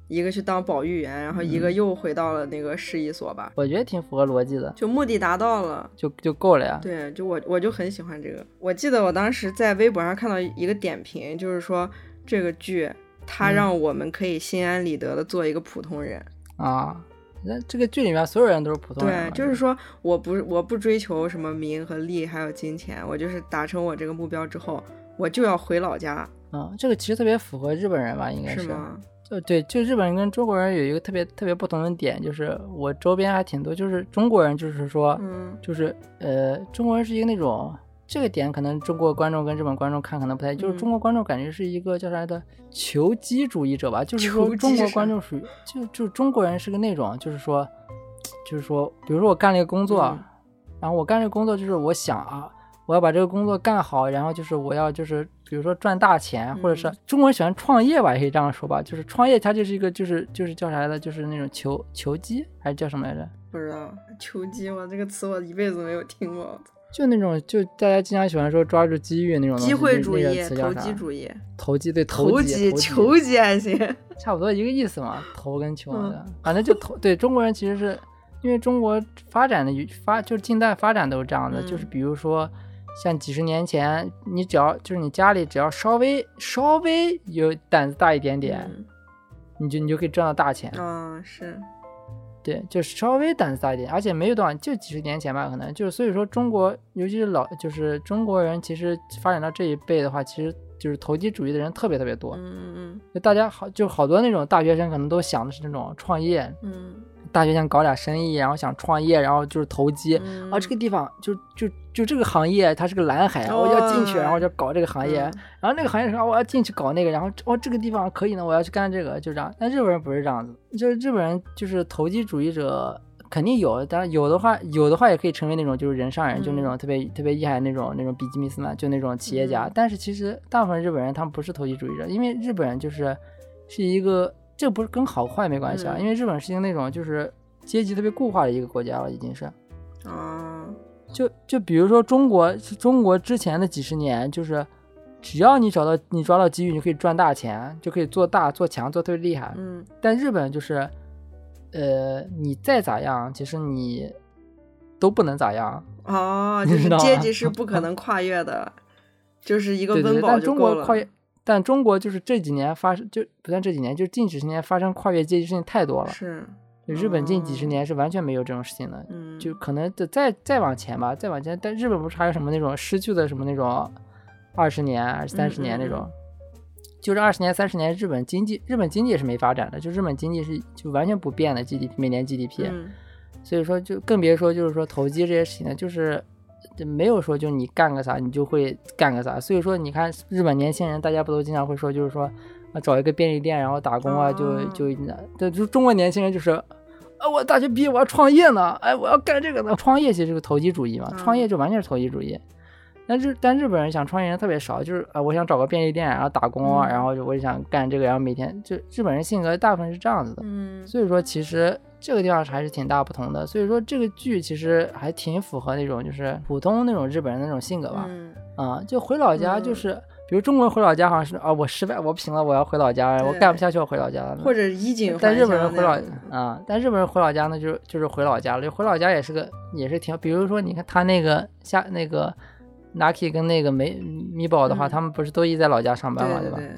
Speaker 1: 一个去当保育员，然后一
Speaker 2: 嗯
Speaker 1: 个又回到了那个市一所吧，
Speaker 2: 我觉得挺符合逻辑的，
Speaker 1: 就目的达到了。
Speaker 2: 就就够了呀。
Speaker 1: 对，就我我就很喜欢这个。我记得我当时在微博上看到一个点评，就是说这个剧它
Speaker 2: 嗯
Speaker 1: 让我们可以心安理得的做一个普通人。
Speaker 2: 啊，那这个剧里面所有人都是普通人
Speaker 1: 对
Speaker 2: 嘛，，
Speaker 1: 就是说，我不是我不追求什么名和利，还有金钱，我就是达成我这个目标之后，我就要回老家，
Speaker 2: 嗯，这个其实特别符合日本人吧，应该
Speaker 1: 是
Speaker 2: 是。
Speaker 1: 吗？
Speaker 2: 就呃对，就日本人跟中国人有一个特别特别不同的点，就是我周边还挺多，就是中国人就是说，
Speaker 1: 嗯
Speaker 2: 就是呃，中国人是一个那种这个点，可能中国观众跟日本观众看可能不太，就是
Speaker 1: 嗯
Speaker 2: 中国观众感觉是一个叫啥来着，求机主义者吧，就是
Speaker 1: 求机
Speaker 2: 说中国
Speaker 1: 是啥
Speaker 2: 观众属于就就中国人是个那种，就是说，就是说，比如说我干了一个工作，
Speaker 1: 嗯
Speaker 2: 然后我干这个工作就是我想啊，我要把这个工作干好，然后就是我要就是比如说赚大钱，或者是
Speaker 1: 嗯
Speaker 2: 中国人喜欢创业吧，也可以这样说吧，就是创业它就是一个就是就是叫啥来着，就是那种求求机还是叫什么来着？
Speaker 1: 不知道，求机吗？这个词我一辈子没有听过，
Speaker 2: 就那种，就大家经常喜欢说抓住机遇那种东西
Speaker 1: 机会
Speaker 2: 那
Speaker 1: 主
Speaker 2: 那
Speaker 1: 义
Speaker 2: 个、词
Speaker 1: 投
Speaker 2: 叫啥
Speaker 1: 机主义、
Speaker 2: 投机对
Speaker 1: 投
Speaker 2: 机
Speaker 1: 机、
Speaker 2: 投
Speaker 1: 求机还行。
Speaker 2: 差不多一个意思嘛，投跟球
Speaker 1: 嗯
Speaker 2: 的，反正就投。对中国人其实是因为中国发展的发就是近代发展都是这样的，
Speaker 1: 嗯
Speaker 2: 就是比如说像几十年前，你只要就是你家里只要稍微稍微有胆子大一点点，你就你就可以赚到大钱。
Speaker 1: 嗯，啊是，
Speaker 2: 对，就稍微胆子大一点，而且没有多少，就几十年前吧，可能就是所以说中国，尤其是老就是中国人，其实发展到这一辈的话，其实就是投机主义的人特别特别多。
Speaker 1: 嗯嗯
Speaker 2: 就大家好，就好多那种大学生可能都想的是那种创业，
Speaker 1: 嗯
Speaker 2: 大学想搞点生意，然后想创业，然后就是投机。
Speaker 1: 嗯，
Speaker 2: 啊，这个地方就就就这个行业，它是个蓝海，啊我要进去，
Speaker 1: 哦
Speaker 2: 然后就搞这个行
Speaker 1: 嗯
Speaker 2: 业。然后那个行业说，啊我要进去搞那个，然后哦这个地方可以呢，我要去干这个，就这样。但日本人不是这样子，就是日本人就是投机主义者肯定有，但是有的话有的话也可以成为那种就是人上人，就那种特别特别厉害那种那种比基尼斯曼，就那种企业家。
Speaker 1: 嗯
Speaker 2: 但是其实大部分日本人他们不是投机主义者，因为日本人就是是一个这不是跟好坏没关系啊，
Speaker 1: 嗯
Speaker 2: 因为日本是一个那种就是阶级特别固化的一个国家了，已经是。
Speaker 1: 嗯啊，
Speaker 2: 就就比如说中国，中国之前的几十年，就是只要你找到你抓到机遇，你可以赚大钱，就可以做大、做强、做特别厉害。
Speaker 1: 嗯
Speaker 2: 但日本就是，呃，你再咋样，其实你都不能咋样。
Speaker 1: 哦，
Speaker 2: 你
Speaker 1: 就
Speaker 2: 知
Speaker 1: 是
Speaker 2: 道
Speaker 1: 阶
Speaker 2: 吗
Speaker 1: 级是不 可能跨越的，就是一个
Speaker 2: 对对
Speaker 1: 温
Speaker 2: 对，
Speaker 1: 饱
Speaker 2: 但
Speaker 1: 就
Speaker 2: 中
Speaker 1: 够
Speaker 2: 国
Speaker 1: 了。
Speaker 2: 跨越，但中国就是这几年发生，就不算这几年，就近几十年发生跨越阶级事情太多了。
Speaker 1: 是，
Speaker 2: 日本近几十
Speaker 1: 哦
Speaker 2: 年是完全没有这种事情的，
Speaker 1: 嗯，
Speaker 2: 就可能得再再往前吧，再往前，但日本不是还有什么那种失去的什么那种二十年、还是三十年那种，
Speaker 1: 嗯
Speaker 2: 就是二十年、三十年，日本经济日本经济也是没发展的，就日本经济是就完全不变的 GDP 每年 GDP，、
Speaker 1: 嗯
Speaker 2: 所以说就更别说就是说投机这些事情了，就是。就没有说，就你干个啥你就会干个啥，所以说你看日本年轻人，大家不都经常会说，就是说啊找一个便利店然后打工啊，就
Speaker 1: 哦
Speaker 2: 就对，就中国年轻人就是啊，我大学毕业我要创业呢，哎，我要干这个呢。创业其实是个投机主义嘛，
Speaker 1: 嗯
Speaker 2: 创业就完全是投机主义。但日但日本人想创业人特别少，就是啊、我想找个便利店，然后打工，啊
Speaker 1: 嗯
Speaker 2: 然后就我就想干这个，然后每天就日本人性格大部分是这样子的。
Speaker 1: 嗯，
Speaker 2: 所以说其实这个地方还是挺大不同的。所以说这个剧其实还挺符合那种就是普通那种日本人的那种性格吧。
Speaker 1: 嗯
Speaker 2: 啊、就回老家就
Speaker 1: 嗯
Speaker 2: 是，比如中国人回老家好像是啊，我失败，我不行了，我要回老家，我干
Speaker 1: 对
Speaker 2: 不下去，我回老家了。
Speaker 1: 或者衣锦
Speaker 2: 但
Speaker 1: 还
Speaker 2: 日本人
Speaker 1: 乡
Speaker 2: 回
Speaker 1: 那
Speaker 2: 老
Speaker 1: 样子
Speaker 2: 啊、但日本人回老家呢，就是就是回老家了。就回老家也是个也是挺，比如说你看他那个下那个 Naki 跟那个美米宝的话，
Speaker 1: 嗯
Speaker 2: 他们不是都一直在老家上班嘛，
Speaker 1: 对
Speaker 2: 吧？
Speaker 1: 对，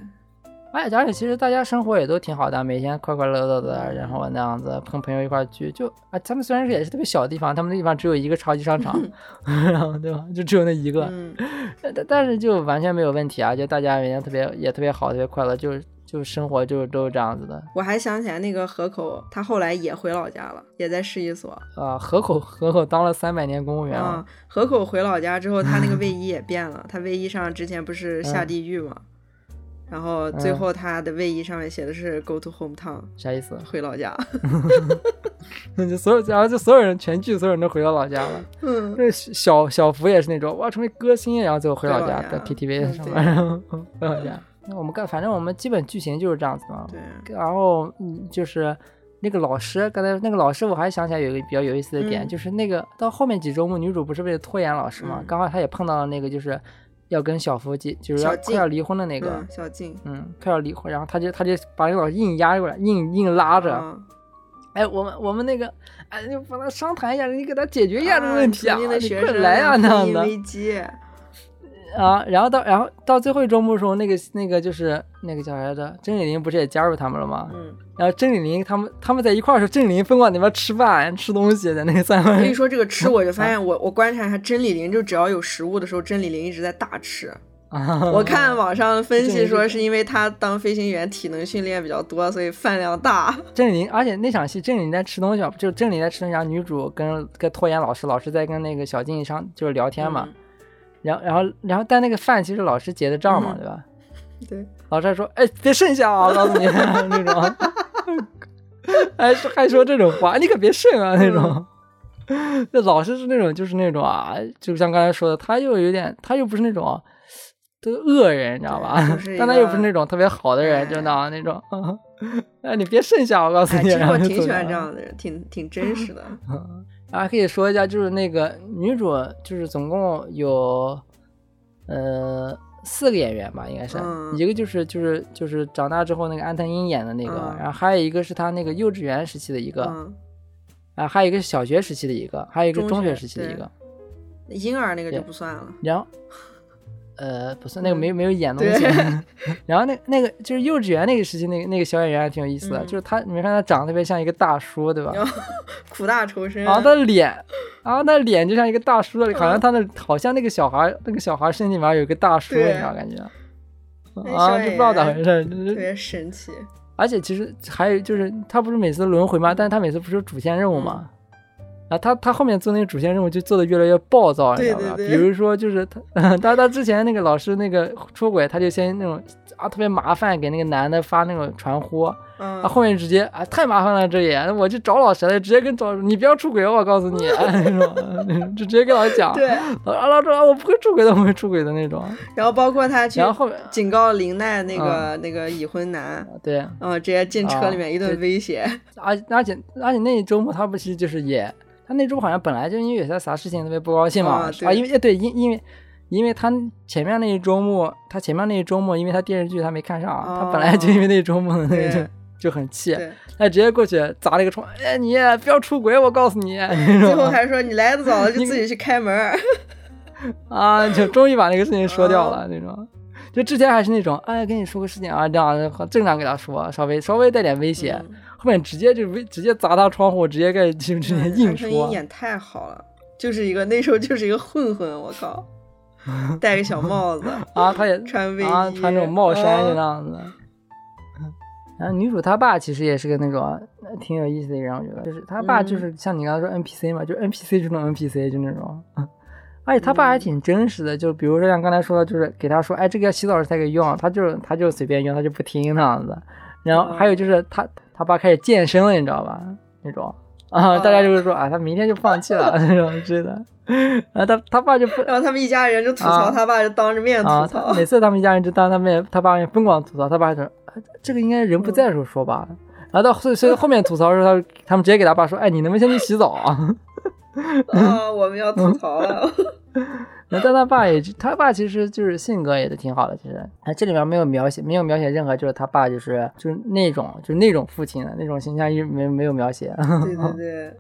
Speaker 2: 哎，而且其实大家生活也都挺好的，每天快快乐乐的，然后那样子跟朋友一块儿聚，就啊，他们虽然是也是特别小的地方，他们那地方只有一个超级商场，然后 对吧？就只有那一个，
Speaker 1: 嗯
Speaker 2: 但但但是就完全没有问题啊，就大家每天特别也特别好，特别快乐，就是就生活就都是这样子的。
Speaker 1: 我还想起来那个河口，他后来也回老家了，也在市一所。
Speaker 2: 啊，河口河口当了三百年公务员
Speaker 1: 啊
Speaker 2: 了，，
Speaker 1: 河口回老家之后，他那个卫 衣也变了。他卫衣上之前不是下
Speaker 2: 嗯
Speaker 1: 地狱嘛，然后最
Speaker 2: 嗯
Speaker 1: 后他的卫衣上面写的是 “Go to hometown”，
Speaker 2: 啥意思？
Speaker 1: 回老家。
Speaker 2: 就所有，然后就所有人全剧所有人都回到老家了。
Speaker 1: 嗯，
Speaker 2: 那小小福也是那种，我要成为歌星，然后最后回老
Speaker 1: 回老
Speaker 2: 家，
Speaker 1: 家
Speaker 2: 在 PTV
Speaker 1: 嗯
Speaker 2: 上
Speaker 1: 对
Speaker 2: 班，然后 回老家。那我们干，反正我们基本剧情就是这样子嘛。
Speaker 1: 对，
Speaker 2: 然后嗯就是那个老师，刚才那个老师，我还想起来有一个比较有意思的点，
Speaker 1: 嗯
Speaker 2: 就是那个到后面几周目，女主不是为了拖延老师嘛，
Speaker 1: 嗯
Speaker 2: 刚好她也碰到了那个就是要跟小福结，就是
Speaker 1: 小
Speaker 2: 要快
Speaker 1: 静
Speaker 2: 要离婚的那个，
Speaker 1: 嗯，小静
Speaker 2: 嗯，快要离婚，然后他就他就把那个老师硬压过来，硬硬拉着。
Speaker 1: 啊
Speaker 2: 哎，我们我们那个，哎，就帮他哎商谈一下，你给他解决一下这个问题啊，
Speaker 1: 啊你曾经
Speaker 2: 你
Speaker 1: 的学
Speaker 2: 快
Speaker 1: 生
Speaker 2: 来啊，那
Speaker 1: 婚
Speaker 2: 样
Speaker 1: 姻
Speaker 2: 的。
Speaker 1: 危机，
Speaker 2: 啊，然后到然后到最后一周目的时候，那个那个就是那个叫啥来着？郑丽玲不是也加入他们了吗？
Speaker 1: 嗯，
Speaker 2: 然后郑丽玲他们他们在一块儿的时候，郑丽玲分管那边吃饭吃东西，在那个三
Speaker 1: 所
Speaker 2: 分
Speaker 1: 以说这个吃，我就
Speaker 2: 嗯
Speaker 1: 发现我我观察一下甄李林，就只要有食物的时候，甄李林一直在大吃。
Speaker 2: 啊，
Speaker 1: 我看网上分
Speaker 2: 这个
Speaker 1: 析
Speaker 2: 是
Speaker 1: 说，是因为他当飞行员体能训练比较多，所以饭量大。
Speaker 2: 郑丽玲，而且那场戏郑丽玲在吃东西嘛，就郑丽玲在吃东西，然后女主跟跟拖延老师，老师在跟那个小静商就是聊天
Speaker 1: 嗯
Speaker 2: 嘛，然后然后然后但那个饭其实老师结的账嘛，
Speaker 1: 嗯
Speaker 2: 对吧？
Speaker 1: 嗯， 对，
Speaker 2: 老师还说，哎，别剩下啊，我告诉你 那种，还说还说这种话，你可别剩啊那种。 那老师是那种，就是那种啊，就像刚才说的，他又有点，他又不是那种的恶人，你知道吧
Speaker 1: 对就是一？
Speaker 2: 但他又不是那种特别好的
Speaker 1: 哎
Speaker 2: 人，真的啊那种。 哎，你别剩下，我告诉
Speaker 1: 哎，
Speaker 2: 你。
Speaker 1: 其实
Speaker 2: 然后
Speaker 1: 我
Speaker 2: 就
Speaker 1: 挺
Speaker 2: 走
Speaker 1: 喜欢
Speaker 2: 掉
Speaker 1: 这
Speaker 2: 了
Speaker 1: 样的人，挺挺真实 的。
Speaker 2: 啊，可以说一下，就是那个女主，就是总共有，呃，四个演员吧，应该是、
Speaker 1: 嗯
Speaker 2: 一个就是就是就是长大之后那个安藤英演的那个，
Speaker 1: 嗯
Speaker 2: 然后还有一个是她那个幼稚园时期的一个，
Speaker 1: 嗯，
Speaker 2: 啊，还有一个是小学时期的一个，还有一个
Speaker 1: 中
Speaker 2: 中
Speaker 1: 学
Speaker 2: 学时期的
Speaker 1: 对
Speaker 2: 一个，
Speaker 1: 婴儿那个就
Speaker 2: 对
Speaker 1: 不算了。
Speaker 2: 然后。呃，不是那个没有没有演
Speaker 1: 嗯
Speaker 2: 东
Speaker 1: 对
Speaker 2: 西， 然后那那个就是幼稚园那个时期，那个那个小演员还挺有意思的，
Speaker 1: 嗯
Speaker 2: 就是他，你没看他长得特别像一个大叔，对吧？
Speaker 1: 然后苦大仇 深。
Speaker 2: 然后他脸，然后他脸就像一个大叔的，好
Speaker 1: 嗯
Speaker 2: 像他的好像那个小孩儿，那个小孩儿身体里面有一个大叔，你
Speaker 1: 对
Speaker 2: 知道感觉？
Speaker 1: 那小
Speaker 2: 啊，就不
Speaker 1: 演
Speaker 2: 知道咋
Speaker 1: 员
Speaker 2: 回事儿。就
Speaker 1: 特
Speaker 2: 是
Speaker 1: 别神奇。
Speaker 2: 而且其实还有就是，他不是每次轮回嘛，但是他每次不是有主线任务嘛？
Speaker 1: 嗯
Speaker 2: 啊，他他后面做那个主线任务就做的越来越暴躁，你
Speaker 1: 对
Speaker 2: 知道吧？
Speaker 1: 对
Speaker 2: 比
Speaker 1: 对
Speaker 2: 如说就是他， 他他之前那个老师那个出轨，他就先那种啊特别麻烦，给那个男的发那种传呼，
Speaker 1: 嗯
Speaker 2: 啊，，后面直接啊，太麻烦了，这也，我去找老师了，直接跟找你不要出轨，我告 诉你，哎那种，就直接跟老师讲，
Speaker 1: 对。
Speaker 2: 啊，老师啊，我不会出轨的，我不会出轨的那种。
Speaker 1: 然后包括他去
Speaker 2: 然后后嗯面，
Speaker 1: 警告林奈那个那个已婚男，
Speaker 2: 对，
Speaker 1: 啊，直接进车里面一
Speaker 2: 啊
Speaker 1: 顿
Speaker 2: 对
Speaker 1: 威胁。
Speaker 2: 而而且而且那一周末他不是就是也，他那周末好像本来就因为有些啥事情特别不高兴嘛，
Speaker 1: 啊对
Speaker 2: 啊，因为对因因为。因为他前面那一周末，他前面那一周末，因为他电视剧他没看上，他本来就因为那一周末的
Speaker 1: 啊
Speaker 2: 那
Speaker 1: 对
Speaker 2: 个就很气，
Speaker 1: 对，
Speaker 2: 他直接过去砸了一个窗，哎，你也不要出轨，我告诉你，
Speaker 1: 最后还说你来的 早了，就
Speaker 2: 你
Speaker 1: 自己去开门儿。
Speaker 2: 啊，就终于把那个事情说掉了、那种。就之前还是那种，哎，跟你说个事情啊，这样正常给他说，稍微稍微带点威胁，
Speaker 1: 嗯
Speaker 2: 后面直接就威直接砸他窗户，直接给就直接
Speaker 1: 安
Speaker 2: 硬
Speaker 1: 藤英
Speaker 2: 说，
Speaker 1: 演太好了，就是一个那时候就是一个混混，我 靠，戴个小帽子，
Speaker 2: 啊，他也
Speaker 1: 穿卫衣，
Speaker 2: 啊穿这种帽衫就
Speaker 1: 啊
Speaker 2: 那样子。然后女主她爸其实也是个那种呃挺有意思的人，我觉得，就是她爸
Speaker 1: 嗯
Speaker 2: 就是像你刚才说 NPC 嘛，就是 NPC 就那种 NPC 就那种， 而且他爸还
Speaker 1: 嗯
Speaker 2: 挺真实的，就比如说像刚才说的，就是给他说，哎，这个要洗澡时才可以用，他就他就随便用，他就不听那样子。然后还有就是
Speaker 1: 哦
Speaker 2: 他他爸开始健身了，你知道吧？那种啊，大
Speaker 1: 哦
Speaker 2: 家就会说啊，他明天就放 弃了那种之类的。然后他他爸就不
Speaker 1: 然后他们一家人就吐槽
Speaker 2: 啊
Speaker 1: 他爸，就当着面吐
Speaker 2: 啊，
Speaker 1: 槽
Speaker 2: 他。每次他们一家人就当他们他爸面疯狂吐槽，他爸说、啊、这个应该人不
Speaker 1: 嗯
Speaker 2: 在的时候说吧。然后到所以所以后面吐槽的时候，他他们直接给他爸说，哎，你能不能先去洗澡啊？
Speaker 1: 啊，我们要吐
Speaker 2: 嗯
Speaker 1: 槽 了。
Speaker 2: 那但他爸也，他爸其实就是性格也是挺好的，其实。哎，这里面没有描写，没有描写任何就是他爸就是就是那种就是那种父亲的那种形象，一没没有描写
Speaker 1: 对对对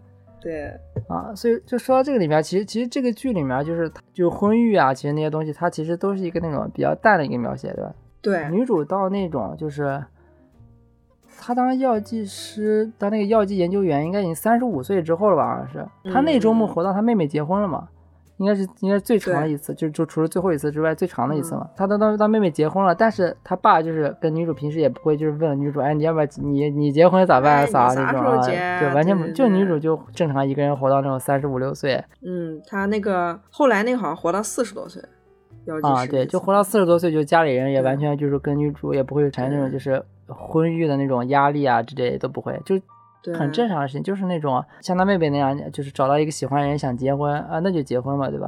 Speaker 1: 对，
Speaker 2: 啊。所以就说到这个里面，其实其实这个剧里面就是就是婚育啊，其实那些东西它其实都是一个那种比较淡的一个描写，对吧？
Speaker 1: 对，
Speaker 2: 女主到那种就是，她当药剂师，当那个药剂研究员，应该已经三十五岁之后了吧？好像是。她那周
Speaker 1: 嗯
Speaker 2: 末
Speaker 1: 嗯嗯
Speaker 2: 活到她妹妹结婚了嘛，应该是应该是最长的一次，就就除了最后一次之外最长的一次嘛。
Speaker 1: 嗯
Speaker 2: 她当当当妹妹结婚了，但是她爸就是跟女主平时也不会就是问女主，哎，你要不要你你结婚咋办
Speaker 1: 哎
Speaker 2: 啊
Speaker 1: 你
Speaker 2: 啥
Speaker 1: 啥
Speaker 2: 那种
Speaker 1: 时候
Speaker 2: 啊，
Speaker 1: 结啊
Speaker 2: 就完全不
Speaker 1: 对对
Speaker 2: 就
Speaker 1: 对
Speaker 2: 女主就正常一个人活到那种三十五六岁
Speaker 1: 嗯，他那个后来那个好像活到四十多岁，要
Speaker 2: 啊，对，就活到四十多岁，就家里人也
Speaker 1: 嗯
Speaker 2: 完全就是跟女主也不会产生那种
Speaker 1: 对
Speaker 2: 就是婚育的那种压力啊之类的都不会，就
Speaker 1: 对
Speaker 2: 很正常的事情，就是那种像她妹妹那样，就是找到一个喜欢的人想结婚啊，那就结婚嘛，对吧？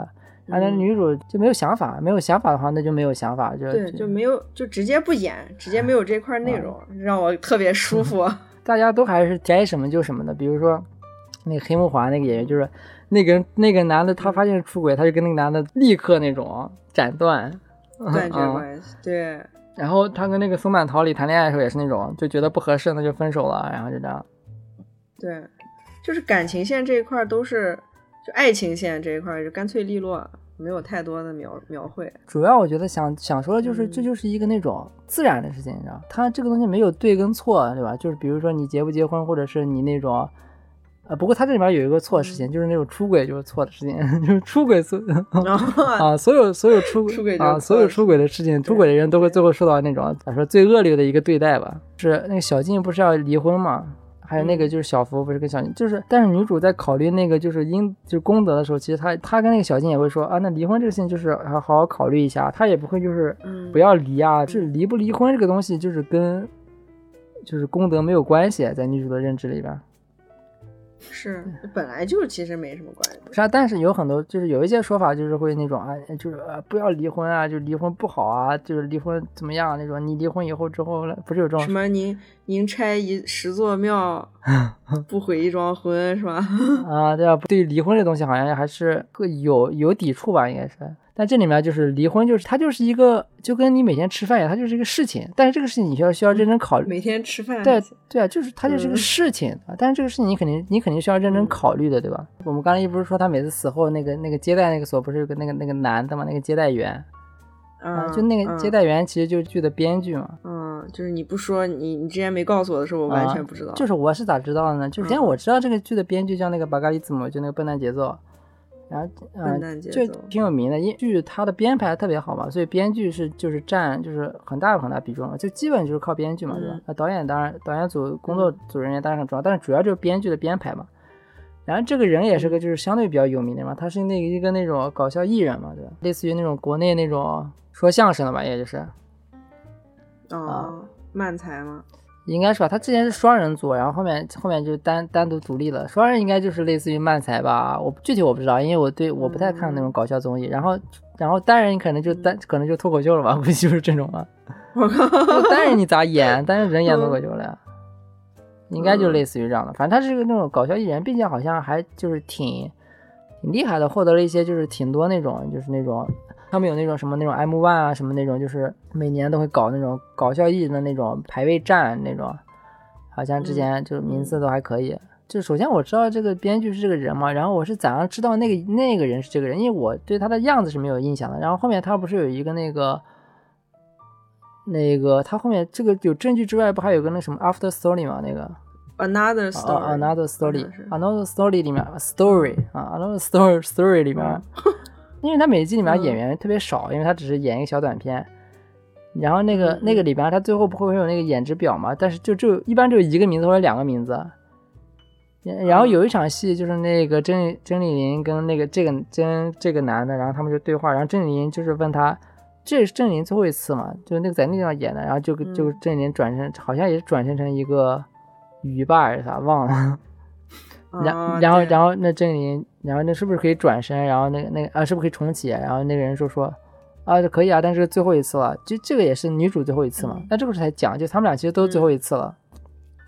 Speaker 2: 啊，那
Speaker 1: 嗯
Speaker 2: 女主就没有想法，没有想法的话，那就没有想法，就
Speaker 1: 对，就没有，就直接不演，直接没有这块
Speaker 2: 啊
Speaker 1: 内容，让我特别舒 服。
Speaker 2: 大家都还是该什么就什么的。比如说，那个黑木华那个演员，就是那个那个男的，
Speaker 1: 嗯
Speaker 2: 他发现出轨，他就跟那个男的立刻那种斩断，
Speaker 1: 断绝
Speaker 2: 嗯
Speaker 1: 关系，对，
Speaker 2: 然后他跟那个松坂桃李谈恋爱的时候也是那种，就觉得不合适，那就分手了，然后就这样。
Speaker 1: 对，就是感情线这一块儿都是，就爱情线这一块儿就干脆利落。没有太多的描描绘。
Speaker 2: 主要我觉得想想说的就是，
Speaker 1: 嗯
Speaker 2: 这就是一个那种自然的事情，你知道，它这个东西没有对跟错，对吧？就是比如说你结不结婚，或者是你那种，呃，不过它这里面有一个错的事情，就是那种出轨就是错的事情， 就是出轨 所
Speaker 1: 然后，
Speaker 2: 啊，所有所有出
Speaker 1: 出轨就是错
Speaker 2: 啊，
Speaker 1: 的
Speaker 2: 所有出轨的事情，出轨的人都会最后受到那种咋说最恶劣的一个对待吧。是那个小静不是要离婚嘛？还有那个
Speaker 1: 嗯
Speaker 2: 就是小福不是跟小静，就是但是女主在考虑那个就是应就是功德的时候，其实她她跟那个小静也会说啊，那离婚这个事情就是还好好考虑一下，她也不会就是
Speaker 1: 嗯
Speaker 2: 不要离啊，就是离不离婚这个东西就是跟就是功德没有关系，在女主的认知里边。
Speaker 1: 是本来就其实没什么关系。
Speaker 2: 嗯是啊，但是有很多就是有一些说法就是会那种啊，就是、呃、不要离婚啊，就是离婚不好啊，就是离婚怎么样那种。你离婚以后之后了，不是有这种
Speaker 1: 什么您您拆一十座 庙，不毁一桩婚是吧？
Speaker 2: 啊？对啊，对于离婚这东西好像还是个有有抵触吧，应该是。但这里面就是离婚，就是它就是一个就跟你每天吃饭一样，它就是一个事情。但是这个事情你需要需要认真考虑，
Speaker 1: 每天吃饭
Speaker 2: 对对啊，就是它就是个
Speaker 1: 嗯
Speaker 2: 事情啊，但是这个事情你肯定你肯定需要认真
Speaker 1: 嗯
Speaker 2: 考虑的，对吧？我们刚才一不是说他每次死后那个那个接待那个所不是有个那个那个男的嘛，那个接待员，啊，
Speaker 1: 嗯
Speaker 2: 就那个接待员其实就是剧的编剧嘛。
Speaker 1: 嗯，嗯就是你不说你你之前没告诉我的时候，我完全不知道。
Speaker 2: 啊就是我是咋知道的呢？就是因为
Speaker 1: 嗯
Speaker 2: 我知道这个剧的编剧叫那个巴嘎里子姆，就那个笨蛋节奏。然后，
Speaker 1: 笨
Speaker 2: 呃，
Speaker 1: 蛋节
Speaker 2: 就
Speaker 1: 奏，
Speaker 2: 挺有名的，因为剧它的编排特别好嘛，所以编剧是就是占就是很大很大比重的，就基本就是靠编剧嘛，对吧
Speaker 1: 嗯？
Speaker 2: 那导演当然导演组工作组人员当然很重要，但是主要就是编剧的编排嘛。然后这个人也
Speaker 1: 嗯
Speaker 2: 是个就是相对比较有名的嘛，他是那个一个那种搞笑艺人嘛，对吧？类似于那种国内那种说相声的吧，也就是。啊
Speaker 1: 哦，慢才吗？
Speaker 2: 应该是吧，他之前是双人组，然后后面后面就单单独独立了。双人应该就是类似于漫才吧，我具体我不知道，因为我对我不太看那种搞笑综艺。然后然后单人可能就单可能就脱口秀了吧，估 计就是这种吧。
Speaker 1: 我
Speaker 2: 因为
Speaker 1: 靠，
Speaker 2: 单人你咋演？单人人演脱口秀了呀？应该就类似于这样的，反正他是个那种搞笑艺人，并且好像还就是挺挺厉害的，获得了一些就是挺多那种就是那种他们有那种什么那种 M One 啊什么那种，就是每年都会搞那种搞笑艺人的那种排位战那种，好像之前就是名次都还可以。就首先我知道这个编剧是这个人嘛，然后我是咋样知道那个那个人是这个人，因为我对他的样子是没有印象的。然后后面他不是有一个那个那个他后面这个有证据之外，不还有个那什么 after story 吗？那个
Speaker 1: Another
Speaker 2: 啊
Speaker 1: story，
Speaker 2: another
Speaker 1: 好像是
Speaker 2: story，another story 里面 story 啊，another story story 里面
Speaker 1: 嗯，
Speaker 2: 因为他每一季里面
Speaker 1: 嗯
Speaker 2: 演员特别少，因为他只是演一个小短片。然后那个
Speaker 1: 嗯
Speaker 2: 那个里边，他最后不会有那个演职表嘛？但是就只有一般只有一个名字或者两个名字。然
Speaker 1: 嗯
Speaker 2: 然后有一场戏就是那个甄甄丽玲跟那个这个甄这个男的，然后他们就对话，然后甄丽玲就是问他，这是甄丽玲最后一次嘛？就那个在那地方演的，然后就
Speaker 1: 嗯
Speaker 2: 就甄丽玲转身，好像也是转身成一个鱼吧还是啥忘了。 然
Speaker 1: 啊
Speaker 2: 然后
Speaker 1: 对
Speaker 2: 然后那郑林，然后那是不是可以转身？然后那个那个啊，是不是可以重启？然后那个人就说啊，可以啊，但是最后一次了，就这个也是女主最后一次嘛
Speaker 1: 嗯。
Speaker 2: 那、这个时候才讲，就他们俩其实都是最后一次了，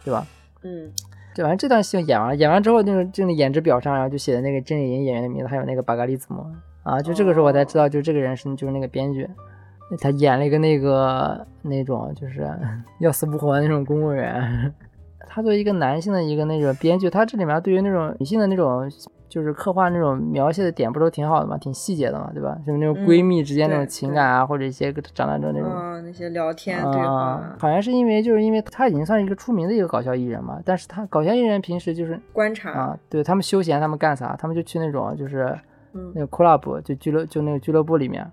Speaker 2: 对吧？
Speaker 1: 嗯
Speaker 2: 对，反正这段戏演完了，演完之后那个就那演职表上，然后就写的那个郑丽颖演员的名字，还有那个巴嘎利子姆啊，就这个时候我才知
Speaker 1: 哦
Speaker 2: 道，就这个人是就是那个编剧，他演了一个那个那种就是 要死不活的那种公务员。他作为一个男性的一个那种编剧，他这里面对于那种女性的那种就是刻画那种描写的点不都挺好的嘛，挺细节的嘛，对吧？什么那种
Speaker 1: 嗯
Speaker 2: 闺蜜之间那种
Speaker 1: 对
Speaker 2: 情
Speaker 1: 对
Speaker 2: 感啊，或者一些长大之后那种
Speaker 1: 啊，那些聊天对
Speaker 2: 啊
Speaker 1: 话，、
Speaker 2: 好像是因为就是因为他已经算是一个出名的一个搞笑艺人嘛，但是他搞笑艺人平时就是
Speaker 1: 观察，
Speaker 2: 啊，对他们休闲他们干啥，他们就去那种就是
Speaker 1: 嗯
Speaker 2: 那个 club 就俱乐就那个俱乐部里面，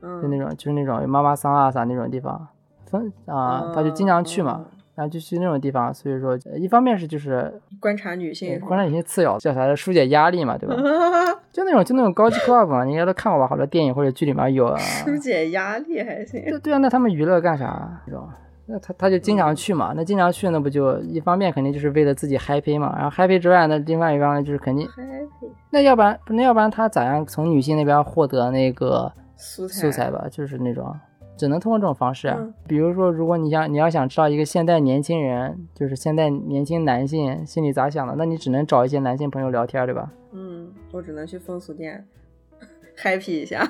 Speaker 2: 就那
Speaker 1: 嗯，
Speaker 2: 种就是那种有妈妈桑啊啥那种地方，分啊他就经常去嘛，
Speaker 1: 嗯，
Speaker 2: 然后就去那种地方，所以说呃一方面是就是
Speaker 1: 观察女性，
Speaker 2: 观察有些次要叫啥来着疏解压力 嘛，啊对吧？
Speaker 1: 察
Speaker 2: 就那种就那种高级 club 嘛，你应该都看过吧，好多电影或者剧里面有啊。
Speaker 1: 疏解压力还行，
Speaker 2: 对对啊，那他们娱乐干啥？这种，那他他就经常去嘛，那经常去，那不就一方面肯定就是为了自己 happy 嘛，然后 happy 之外，那另外一方面就是肯定，
Speaker 1: happy
Speaker 2: 那要不然那要不然他咋样从女性那边获得那个
Speaker 1: 素材
Speaker 2: 素材吧，就是那种。只能通过这种方式啊、
Speaker 1: 嗯
Speaker 2: 比如说，如果你想你要想知道一个现代年轻人，就是现代年轻男性心里咋想的，那你只能找一些男性朋友聊天，对吧？
Speaker 1: 嗯，我只能去风俗店 happy 一下。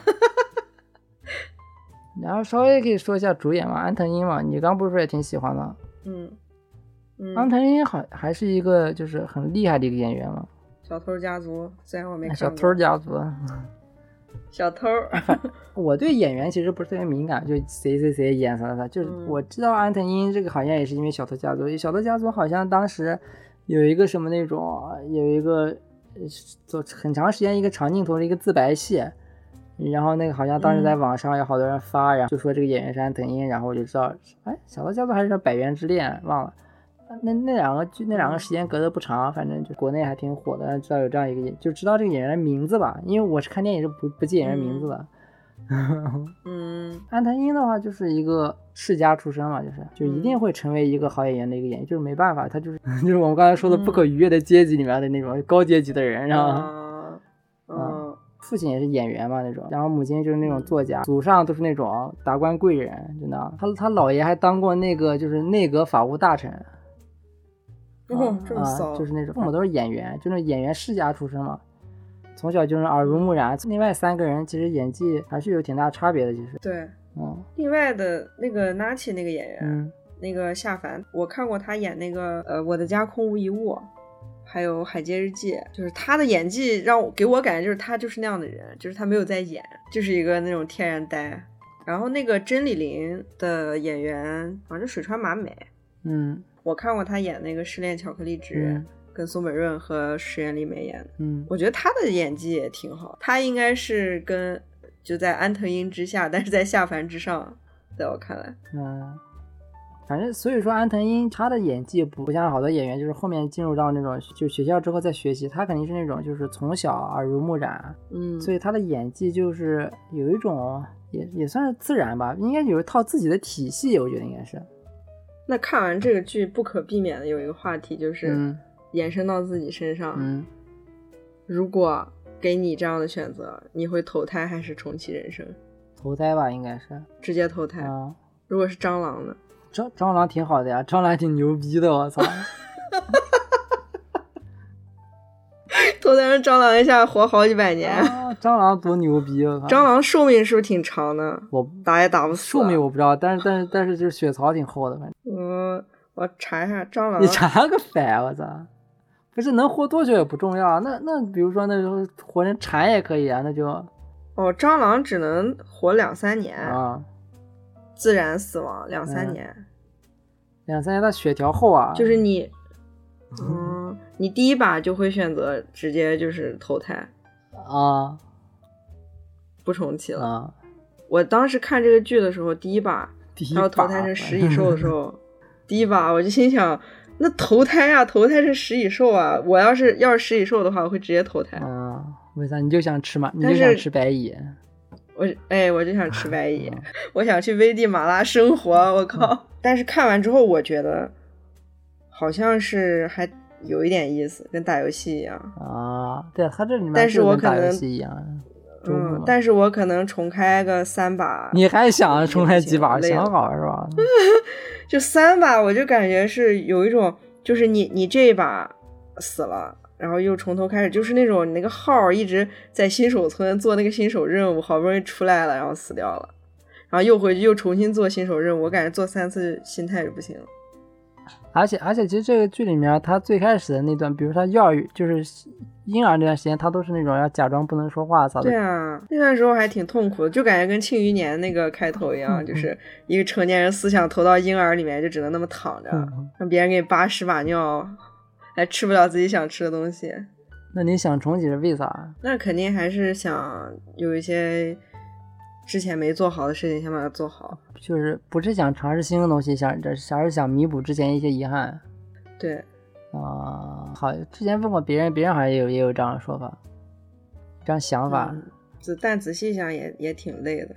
Speaker 2: 然后稍微可以说一下主演嘛，安藤英嘛，你刚不是说也挺喜欢的？
Speaker 1: 嗯
Speaker 2: 安
Speaker 1: 嗯，
Speaker 2: 藤英好还是一个就是很厉害的一个演员嘛，
Speaker 1: 嗯小偷家族虽然我没看
Speaker 2: 哎小
Speaker 1: 过
Speaker 2: 偷家族，
Speaker 1: 小偷儿，
Speaker 2: 我对演员其实不是特别敏感，就谁谁谁演啥啥，就是
Speaker 1: 嗯
Speaker 2: 我知道安藤英这个好像也是因为《小偷家族》，《小偷家族》好像当时有一个什么那种，有一个呃做很长时间一个长镜头的一个自白戏，然后那个好像当时在
Speaker 1: 嗯
Speaker 2: 网上有好多人发，然后就说这个演员是安藤英，然后我就知道，哎，《小偷家族》还是《百元之恋》，忘了。那那两个剧那两个时间隔得不长，反正就国内还挺火的，知道有这样一个演，就知道这个演员的名字吧，因为我是看电影是不不记演员名字的。
Speaker 1: 嗯
Speaker 2: 安藤英的话就是一个世家出身嘛，就是就一
Speaker 1: 嗯
Speaker 2: 定会成为一个好演员的一个演员，就是没办法，他就是 就是我们刚才说的不
Speaker 1: 嗯
Speaker 2: 可逾越的阶级里面的那种高阶级的人， 然后
Speaker 1: 啊
Speaker 2: 嗯
Speaker 1: 嗯
Speaker 2: 父亲也是演员嘛那种，然后母亲就是那种作家，祖上都是那种达官贵人，真的，啊他他姥爷还当过那个就是内阁法务大臣，
Speaker 1: 哦，这么
Speaker 2: 啊，
Speaker 1: 骚
Speaker 2: 就是那种父母都是演员，就那种演员世家出身嘛，从小就是耳濡目染。另外三个人其实演技还是有挺大差别的，其实，
Speaker 1: 对。
Speaker 2: 嗯
Speaker 1: 另外的那个 Nachi 那个演员，
Speaker 2: 嗯
Speaker 1: 那个夏凡，我看过他演那个呃《我的家空无一物》，还有《海街日记》，就是他的演技让我给我感觉就是他就是那样的人，就是他没有在演，就是一个那种天然呆。然后那个真理林的演员好像是水川麻美，
Speaker 2: 嗯
Speaker 1: 我看过他演那个《失恋巧克力汁》
Speaker 2: 嗯
Speaker 1: 跟松本润和石原里美演的，
Speaker 2: 嗯，
Speaker 1: 我觉得他的演技也挺好，他应该是跟就在安藤樱之下，但是在夏凡之上，在我看来，
Speaker 2: 嗯，反正所以说安藤英她的演技不不像好多演员，就是后面进入到那种就学校之后再学习，她肯定是那种就是从小耳濡目染，
Speaker 1: 嗯，
Speaker 2: 所以她的演技就是有一种也也算是自然吧，应该有一套自己的体系，我觉得应该是，
Speaker 1: 那看完这个剧，不可避免的有一个话题就是
Speaker 2: 嗯
Speaker 1: 延伸到自己身上。
Speaker 2: 嗯，
Speaker 1: 如果给你这样的选择，你会投胎还是重启人生？
Speaker 2: 投胎吧应该是，
Speaker 1: 直接投胎。
Speaker 2: 嗯。
Speaker 1: 如果是蟑螂呢？
Speaker 2: 蟑蟑螂挺好的呀，蟑螂挺牛逼的，我操！
Speaker 1: 投胎成蟑螂一下活好几百年，
Speaker 2: 啊蟑螂多牛逼，我靠！
Speaker 1: 蟑螂寿命是不是挺长的？
Speaker 2: 我
Speaker 1: 打也打不死。啊
Speaker 2: 寿命，我不知道，但是但是但是就是血槽挺厚的，反正
Speaker 1: 嗯，我查一下蟑螂。
Speaker 2: 你查个反，我操！不是能活多久也不重要，那那比如说那时候活成蝉也可以啊，那就
Speaker 1: 哦，蟑螂只能活两三年，
Speaker 2: 啊
Speaker 1: 自然死亡两三
Speaker 2: 嗯
Speaker 1: 年。
Speaker 2: 两三年它血条厚啊，
Speaker 1: 就是你，嗯，你第一把就会选择直接就是投胎
Speaker 2: 啊
Speaker 1: 不重启了。
Speaker 2: 啊，
Speaker 1: 我当时看这个剧的时候，第一把
Speaker 2: 第一
Speaker 1: 他要
Speaker 2: 把
Speaker 1: 投胎成食蚁 兽的时候，第一把我就心想，那投胎啊，投胎成食蚁兽啊！我要是要是食蚁兽的话，我会直接投胎。
Speaker 2: 啊，为啥你就想吃嘛？你
Speaker 1: 但
Speaker 2: 就想
Speaker 1: 是
Speaker 2: 吃白蚁？
Speaker 1: 我哎，我就想吃白蚁，
Speaker 2: 啊
Speaker 1: 我想去危地马拉生活，我靠！
Speaker 2: 嗯
Speaker 1: 但是看完之后，我觉得好像是还有一点意思，跟打游戏一样。
Speaker 2: 啊，对，它这里面
Speaker 1: 但是
Speaker 2: 就
Speaker 1: 我
Speaker 2: 跟
Speaker 1: 可
Speaker 2: 打游
Speaker 1: 能
Speaker 2: 戏一样，周末
Speaker 1: 嗯
Speaker 2: 嘛，
Speaker 1: 但是我可能重开个三把，
Speaker 2: 你还想重开几
Speaker 1: 嗯
Speaker 2: 把？
Speaker 1: 也不行累
Speaker 2: 想
Speaker 1: 了
Speaker 2: 好是吧？
Speaker 1: 就三把，我就感觉是有一种，就是你你这一把死了，然后又从头开始，就是那种你那个号儿一直在新手村做那个新手任务，好不容易出来了，然后死掉了，然后又回去又重新做新手任务，我感觉做三次心态就不行了。
Speaker 2: 而且而且，其实这个剧里面，他最开始的那段，比如他幼儿园就是婴儿那段时间，他都是那种要假装不能说话啥的
Speaker 1: 对。啊，那段时候还挺痛苦的，就感觉跟《庆余年》那个开头一样，
Speaker 2: 嗯
Speaker 1: 就是一个成年人思想投到婴儿里面，就只能那么躺着，
Speaker 2: 嗯
Speaker 1: 让别人给你扒屎把尿，还吃不了自己想吃的东西。
Speaker 2: 那你想重启是为啥？
Speaker 1: 那肯定还是想有一些之前没做好的事情，想把它做好。
Speaker 2: 就是不是想尝试新的东西，想这还是想弥补之前一些遗憾
Speaker 1: 对，
Speaker 2: 啊？好，之前问过别人，别人好像也有也有这样的说法，这样想法。
Speaker 1: 嗯仔但仔细想也也挺累 的。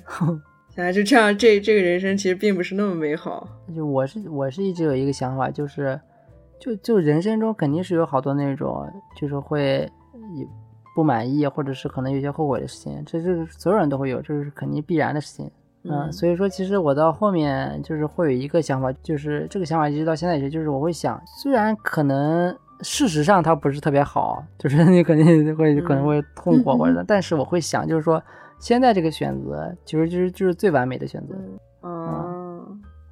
Speaker 1: 想来就这样，这这个人生其实并不是那么美好。
Speaker 2: 就我是我是一直有一个想法，就是就就人生中肯定是有好多那种就是会有不满意，或者是可能有些后悔的事情，这是所有人都会有，这是肯定必然的事情。嗯，所以说其实我到后面就是会有一个想法，就是这个想法一直到现在也是，就是我会想，虽然可能事实上它不是特别好，就是 你肯定会可能会痛苦或者，但是我会想，就是说现在这个选择其实就是就是最完美的选择。
Speaker 1: 哦，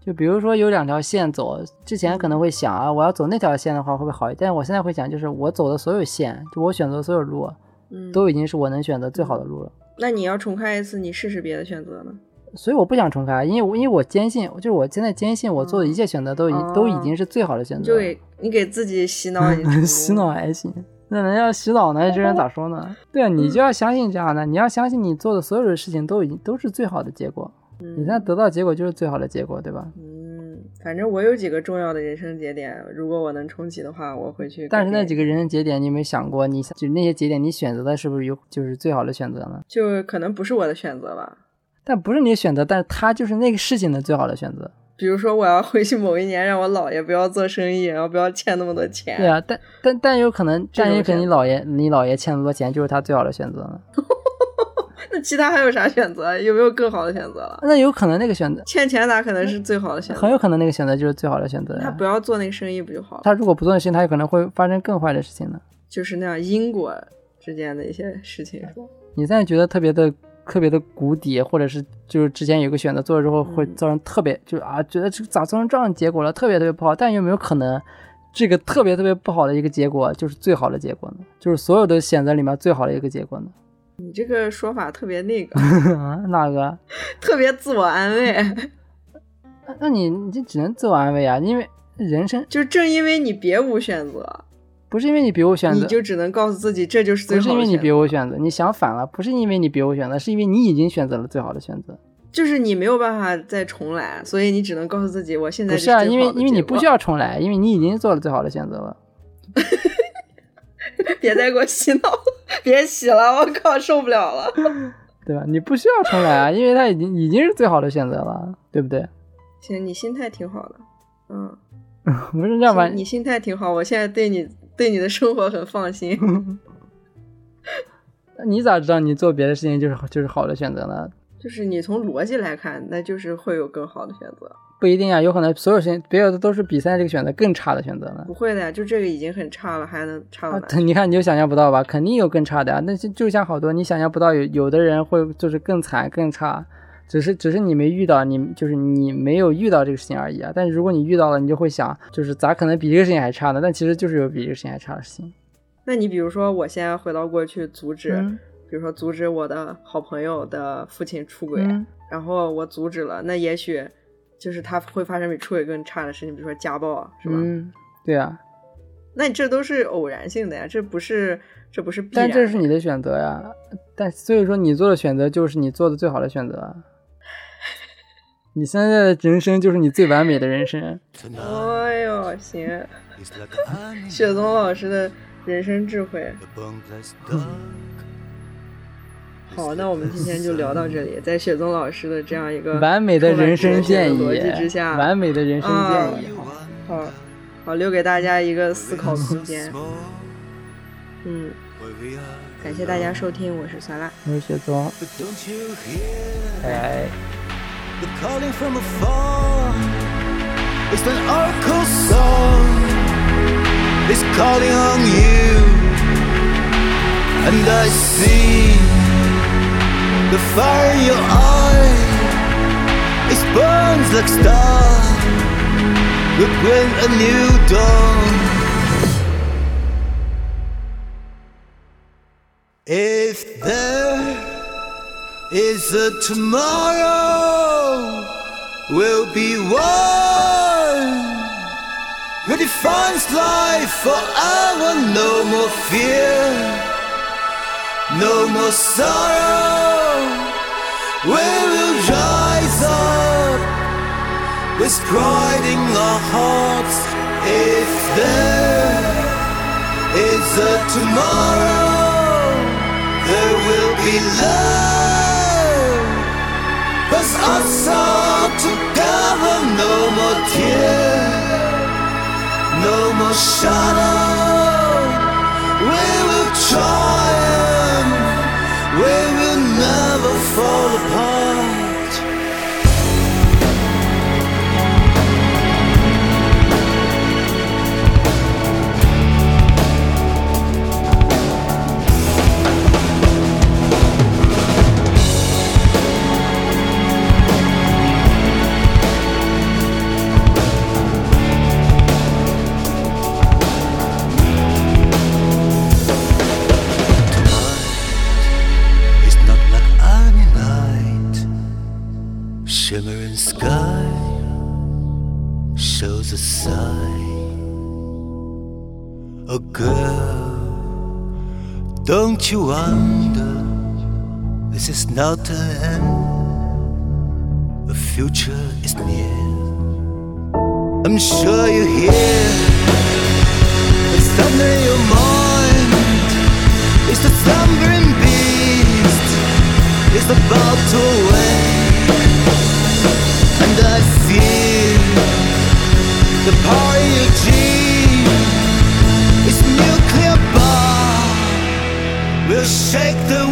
Speaker 2: 就比如说有两条线走，之前可能会想啊，我要走那条线的话会不会好一点？但我现在会想，就是我走的所有线，就我选择的所有路，
Speaker 1: 嗯，
Speaker 2: 都已经是我能选择最好的路了。
Speaker 1: 那你要重看一次，你试试别的选择呢？
Speaker 2: 所以我不想重开，因为我因为我坚信，就是我现在坚信我做的一切选择都已、
Speaker 1: 哦
Speaker 2: 都已经是最好的选
Speaker 1: 你
Speaker 2: 择
Speaker 1: 就
Speaker 2: 了。，
Speaker 1: 给你给自己洗脑一次
Speaker 2: 洗脑还行。那人家洗脑呢？这人咋说呢？对啊，你
Speaker 1: 嗯
Speaker 2: 就要相信这样的，你要相信你做的所有的事情都已经都是最好的结果，
Speaker 1: 嗯。
Speaker 2: 你现在得到结果就是最好的结果，对吧？
Speaker 1: 嗯，反正我有几个重要的人生节点，如果我能重启的话，我会去改变。
Speaker 2: 但是那几个人生节点，你有没有想过，你就那些节点你选择的是不是有就是最好的选择呢？
Speaker 1: 就可能不是我的选择吧。
Speaker 2: 但不是你选择，但是他就是那个事情的最好的选择。
Speaker 1: 比如说，我要回去某一年，让我姥爷不要做生意，然后不要欠那么多钱。
Speaker 2: 对啊，但但但有可能，
Speaker 1: 这种
Speaker 2: 但有可能你
Speaker 1: 选
Speaker 2: 姥爷你姥爷欠那么多钱就是他最好的选择呢。
Speaker 1: 那其他还有啥选择？有没有更好的选择了？
Speaker 2: 啊那有可能那个选择，
Speaker 1: 欠钱哪可能是最好的选择？
Speaker 2: 嗯很有可能那个选择就是最好的选择呀。
Speaker 1: 他不要做那个生意不就好了？
Speaker 2: 他如果不做那事情，他有可能会发生更坏的事情呢。
Speaker 1: 就是那样因果之间的一些事情。
Speaker 2: 你现在觉得特别的、特别的谷底，或者是就是之前有个选择做了之后会
Speaker 1: 嗯
Speaker 2: 造成特别，就是啊，觉得这个咋造成这样的结果了，特别特别不好。但有没有可能，这个特别特别不好的一个结果就是最好的结果呢？就是所有的选择里面最好的一个结果呢？ 啊
Speaker 1: 你这个说法特别那个，
Speaker 2: 那个？
Speaker 1: 特别自我安慰。
Speaker 2: 那那你你就只能自我安慰啊，因为人生
Speaker 1: 就正因为你别无选择，
Speaker 2: 不是因为你比我选
Speaker 1: 你
Speaker 2: 择。
Speaker 1: 就只能告诉自己这就是最
Speaker 2: 不
Speaker 1: 好的
Speaker 2: 是
Speaker 1: 选择。
Speaker 2: 因为你比我选择，你想反了。不是因为你比我选择，是因为你已经选择了最好的选择。
Speaker 1: 就是你没有办法再重来，所以你只能告诉自己，我现在
Speaker 2: 不
Speaker 1: 就是
Speaker 2: 啊，
Speaker 1: 最
Speaker 2: 因为
Speaker 1: 好的
Speaker 2: 因为
Speaker 1: 结
Speaker 2: 你不
Speaker 1: 果
Speaker 2: 需要重来，因为你已经做了最好的选择了。
Speaker 1: 别再给我洗脑，别洗了，我靠，受不了了。
Speaker 2: 对吧？你不需要重来啊，因为它已经已经是最好的选择了，对不对？
Speaker 1: 行，你心态挺好的，嗯，
Speaker 2: 不是要不
Speaker 1: 行
Speaker 2: 然
Speaker 1: 你心态挺好，我现在对你对你的生活很放 心。
Speaker 2: 你咋知道你做别的事情就是就是好的选择呢？
Speaker 1: 就是你从逻辑来看，那就是会有更好的选择，
Speaker 2: 不一定啊，有可能所有事情别的都是比现在这个选择更差的选择呢
Speaker 1: 不。会的呀，就这个已经很差了，还能差到
Speaker 2: 啊
Speaker 1: 哪？，
Speaker 2: 你看你就想象不到吧？肯定有更差的啊。那就就像好多你想象不到有有的人会就是更惨更差，只是只是你没遇到，你就是你没有遇到这个事情而已啊。但是如果你遇到了，你就会想，就是咋可能比这个事情还差呢？但其实就是有比这个事情还差的事情。
Speaker 1: 那你比如说，我现在回到过去，阻止，
Speaker 2: 嗯
Speaker 1: 比如说阻止我的好朋友的父亲出轨，
Speaker 2: 嗯
Speaker 1: 然后我阻止了，那也许就是他会发生比出轨更差的事情，比如说家暴啊，是吧？
Speaker 2: 嗯，对啊。
Speaker 1: 那你这都是偶然性的呀，这不是这不是必然
Speaker 2: 但
Speaker 1: 的。
Speaker 2: 这是你的选择呀，但所以说你做的选择就是你做的最好的选择啊。你现在的人生就是你最完美的人生，
Speaker 3: Tonight
Speaker 1: 哎呦，行，
Speaker 3: is like an animal.
Speaker 1: 雪松老师的人生智慧。
Speaker 3: The bungless duck.
Speaker 1: 好，那我们今天就聊到这里，在雪松老师的这样一个
Speaker 2: 完美的人生
Speaker 1: 呃充满哲学
Speaker 2: 建
Speaker 1: 的
Speaker 2: 议
Speaker 1: 逻辑之，下，嗯
Speaker 2: 完美的人生建议。
Speaker 1: 好，好留给大家一个思考空间。嗯，感谢大家收听，我是酸辣。
Speaker 2: 我是雪宗，
Speaker 3: But don't you hear
Speaker 2: 哎。
Speaker 3: the calling from afar? It's an oracle song. It's calling on you, and I see the fire in your eye. It burns like star. Would bring a new dawn. If there is a tomorrow will be one who defines life forever. No more fear, no more sorrow. We will rise up with pride in our hearts. If there is a tomorrow, there will be love. Cause us all together, no more tears, no more shadow. We will triumph, we will never fall apart. Oh, girl, don't you wonder this is not the end? The future is near. I'm sure you hear the thunder in your mind. It's the thundering beast. It's about to wake, and I feel the power in your genes. It's nuclear bomb will shake the